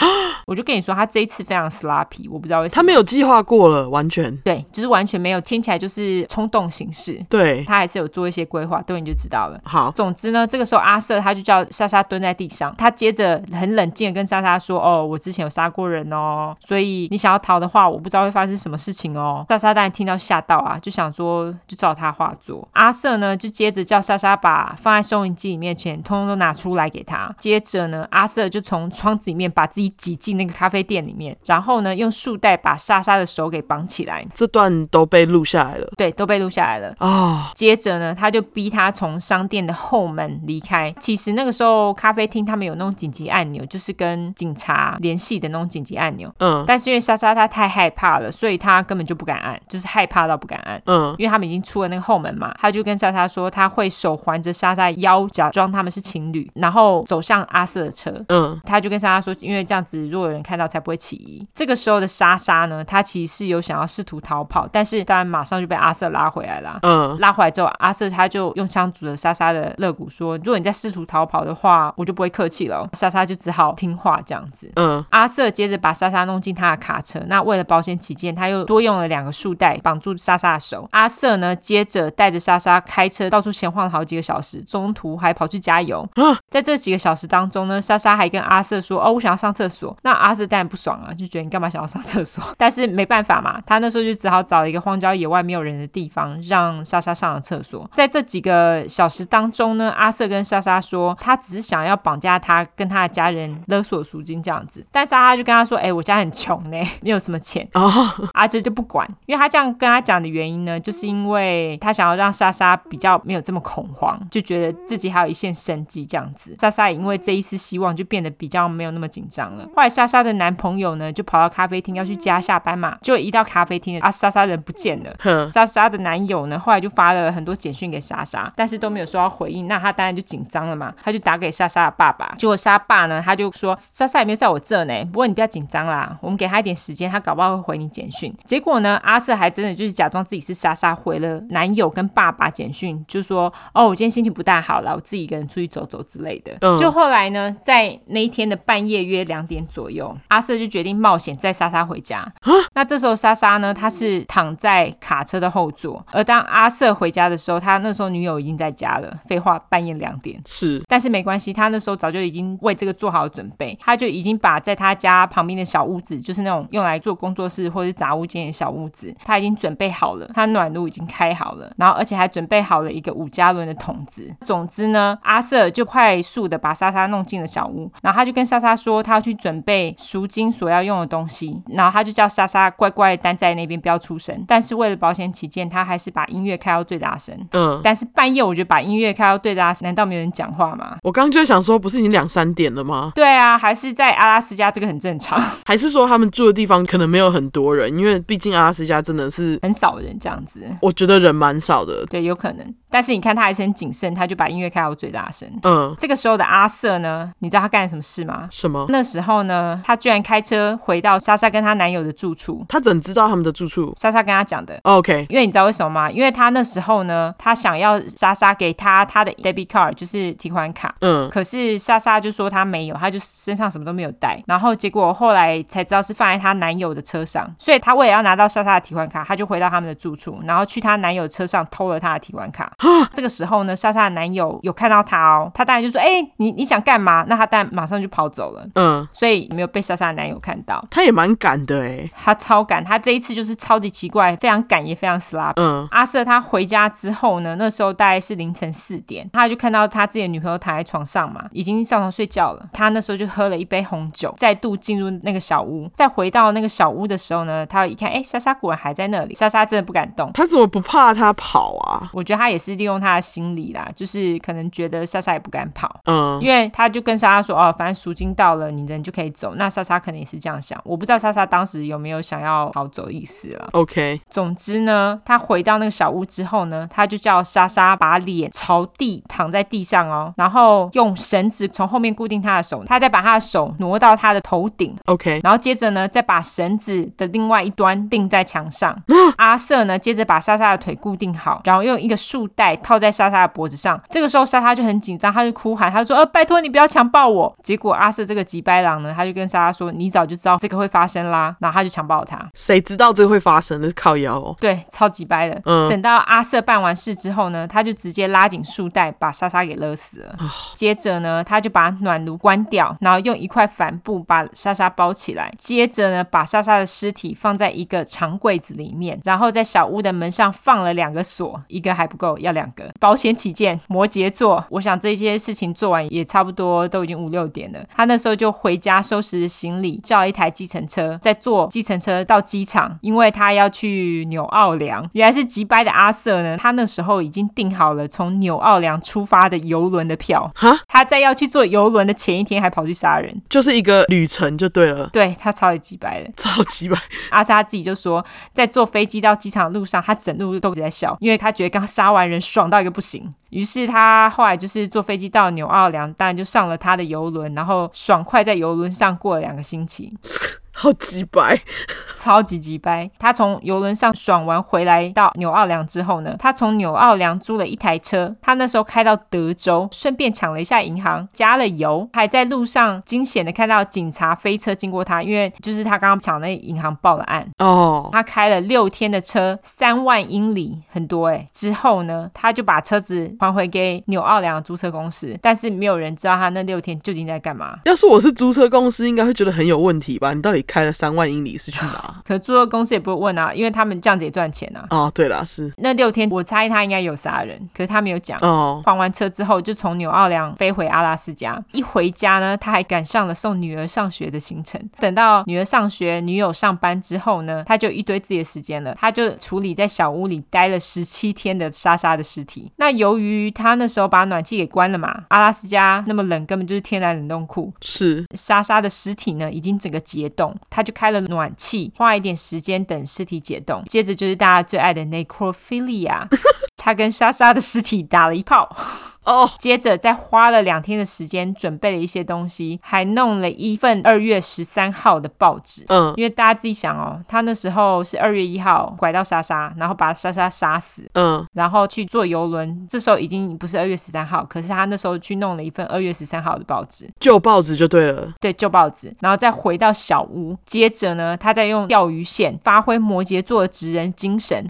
Speaker 2: 我就跟你说，他这一次非常 sloppy，我不知道为什
Speaker 1: 他
Speaker 2: 么。
Speaker 1: 没有计划过了，完全
Speaker 2: 对，就是完全没有，听起来就是冲动行事。
Speaker 1: 对。
Speaker 2: 他还是有做一些规划，对你就知道了。
Speaker 1: 好，
Speaker 2: 总之呢，这个时候阿瑟他就叫莎莎蹲在地上，他接着很冷静的跟莎莎说：“哦，我之前有杀过人哦，所以你想要逃的话，我不知道会发生什么事情哦。”莎莎当然听到吓到啊，就想说就照他话做。阿瑟呢就接着叫莎莎把放在收银机里面的钱通通都拿出来给他。接着呢，阿瑟就从窗子里面把自己挤进那个咖啡店里面，然后呢用束带把莎莎的手给绑起来，
Speaker 1: 这段都被录下来了
Speaker 2: 对，都被录下来了。
Speaker 1: 啊、
Speaker 2: 接着呢，他就逼他从商店的后门离开。其实那个时候咖啡厅他们有那种紧急按钮，就是跟警察联系的那种紧急按钮。
Speaker 1: 嗯
Speaker 2: 但是因为莎莎她太害怕了，所以她根本就不敢按，就是害怕到不敢按。
Speaker 1: 嗯，
Speaker 2: 因为他们已经出了那个后门嘛，他就跟莎莎说他会手环着莎莎的腰，假装他们是情侣，然后走向阿瑟的车。
Speaker 1: 嗯，
Speaker 2: 他就跟莎莎说，因为这样子，如果有人看到才不会起疑。这个时候的莎莎呢，她其实是有想要试图逃跑，但是当然马上就被阿瑟拉回来啦。
Speaker 1: 嗯，
Speaker 2: 拉回来之后，阿瑟他就用枪指着莎莎的肋骨说：“如果你再试图逃跑的话，我就不会客气了哦。”莎莎就只好听话这样子。
Speaker 1: 嗯，
Speaker 2: 阿瑟接着把莎莎弄进他的卡车。那为了保险起见，他又多用了两个束带绑住莎莎的手。阿瑟呢，接着带着莎莎开车到处闲晃了好几个小时，中途还跑去加油。在这几个小时当中呢，莎莎还跟阿瑟说：“哦，我想要上厕所。”那阿瑟当然不爽啊，就觉得你干嘛想要上厕所？ (laughs) 但是没办法嘛，他那时候就只好找了一个荒郊野外没有人的地方，让莎莎上了厕所。在这几个小时当中呢，阿瑟跟莎莎说，他只是想要绑架他跟他的家人勒索赎金这样子，但莎莎就跟他说：“哎、我家很穷呢，没有什么钱。”
Speaker 1: 哦，
Speaker 2: (laughs) 阿哲就不管，因为他这样跟他讲的原因呢，就是因为他想要让莎莎比较没有这么恐慌，就觉得自己还有一线生机这样子。莎莎也因为这一丝希望，就变得比较没有那么紧张了。后来莎莎的男朋友呢，就跑到咖啡厅要去加下班嘛，就一到咖啡厅，啊，莎莎人不见了。
Speaker 1: 哼，
Speaker 2: 莎莎的男友呢，后来就发了很多简讯给莎莎，但是都没有收到回应，那她当然就紧张了嘛，她就打给莎莎的爸爸，结果莎爸呢，他就说莎莎也没有在我这呢，不过你不要紧张啦，我们给她一点时间，她搞不好会回你简讯。结果呢，阿瑟还真的就是假装自己是莎莎，回了男友跟爸爸简讯，就说哦，我今天心情不大好啦，我自己一个人出去走走之类的。
Speaker 1: 嗯
Speaker 2: 就后来呢，在那一天的半夜约两点左右，阿瑟就决定冒险载莎莎回家，那这时候莎莎呢，她是躺在卡车的后座，而当阿瑟回家的时候，他那时候女友已经在家了。废话，半夜两点。
Speaker 1: 是，
Speaker 2: 但是没关系，他那时候早就已经为这个做好准备，他就已经把在他家旁边的小屋子，就是那种用来做工作室或是杂物间的小屋子，他已经准备好了，他暖炉已经开好了，然后而且还准备好了一个五加仑的桶子。总之呢，阿瑟就快速的把莎莎弄进了小屋，然后他就跟莎莎说他要去准备赎金所要用的东西，然后他就叫莎莎乖乖地待在那边不要出声，但是为了保险起见，他还是把音乐开到最大声。
Speaker 1: 嗯，
Speaker 2: 但是半夜我就把音乐开到最大声，难道没有人讲话吗？
Speaker 1: 我刚刚就在想说，不是已经两三点了吗？
Speaker 2: 对啊，还是在阿拉斯加，这个很正常， (laughs)
Speaker 1: 还是说他们住的地方可能没有很多人，因为毕竟阿拉斯加真的是，
Speaker 2: 很少人这样子。
Speaker 1: 我觉得人蛮少的。
Speaker 2: 对，有可能。但是你看，他还是很谨慎，他就把音乐开到最大声。
Speaker 1: 嗯，
Speaker 2: 这个时候的阿瑟呢，你知道他干了什么事吗？
Speaker 1: 什么？
Speaker 2: 那时候呢，他居然开车回到莎莎跟她男友的住处。
Speaker 1: 他怎知道他们的住处哦
Speaker 2: 莎莎跟他讲的，
Speaker 1: ？OK，
Speaker 2: 因为你知道为什么吗？因为他那时候呢，他想要莎莎给他他的 debit card，就是提款卡。
Speaker 1: 嗯，
Speaker 2: 可是莎莎就说她没有，她就身上什么都没有带。然后结果后来才知道是放在她男友的车上，所以她为了要拿到莎莎的提款卡，她就回到他们的住处，然后去她男友的车上偷了她的提款卡。这个时候呢，莎莎的男友有看到她哦，她当然就说：“哎、你你想干嘛？”那她当然马上就跑走了，
Speaker 1: 嗯，
Speaker 2: 所以没有被莎莎的男友看到。
Speaker 1: 他也蛮赶的欸诶。
Speaker 2: 她超赶，她这一次就是超级奇怪，非常赶也非常 sloppy。
Speaker 1: 嗯，
Speaker 2: 阿瑟他回家之后呢，那时候大概是凌晨四点，他就看到他自己的女朋友躺在床上嘛，已经上床睡觉了。他那时候就喝了一杯红酒，再度进入那个小屋。再回到那个小屋的时候呢，他一看，哎，莎莎果然还在那里。莎莎真的不敢动。
Speaker 1: 他怎么不怕他跑啊？
Speaker 2: 我觉得他也是利用他的心理啦，就是可能觉得莎莎也不敢跑，
Speaker 1: 嗯，
Speaker 2: 因为他就跟莎莎说：“哦，反正赎金到了，你人就可以走。”那莎莎可能也是这样想，我不知道莎莎当时有没有想要逃走意思了。
Speaker 1: OK，
Speaker 2: 总之呢，他回到那个小屋之后呢，他就叫莎莎把脸朝地躺在地上哦，然后用绳子从后面固定他的手，他再把他的手挪到他的头顶，
Speaker 1: OK，
Speaker 2: 然后接着呢，再把绳子的另外一端钉在墙上。啊阿瑟呢，接着把莎莎的腿固定好，然后用一个束带套在莎莎的脖子上。这个时候，莎莎就很紧张，她就哭喊，她说：“呃，拜托你不要强暴我。”结果阿瑟这个急白狼呢，他就跟莎莎说：“你早就知道这个会发生啦。”然后他就强暴了她。
Speaker 1: 谁知道这会发生？那是靠腰哦。
Speaker 2: 对，超级掰的。
Speaker 1: 嗯
Speaker 2: 等到阿瑟办完事之后呢，他就直接拉紧束带把莎莎给勒死了。接着呢，他就把暖炉关掉，然后用一块帆布把莎莎包起来。接着呢，把莎莎的尸体放在一个长柜子里面，然后在小屋的门上放了两个锁，一个还不够，要两个。保险起见，摩羯座，我想这些事情做完也差不多都已经五六点了。他那时候就回家收拾行李，叫了一台计程车，再坐计程车到机场，因为他要去纽奥良。原来是吉拜的阿瑟呢，他那时候已经订好了从纽奥良出发的游轮的票。
Speaker 1: 哈，
Speaker 2: 他在要去坐游轮的前一天还跑去杀人，
Speaker 1: 就是一个旅程就对了，
Speaker 2: 对他超级鸡掰的。
Speaker 1: 超级吧。
Speaker 2: 阿莎自己就说，在坐飞机到机场的路上，他整路都一直在笑，因为他觉得刚杀完人爽到一个不行。于是他后来就是坐飞机到纽奥良，当然就上了他的游轮，然后爽快在游轮上过了两个星期，
Speaker 1: 好鸡白，
Speaker 2: 超级级掰。他从游轮上爽完回来到纽奥良之后呢，他从纽奥良租了一台车，他那时候开到德州，顺便抢了一下银行，加了油，还在路上惊险的看到警察飞车经过他，因为就是他刚刚抢那银行报了案。
Speaker 1: 哦，
Speaker 2: 他开了六天的车，三万英里，很多哎、之后呢，他就把车子还回给纽奥良的租车公司，但是没有人知道他那六天究竟在干嘛。
Speaker 1: 要是我是租车公司，应该会觉得很有问题吧？你到底开了三万英里是去 (laughs) 哪？
Speaker 2: 可租车公司也不会问啊，因为他们这样子也赚钱啊。
Speaker 1: 哦，对啦，是
Speaker 2: 那六天，我猜他应该有杀人，可是他没有讲。
Speaker 1: 哦，
Speaker 2: 还完车之后，就从纽奥良飞回阿拉斯加。一回家呢，他还赶上了送女儿上学的行程。等到女儿上学、女友上班之后呢，他就一堆自己的时间了，他就处理在小屋里待了十七天的莎莎的尸体。那由于他那时候把暖气给关了嘛，阿拉斯加那么冷，根本就是天然冷冻库。
Speaker 1: 是
Speaker 2: 莎莎的尸体呢，已经整个解冻，他就开了暖气，花一点时间等尸体解冻。接着就是大家最爱的 necrophilia，他 (laughs) 跟莎莎的尸体打了一炮。
Speaker 1: 哦，
Speaker 2: 接着再花了两天的时间准备了一些东西，还弄了一份二月十三号的报纸。
Speaker 1: 嗯
Speaker 2: 因为大家自己想哦，他那时候是二月一号拐到莎莎，然后把莎莎杀死，
Speaker 1: 嗯，
Speaker 2: 然后去坐游轮。这时候已经不是二月十三号，可是他那时候去弄了一份二月十三号的报纸，
Speaker 1: 旧报纸就对了，
Speaker 2: 对旧报纸，然后再回到小屋。接着呢，他再用钓鱼线发挥摩羯座的职人精神，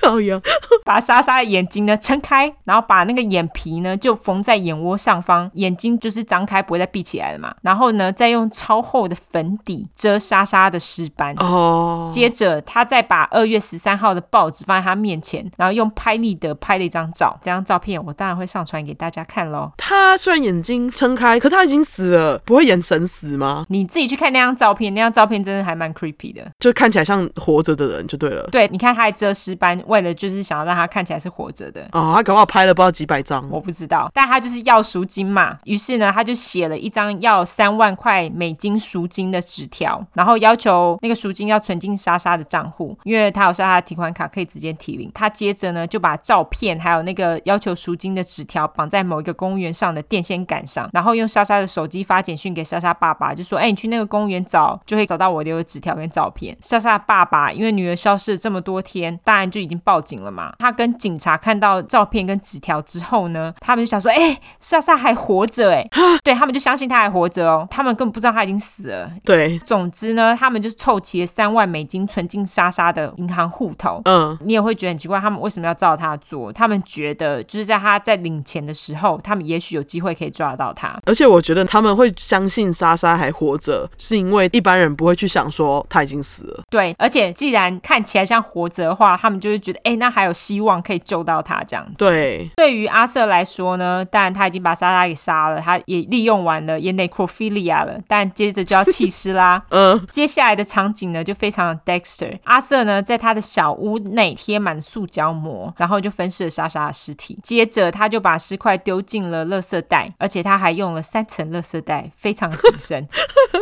Speaker 1: 靠腰，
Speaker 2: 把莎莎的眼睛呢撑开，然后把那个眼皮呢就缝在眼窝上方，眼睛就是张开不会再闭起来了嘛。然后呢，再用超厚的粉底遮莎莎的尸斑。
Speaker 1: 哦，
Speaker 2: 接着，他再把二月十三号的报纸放在他面前，然后用拍立得拍了一张照。这张照片我当然会上传给大家看喽。
Speaker 1: 他虽然眼睛撑开，可他已经死了，不会眼神死吗？
Speaker 2: 你自己去看那张照片，那张照片真的还蛮 creepy 的。
Speaker 1: 就看起来像活着的人就对了。
Speaker 2: 对，你看他还遮尸斑，为了就是想要让他看起来是活着的。
Speaker 1: 哦，他搞不好拍了不知道几百张。
Speaker 2: 我不知道，但他就是要赎金嘛。于是呢，他就写了一张要三万块美金赎金的纸条，然后要求那个赎金要存进莎莎的账户，因为他有莎莎的提款卡可以直接提领。他接着呢，就把照片还有那个要求赎金的纸条绑在某一个公园上的电线杆上，然后用莎莎的手机发简讯给莎莎爸爸，就说：“哎、你去那个公园找，就会找到我留的纸条跟照片。”莎莎的爸爸因为女儿消失了这么多天，当然就已经报警了嘛。他跟警察看到照片跟纸条之后呢，他们就想说：“哎、莎莎还活着哎、 (gasps) 对他们就相信她还活着哦，他们根本不知道她已经死了。
Speaker 1: 对，
Speaker 2: 总之呢，他们就凑齐了三万美金存进莎莎的银行户头。
Speaker 1: 嗯，
Speaker 2: 你也会觉得很奇怪，他们为什么要照他做？他们觉得就是在他在领钱的时候，他们也许有机会可以抓到他。
Speaker 1: 而且我觉得他们会相信莎莎还活着，是因为一般人不会去想说她已经死了。
Speaker 2: 对，而且既然看起来像活着的话，他们就会觉得，哎，那还有希望可以救到他这样子。
Speaker 1: 对，。
Speaker 2: 对于阿瑟来说呢，当然他已经把莎莎给杀了，他也利用完了，也 necrophilia 了，但接着就要弃尸啦
Speaker 1: 嗯，
Speaker 2: 接下来的场景呢，就非常的 Dexter。阿瑟呢，在他的小屋内贴满塑胶膜，然后就分尸了莎莎的尸体。接着，他就把尸块丢进了垃圾袋，而且他还用了三层垃圾袋，非常谨慎，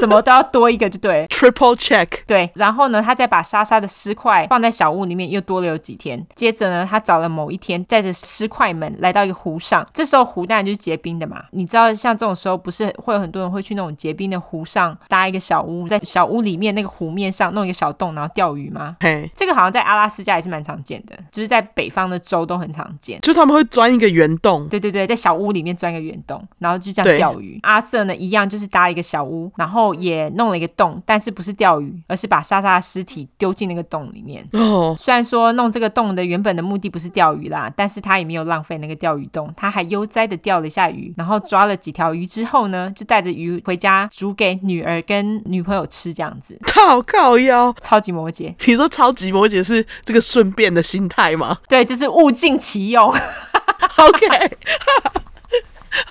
Speaker 2: 什么都要多一个就对了。
Speaker 1: triple check，
Speaker 2: 对，然后呢，他再把莎莎的尸块放在小屋里面，又多留几天。接着呢，他找了某一天，带着尸块们来到一个湖上。这时候湖当然就是结冰的嘛，你知道，像这种时候，不是会有很多人会去那种结冰的湖上搭一个小屋，在小屋里面那个湖面上弄一个小洞，然后钓鱼吗？
Speaker 1: 嘿，
Speaker 2: 这个好像在阿拉斯加也是蛮常见的，就是在北方的州都很常见。
Speaker 1: 就他们会钻一个圆洞，
Speaker 2: 对对对，在小屋里面钻一个圆洞，然后就这
Speaker 1: 对
Speaker 2: 样钓鱼。阿瑟呢，一样就是搭一个小屋，然后也弄了一个洞，但是不是钓鱼，而是把莎莎的尸体丢进那个洞里面。
Speaker 1: 哦，
Speaker 2: 虽然说弄这个洞的原本的目的不是钓鱼啦，但是他也没有浪费那个钓鱼洞，他还悠哉的钓了一下鱼，然后抓了几条鱼之后呢，就带着鱼回家煮给女儿跟女朋友吃，这样子
Speaker 1: 靠靠腰。
Speaker 2: 超级摩羯，
Speaker 1: 你说超级摩羯是这个顺便的心态吗 (laughs)
Speaker 2: 对，就是物尽其用。
Speaker 1: ？OK。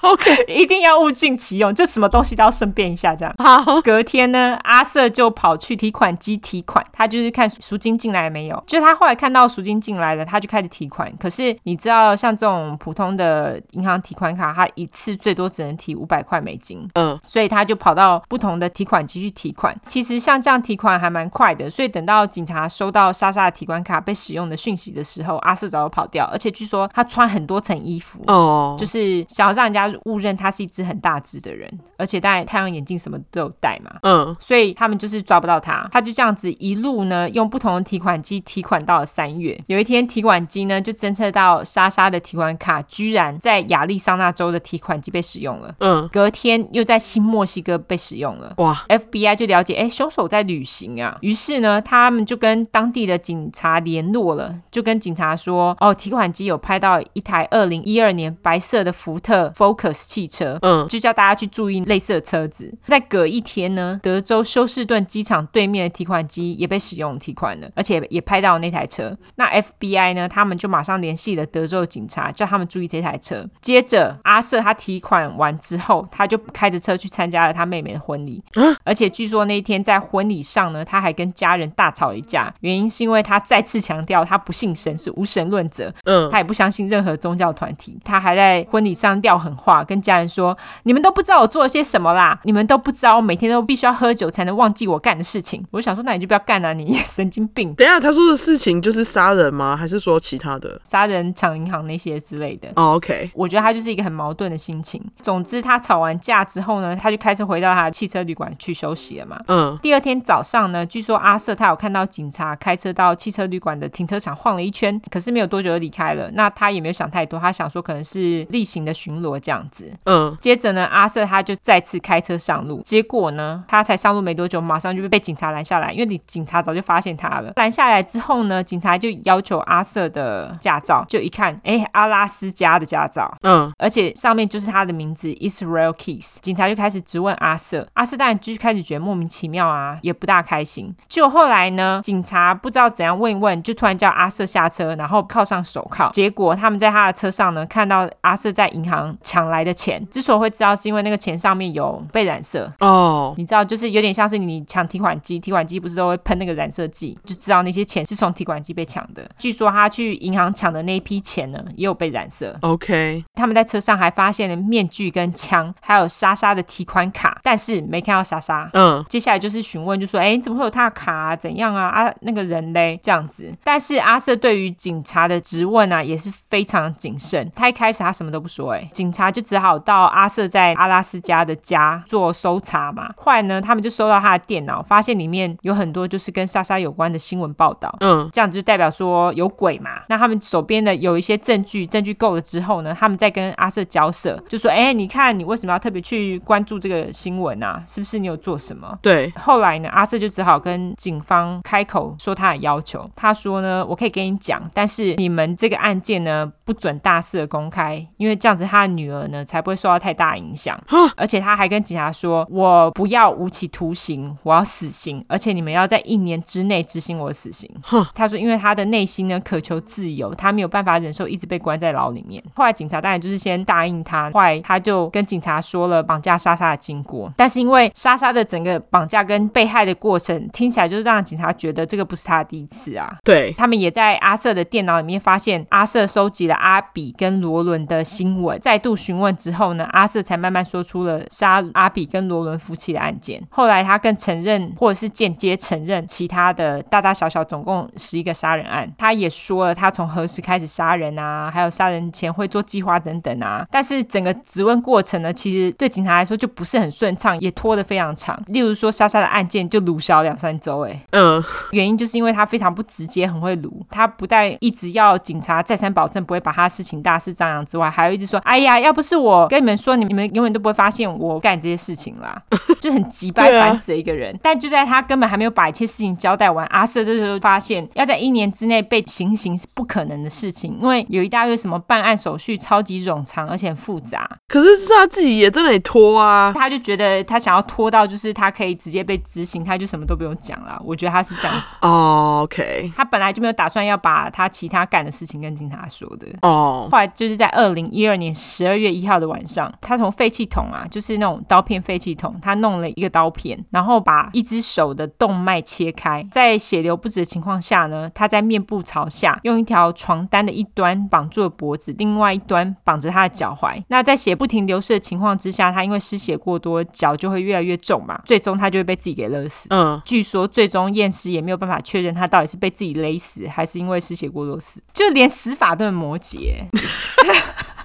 Speaker 1: OK，
Speaker 2: 一定要物尽其用，就什么东西都要顺便一下这样。
Speaker 1: 好，
Speaker 2: 隔天呢，阿瑟就跑去提款机提款，他就是看赎金进来没有。就他后来看到赎金进来了，他就开始提款。可是你知道，像这种普通的银行提款卡，它一次最多只能提五百块美金。
Speaker 1: 嗯，
Speaker 2: 所以他就跑到不同的提款机去提款。其实像这样提款还蛮快的，所以等到警察收到莎莎的提款卡被使用的讯息的时候，阿瑟早就跑掉，而且据说他穿很多层衣服。
Speaker 1: 哦，
Speaker 2: 就是想要让人家误认他是一只很大只的人，而且戴太阳眼镜什么都有戴嘛，
Speaker 1: 嗯，
Speaker 2: 所以他们就是抓不到他。他就这样子一路呢，用不同的提款机提款到了三月。有一天，提款机呢就侦测到莎莎的提款卡居然在亚利桑那州的提款机被使用了，
Speaker 1: 嗯，
Speaker 2: 隔天又在新墨西哥被使用了。
Speaker 1: 哇，
Speaker 2: FBI 就了解，哎，凶手在旅行啊。于是呢，他们就跟当地的警察联络了，就跟警察说，哦，提款机有拍到一台二零一二年白色的福特 Focus 汽车。
Speaker 1: 嗯，
Speaker 2: 就叫大家去注意类似的车子。在隔一天呢，德州休斯顿机场对面的提款机也被使用提款了，而且也拍到了那台车。那 FBI 呢，他们就马上联系了德州的警察，叫他们注意这台车。接着，阿瑟他提款完之后，他就开着车去参加了他妹妹的婚礼。而且据说那一天在婚礼上呢，他还跟家人大吵一架，原因是因为他再次强调他不信神，是无神论者，
Speaker 1: 嗯，
Speaker 2: 他也不相信任何宗教团体。他还在婚礼上撂狠话，跟家人说：“你们都不知道我做了些什么啦，你们都不知道我每天都必须要喝酒才能忘记我干的事情。”我就想说，那你就不要干了、 (laughs) 你神经病，
Speaker 1: 等一下他说的事情就是杀人吗？还是说其他的？
Speaker 2: 杀人、抢银行那些之类的。
Speaker 1: 哦，OK，
Speaker 2: 我觉得他就是一个很矛盾的心情。总之，他吵完架之后呢，他就开车回到他的汽车旅馆去休息了嘛。
Speaker 1: 嗯，
Speaker 2: 第二天早上呢，据说阿瑟他有看到警察开车到汽车旅馆的停车场晃了一圈，可是没有多久就离开了。那他也没有想太多，他想说可能是例行的巡逻这样子。
Speaker 1: 嗯，
Speaker 2: 接着呢，阿瑟他就再次开车上路，结果呢，他才上路没多久，马上就被警察拦下来，因为你警察早就发现他了。拦下来之后呢，警察就要求阿瑟的驾照，就一看，哎，阿拉斯加的驾照，
Speaker 1: 嗯，
Speaker 2: 而且上面就是他的名字 Israel Keys。警察就开始质问阿瑟，阿瑟当然就开始觉得莫名其妙啊，也不大开心。就后来呢，警察不知道怎样问一问，就突然叫阿瑟下车，然后铐上手铐。结果他们在他的车上呢，看到阿瑟在银行抢来的钱。之所以会知道，是因为那个钱上面有被染色。
Speaker 1: 哦，
Speaker 2: 你知道，就是有点像是你抢提款机，提款机不是都会喷那个染色剂，就知道那些钱是从提款机被抢的。据说他去银行抢的那一批钱呢，也有被染色。
Speaker 1: OK，
Speaker 2: 他们在车上还发现了面具跟枪，还有莎莎的提款卡，但是没看到莎莎。
Speaker 1: 嗯，
Speaker 2: 接下来就是询问，就说：“哎、你怎么会有他的卡、啊？怎样啊？啊，那个人嘞？这样子。”但是阿瑟对于警察的质问啊，也是非常谨慎。他一开始他什么都不说、哎，警察就只好到阿瑟在阿拉斯加的家做搜查嘛。后来呢，他们就搜到他的电脑，发现里面有很多就是跟莎莎有关的新闻报道。
Speaker 1: 嗯，
Speaker 2: 这样就代表说有鬼嘛。那他们手边的有一些证据，证据够了之后呢，他们再跟阿瑟交涉，就说：“哎、你看你为什么要特别去关注这个新闻啊？是不是你有做什么？”
Speaker 1: 对，
Speaker 2: 后来呢，阿瑟就只好跟警方开口说他的要求。他说呢，我可以跟你讲，但是你们这个案件呢，不准大肆的公开，因为这样子他的女女儿呢，才不会受到太大影响。而且他还跟警察说：“我不要无期徒刑，我要死刑，而且你们要在一年之内执行我的死刑。”他说，因为他的内心呢渴求自由，他没有办法忍受一直被关在牢里面。后来警察当然就是先答应他，后来他就跟警察说了绑架莎莎的经过。但是因为莎莎的整个绑架跟被害的过程听起来就是让警察觉得这个不是他的第一次啊。
Speaker 1: 对，
Speaker 2: 他们也在阿瑟的电脑里面发现阿瑟收集了阿比跟罗伦的新闻。再度询问之后呢，阿瑟才慢慢说出了杀阿比跟罗伦夫妻的案件。后来他更承认，或者是间接承认其他的大大小小总共十一个杀人案。他也说了他从何时开始杀人啊，还有杀人前会做计划等等啊。但是整个质问过程呢，其实对警察来说就不是很顺畅，也拖得非常长。例如说莎莎的案件就鲁小两三周、欸，哎，
Speaker 1: 嗯、
Speaker 2: 原因就是因为他非常不直接，很会撸。他不但一直要警察再三保证不会把他事情大肆张扬之外，还有一直说：“哎呀，要不是我跟你们说，你们永远都不会发现我干这些事情啦。” (laughs) 就很急掰，
Speaker 1: 对啊
Speaker 2: 烦死的一个人。但就在他根本还没有把一切事情交代完，阿瑟这时候发现，要在一年之内被行刑是不可能的事情，因为有一大堆什么办案手续超级冗长，而且很复杂。
Speaker 1: 可是是他自己也在那里拖啊。
Speaker 2: 他就觉得他想要拖到，就是他可以直接被执行，他就什么都不用讲了。我觉得他是这样子。
Speaker 1: 哦 OK，
Speaker 2: 他本来就没有打算要把他其他干的事情跟警察说的。
Speaker 1: 哦，
Speaker 2: 后来就是在二零一二年十二月一号的晚上，他从废弃桶啊，就是那种刀片废弃桶，他弄了一个刀片，然后把一只手的动脉切开，在血流不止的情况下呢，他在面部朝下，用一条床单的一端绑住了脖子，另外一端绑着他的脚踝。那在血不停流逝的情况之下，他因为失血过多，脚就会越来越重嘛，最终他就会被自己给勒死。
Speaker 1: 嗯，
Speaker 2: 据说最终验尸也没有办法确认他到底是被自己勒死，还是因为失血过多死，就连死法都很摩羯， (laughs)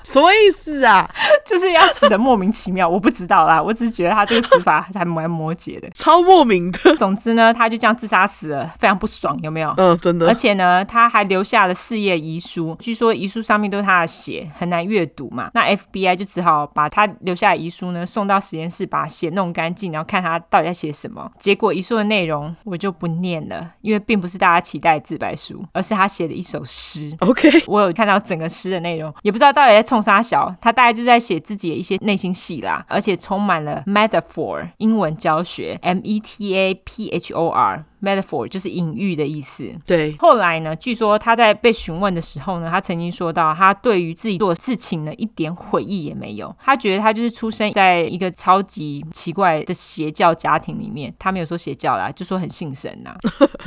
Speaker 1: 什么意思啊？
Speaker 2: 就是要死的莫名其妙。我不知道啦，我只是觉得他这个死法还蛮摩羯的。
Speaker 1: 超莫名的，
Speaker 2: 总之呢，他就这样自杀死了，非常不爽，有没有？
Speaker 1: 嗯，真
Speaker 2: 而
Speaker 1: 的，
Speaker 2: 且呢，他还留下了事业遗书，据说遗书上面都是他的血，很难阅读嘛。那 FBI 就只好把他留下的遗书呢送到实验室，把血弄干净，然后看他到底在写什么。结果遗书的内容我就不念了，因为并不是大家期待的自白书，而是他写的一首诗。
Speaker 1: OK，
Speaker 2: 我有看到整个诗的内容，也不知道到底在冲啥小，他大概就在写自己的一些内心戏啦，而且充满了 metaphor 英文教学 M E T A P H O R metaphor 就是隐喻的意思。
Speaker 1: 对，
Speaker 2: 后来呢，据说他在被询问的时候呢，他曾经说到，他对于自己做的事情呢，一点悔意也没有。他觉得他就是出生在一个超级奇怪的邪教家庭里面，他没有说邪教啦，就说很信神呐、 (laughs)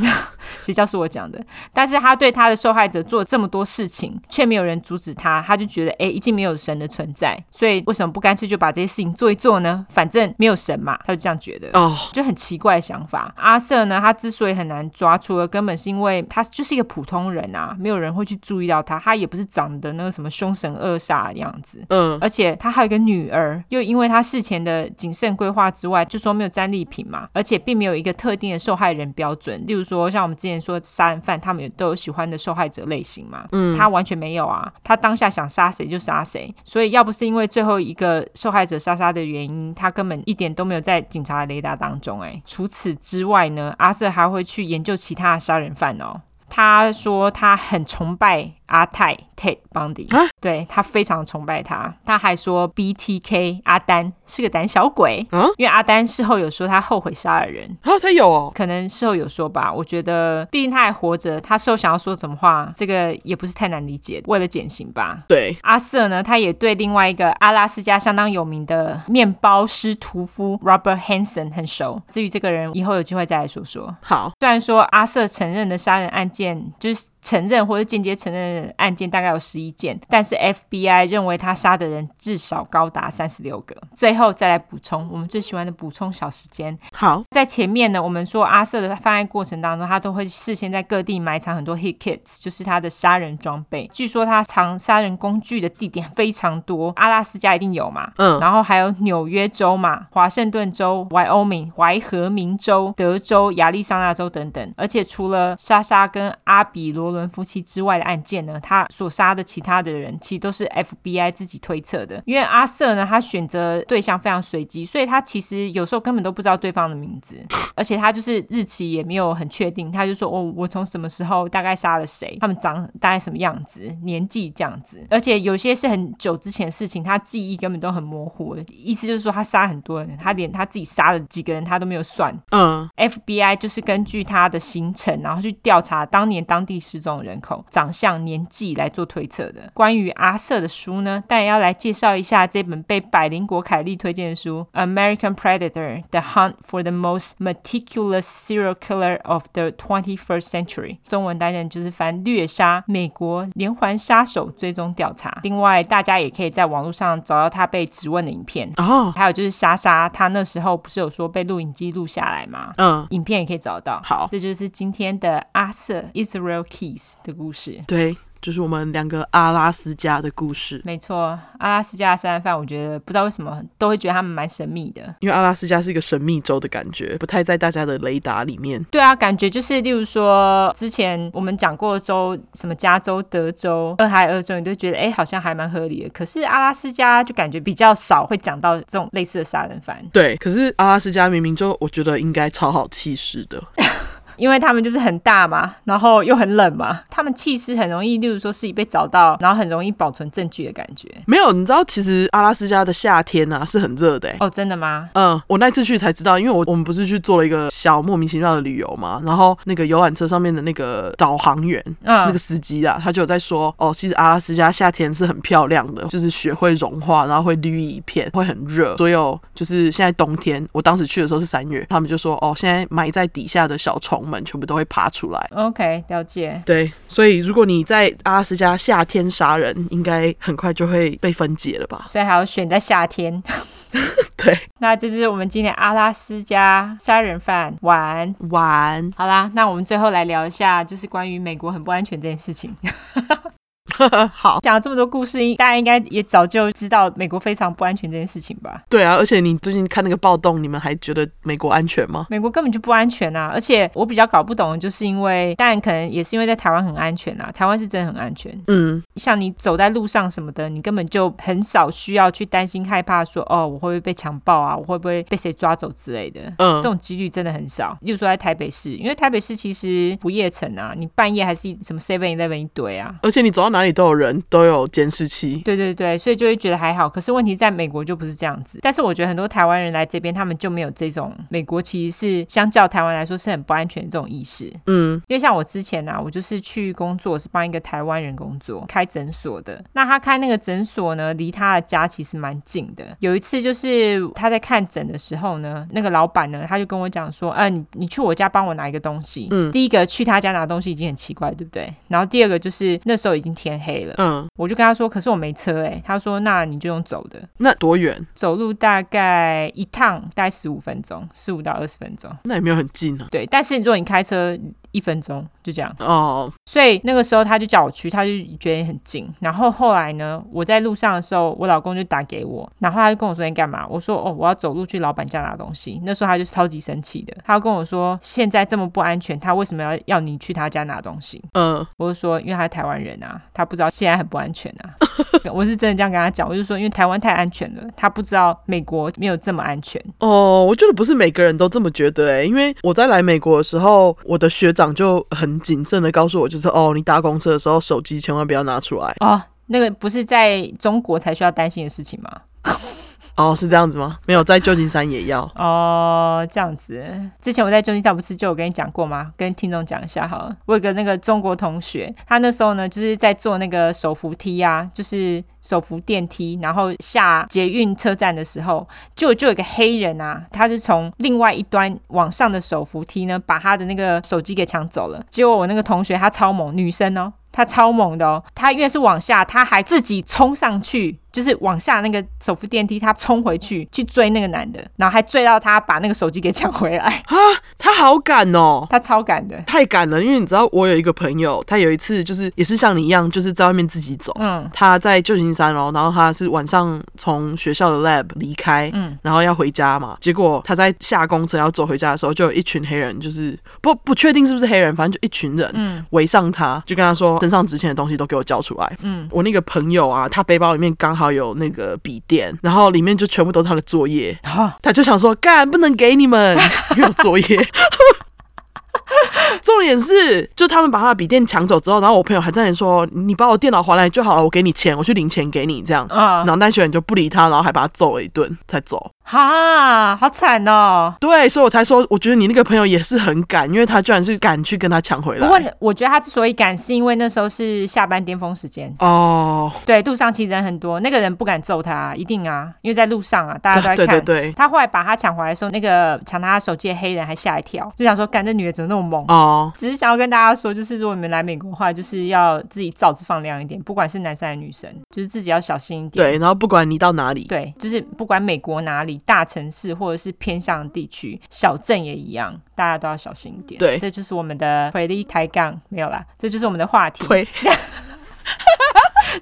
Speaker 2: 邪教是我讲的，但是他对他的受害者做这么多事情，却没有人阻止他，他就觉得诶，已经没有神的存在，所以为什么不干脆就把这些事情做一做呢？反正没有神嘛，他就这样觉得。
Speaker 1: 哦，
Speaker 2: 就很奇怪的想法。阿瑟呢，他之所以很难抓出的，根本是因为他就是一个普通人啊，没有人会去注意到他，他也不是长得那个什么凶神恶煞的样子。
Speaker 1: 嗯，
Speaker 2: 而且他还有一个女儿，又因为他事前的谨慎规划之外，就说没有战利品嘛，而且并没有一个特定的受害人标准，例如说像我们之前说杀人犯，他们有都有喜欢的受害者类型嘛，嗯，他完全没有啊，他当下想杀谁就杀谁，所以要不是因为最后一个受害者莎莎的原因，他根本一点都没有在警察的雷达当中、哎，除此之外呢，阿瑟还会去研究其他的杀人犯哦。他说他很崇拜阿泰 Ted Bundy，
Speaker 1: 啊
Speaker 2: 对他非常崇拜他。他还说 BTK 阿丹是个胆小鬼，
Speaker 1: 啊
Speaker 2: 因为阿丹事后有说他后悔杀了人，
Speaker 1: 啊，他有哦，
Speaker 2: 可能事后有说吧。我觉得毕竟他还活着，他事后想要说什么话，这个也不是太难理解。为了减刑吧。
Speaker 1: 对，
Speaker 2: 阿瑟呢，他也对另外一个阿拉斯加相当有名的面包师屠夫 Robert Hanson 很熟。至于这个人，以后有机会再来说说。
Speaker 1: 好，
Speaker 2: 虽然说阿瑟承认的杀人案件，就是承认或者间接承认的案件大概有十一件，但是 FBI 认为他杀的人至少高达三十六个。最后再来补充我们最喜欢的补充小时间，
Speaker 1: 好，
Speaker 2: 在前面呢，我们说阿瑟的犯案过程当中，他都会事先在各地埋藏很多 hit kits，就是他的杀人装备。据说他藏杀人工具的地点非常多，阿拉斯加一定有嘛，
Speaker 1: 嗯
Speaker 2: 然后还有纽约州嘛、华盛顿州、Wyoming、怀俄明州、德州、亚利桑那州等等。而且除了莎莎跟论阿比罗伦夫妻之外的案件呢，他所杀的其他的人其实都是 FBI 自己推测的，因为阿瑟呢，他选择对象非常随机，所以他其实有时候根本都不知道对方的名字，而且他就是日期也没有很确定，他就说哦，我从什么时候大概杀了谁，他们长大概什么样子，年纪这样子，而且有些是很久之前的事情，他记忆根本都很模糊，意思就是说他杀很多人，他连他自己杀了几个人他都没有算，
Speaker 1: 嗯，
Speaker 2: FBI 就是根据他的行程，然后去调查当年当地失踪的人口、长相、年纪来做推测的。关于阿瑟的书呢，但也要来介绍一下这本被百灵果凯利推荐的书《American Predator: The Hunt for the Most Meticulous Serial Killer of the 21st Century》，中文单元就是翻掠杀美国连环杀手追踪调查。另外，大家也可以在网络上找到他被质问的影片。
Speaker 1: 哦，
Speaker 2: 还有就是莎莎，她那时候不是有说被录影机录下来吗？
Speaker 1: 嗯，
Speaker 2: 影片也可以找到。
Speaker 1: 好，
Speaker 2: 这就是今天的阿瑟 Israel Keys 的故事。
Speaker 1: 对，就是我们两个阿拉斯加的故事，
Speaker 2: 没错，阿拉斯加的杀人犯，我觉得不知道为什么都会觉得他们蛮神秘的。
Speaker 1: 因为阿拉斯加是一个神秘州的感觉，不太在大家的雷达里面。
Speaker 2: 对啊，感觉就是，例如说之前我们讲过的州，什么加州、德州、俄亥俄州，你都觉得哎，好像还蛮合理的。可是阿拉斯加就感觉比较少会讲到这种类似的杀人犯，
Speaker 1: 对，可是阿拉斯加明明就我觉得应该超好气势 (laughs) 的，
Speaker 2: 因为他们就是很大嘛，然后又很冷嘛，他们气势很容易，例如说是以被找到，然后很容易保存证据的感觉。
Speaker 1: 没有，你知道其实阿拉斯加的夏天啊是很热的、欸，
Speaker 2: 哦，真的吗？
Speaker 1: 嗯，我那次去才知道，因为我我们不是去做了一个小莫名其妙的旅游嘛，然后那个游览车上面的那个导航员，
Speaker 2: 嗯
Speaker 1: 那个司机啊，他就有在说，哦，其实阿拉斯加夏天是很漂亮的，就是雪会融化，然后会绿意一片，会很热。所有就是现在冬天，我当时去的时候是三月，他们就说，哦，现在埋在底下的小虫们全部都会爬出来。
Speaker 2: OK，了解。
Speaker 1: 对，所以如果你在阿拉斯加夏天杀人，应该很快就会被分解了 (laughs) 吧？
Speaker 2: 所以还要选在夏天。 (laughs)
Speaker 1: 对，
Speaker 2: 那这是我们今天阿拉斯加杀人犯晚安。
Speaker 1: 晚安。
Speaker 2: 好啦，那我们最后来聊一下，就是关于美国很不安全这件事情。
Speaker 1: (laughs)
Speaker 2: (laughs)
Speaker 1: 好，
Speaker 2: 讲了这么多故事，大家应该也早就知道美国非常不安全这件事情吧？
Speaker 1: 对啊，而且你最近看那个暴动，你们还觉得美国安全吗？
Speaker 2: 美国根本就不安全啊！而且我比较搞不懂，的就是因为，但可能也是因为在台湾很安全啊，台湾是真的很安全。
Speaker 1: 嗯，
Speaker 2: 像你走在路上什么的，你根本就很少需要去担心害怕说哦，我会不会被强暴啊，我会不会被谁抓走之类的。
Speaker 1: 嗯
Speaker 2: 这种几率真的很少。例如说在台北市，因为台北市其实不夜城啊，你半夜还是什么 Seven Eleven 一堆啊。
Speaker 1: 而且你走到哪里都有人，都有监视器。
Speaker 2: 对对对，所以就会觉得还好。可是问题在美国就不是这样子。但是我觉得很多台湾人来这边，他们就没有这种美国其实是相较台湾来说是很不安全的这种意识。
Speaker 1: 嗯
Speaker 2: 因为像我之前啊，我就是去工作，是帮一个台湾人工作，开诊所的。那他开那个诊所呢，离他的家其实蛮近的。有一次就是他在看诊的时候呢，那个老板呢，他就跟我讲说，嗯、你你去我家帮我拿一个东西。
Speaker 1: 嗯
Speaker 2: 第一个去他家拿东西已经很奇怪，对不对？然后第二个就是那时候已经天黑了，
Speaker 1: 嗯，
Speaker 2: 我就跟他说，可是我没车哎、他说那你就用走的，
Speaker 1: 那多远？
Speaker 2: 走路大概一趟大概十五分钟，十五到二十分钟。
Speaker 1: 那也没有很近啊。
Speaker 2: 对，但是如果你开车一分钟就这样。
Speaker 1: 哦，
Speaker 2: 所以那个时候他就叫我去，他就觉得很近。然后后来呢，我在路上的时候，我老公就打给我，然后他就跟我说你干嘛？我说哦，我要走路去老板家拿东西。那时候他就是超级生气的，他就跟我说现在这么不安全，他为什么要要你去他家拿东西？
Speaker 1: 嗯
Speaker 2: 我就说因为他是台湾人啊，他不知道现在很不安全啊。 (laughs) 我是真的这样跟他讲，我就说因为台湾太安全了，他不知道美国没有这么安全。
Speaker 1: 哦，我觉得不是每个人都这么觉得诶、因为我在来美国的时候，我的学长就很谨慎的告诉我，就是哦，你搭公车的时候手机千万不要拿出来。
Speaker 2: 哦，那个不是在中国才需要担心的事情吗？
Speaker 1: 哦，是这样子吗？没有，在旧金山也要。
Speaker 2: 哦，这样子。之前我在旧金山不是就有跟你讲过吗？跟听众讲一下好了。我有个那个中国同学，他那时候呢就是在做那个手扶梯啊，就是手扶电梯，然后下捷运车站的时候，就就有一个黑人啊，他是从另外一端往上的手扶梯呢，把他的那个手机给抢走了。结果我那个同学她超猛，女生哦。她超猛的哦，她因为是往下，她还自己冲上去就是往下那个手扶电梯，她冲回去去追那个男的，然后还追到他把那个手机给抢回来， (laughs)
Speaker 1: 啊，他好敢哦。
Speaker 2: 她超赶的。
Speaker 1: 太敢了，因为你知道，我有一个朋友，他有一次就是也是像你一样，就是在外面自己走。
Speaker 2: 嗯，
Speaker 1: 他在旧金山哦，然后他是晚上从学校的 lab 离开，嗯，然后要回家嘛。结果他在下公车要走回家的时候，就有一群黑人，就是不不确定是不是黑人，反正就一群人，嗯，围上他，就跟他说身上值钱的东西都给我交出来。嗯，我那个朋友啊，他背包里面刚好有那个笔电，然后里面就全部都是他的作 (laughs) 业，
Speaker 2: 啊
Speaker 1: 他就想说干不能给你们， (laughs) 因为有作业。重点是，就他们把他的笔电抢走之后，然后我朋友还在那里说：“你把我电脑还来就好了，我给你钱，我去领钱给你。”这样，
Speaker 2: 啊
Speaker 1: 然后那群人就不理他，然后还把他揍了一顿才走。
Speaker 2: 哈，好惨哦。
Speaker 1: 对，所以我才说，我觉得你那个朋友也是很敢，因为他居然是敢去跟他抢回
Speaker 2: 不过
Speaker 1: 来。
Speaker 2: 呢我觉得他之所以赶，是因为那时候是下班巅峰时间，
Speaker 1: 哦，
Speaker 2: 对，路上其实人很多，那个人不敢揍他，一定啊，因为在路
Speaker 1: (laughs)
Speaker 2: 上啊，大家都在
Speaker 1: 对
Speaker 2: 看。
Speaker 1: 对对，
Speaker 2: 他后来把他抢回来的时候，那个抢他手机的黑人还吓一跳，就想说：“干，这女的怎么那么猛？”
Speaker 1: 哦，
Speaker 2: 只是想要跟大家说，就是如果你们来美国的话，就是要自己罩子放亮一点，不管是男生还是女生，就是自己要小心一点。
Speaker 1: 对，然后不管你到哪里，
Speaker 2: 对，就是不管美国哪里，大城市或者是偏向地区、小镇也一样，大家都要小心一点。
Speaker 1: 对
Speaker 2: 这就是我们的回力抬杠没有啦，这就是我们的话题。
Speaker 1: 呸，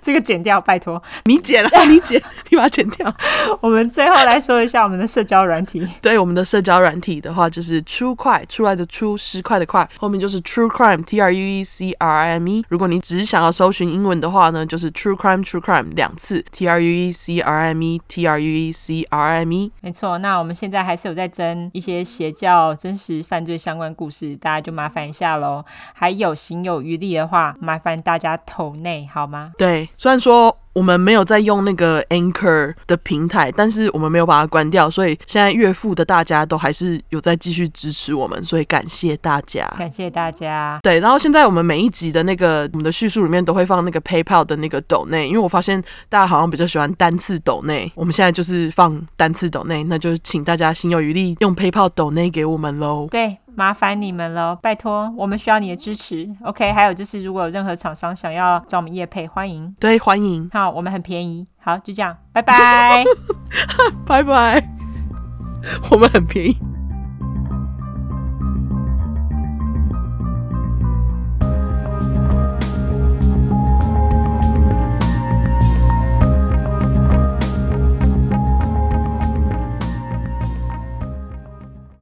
Speaker 2: 这个剪掉，拜托。
Speaker 1: (laughs) 你剪了，你剪，你把它剪掉。
Speaker 2: 我们最后来说一下我们的社交软体。
Speaker 1: 对我们的社交软体的话，就是 True 快出来的出失快的快，后面就是 True Crime T R U E C R I M E。如果你只想要搜寻英文的话呢，就是 True Crime True Crime 两次 T R U E C R I M E T R U E C R I M E。
Speaker 2: (laughs) 没错，那我们现在还是有在征一些邪教、真实犯罪相关故事，大家就麻烦一下喽。还有行有余力的话，麻烦大家投内好吗？
Speaker 1: 对，虽然说。我们没有在用那个 Anchor 的平台，但是我们没有把它关掉，所以现在月付的大家都还是有在继续支持我们，所以感谢大家。
Speaker 2: 感谢大家。
Speaker 1: 对，然后现在我们每一集的那个我们的叙述里面都会放那个 PayPal 的那个抖内，因为我发现大家好像比较喜欢单次抖内，我们现在就是放单次抖内，那就请大家心有余力用 PayPal 抖内给我们喽。
Speaker 2: 对，麻烦你们喽，拜托，我们需要你的支持。OK，还有就是，如果有任何厂商想要找我们业配，欢迎。
Speaker 1: 对，欢迎，
Speaker 2: 好，我们很便宜。好，就这样，拜拜。
Speaker 1: (laughs) 拜拜，我们很便宜。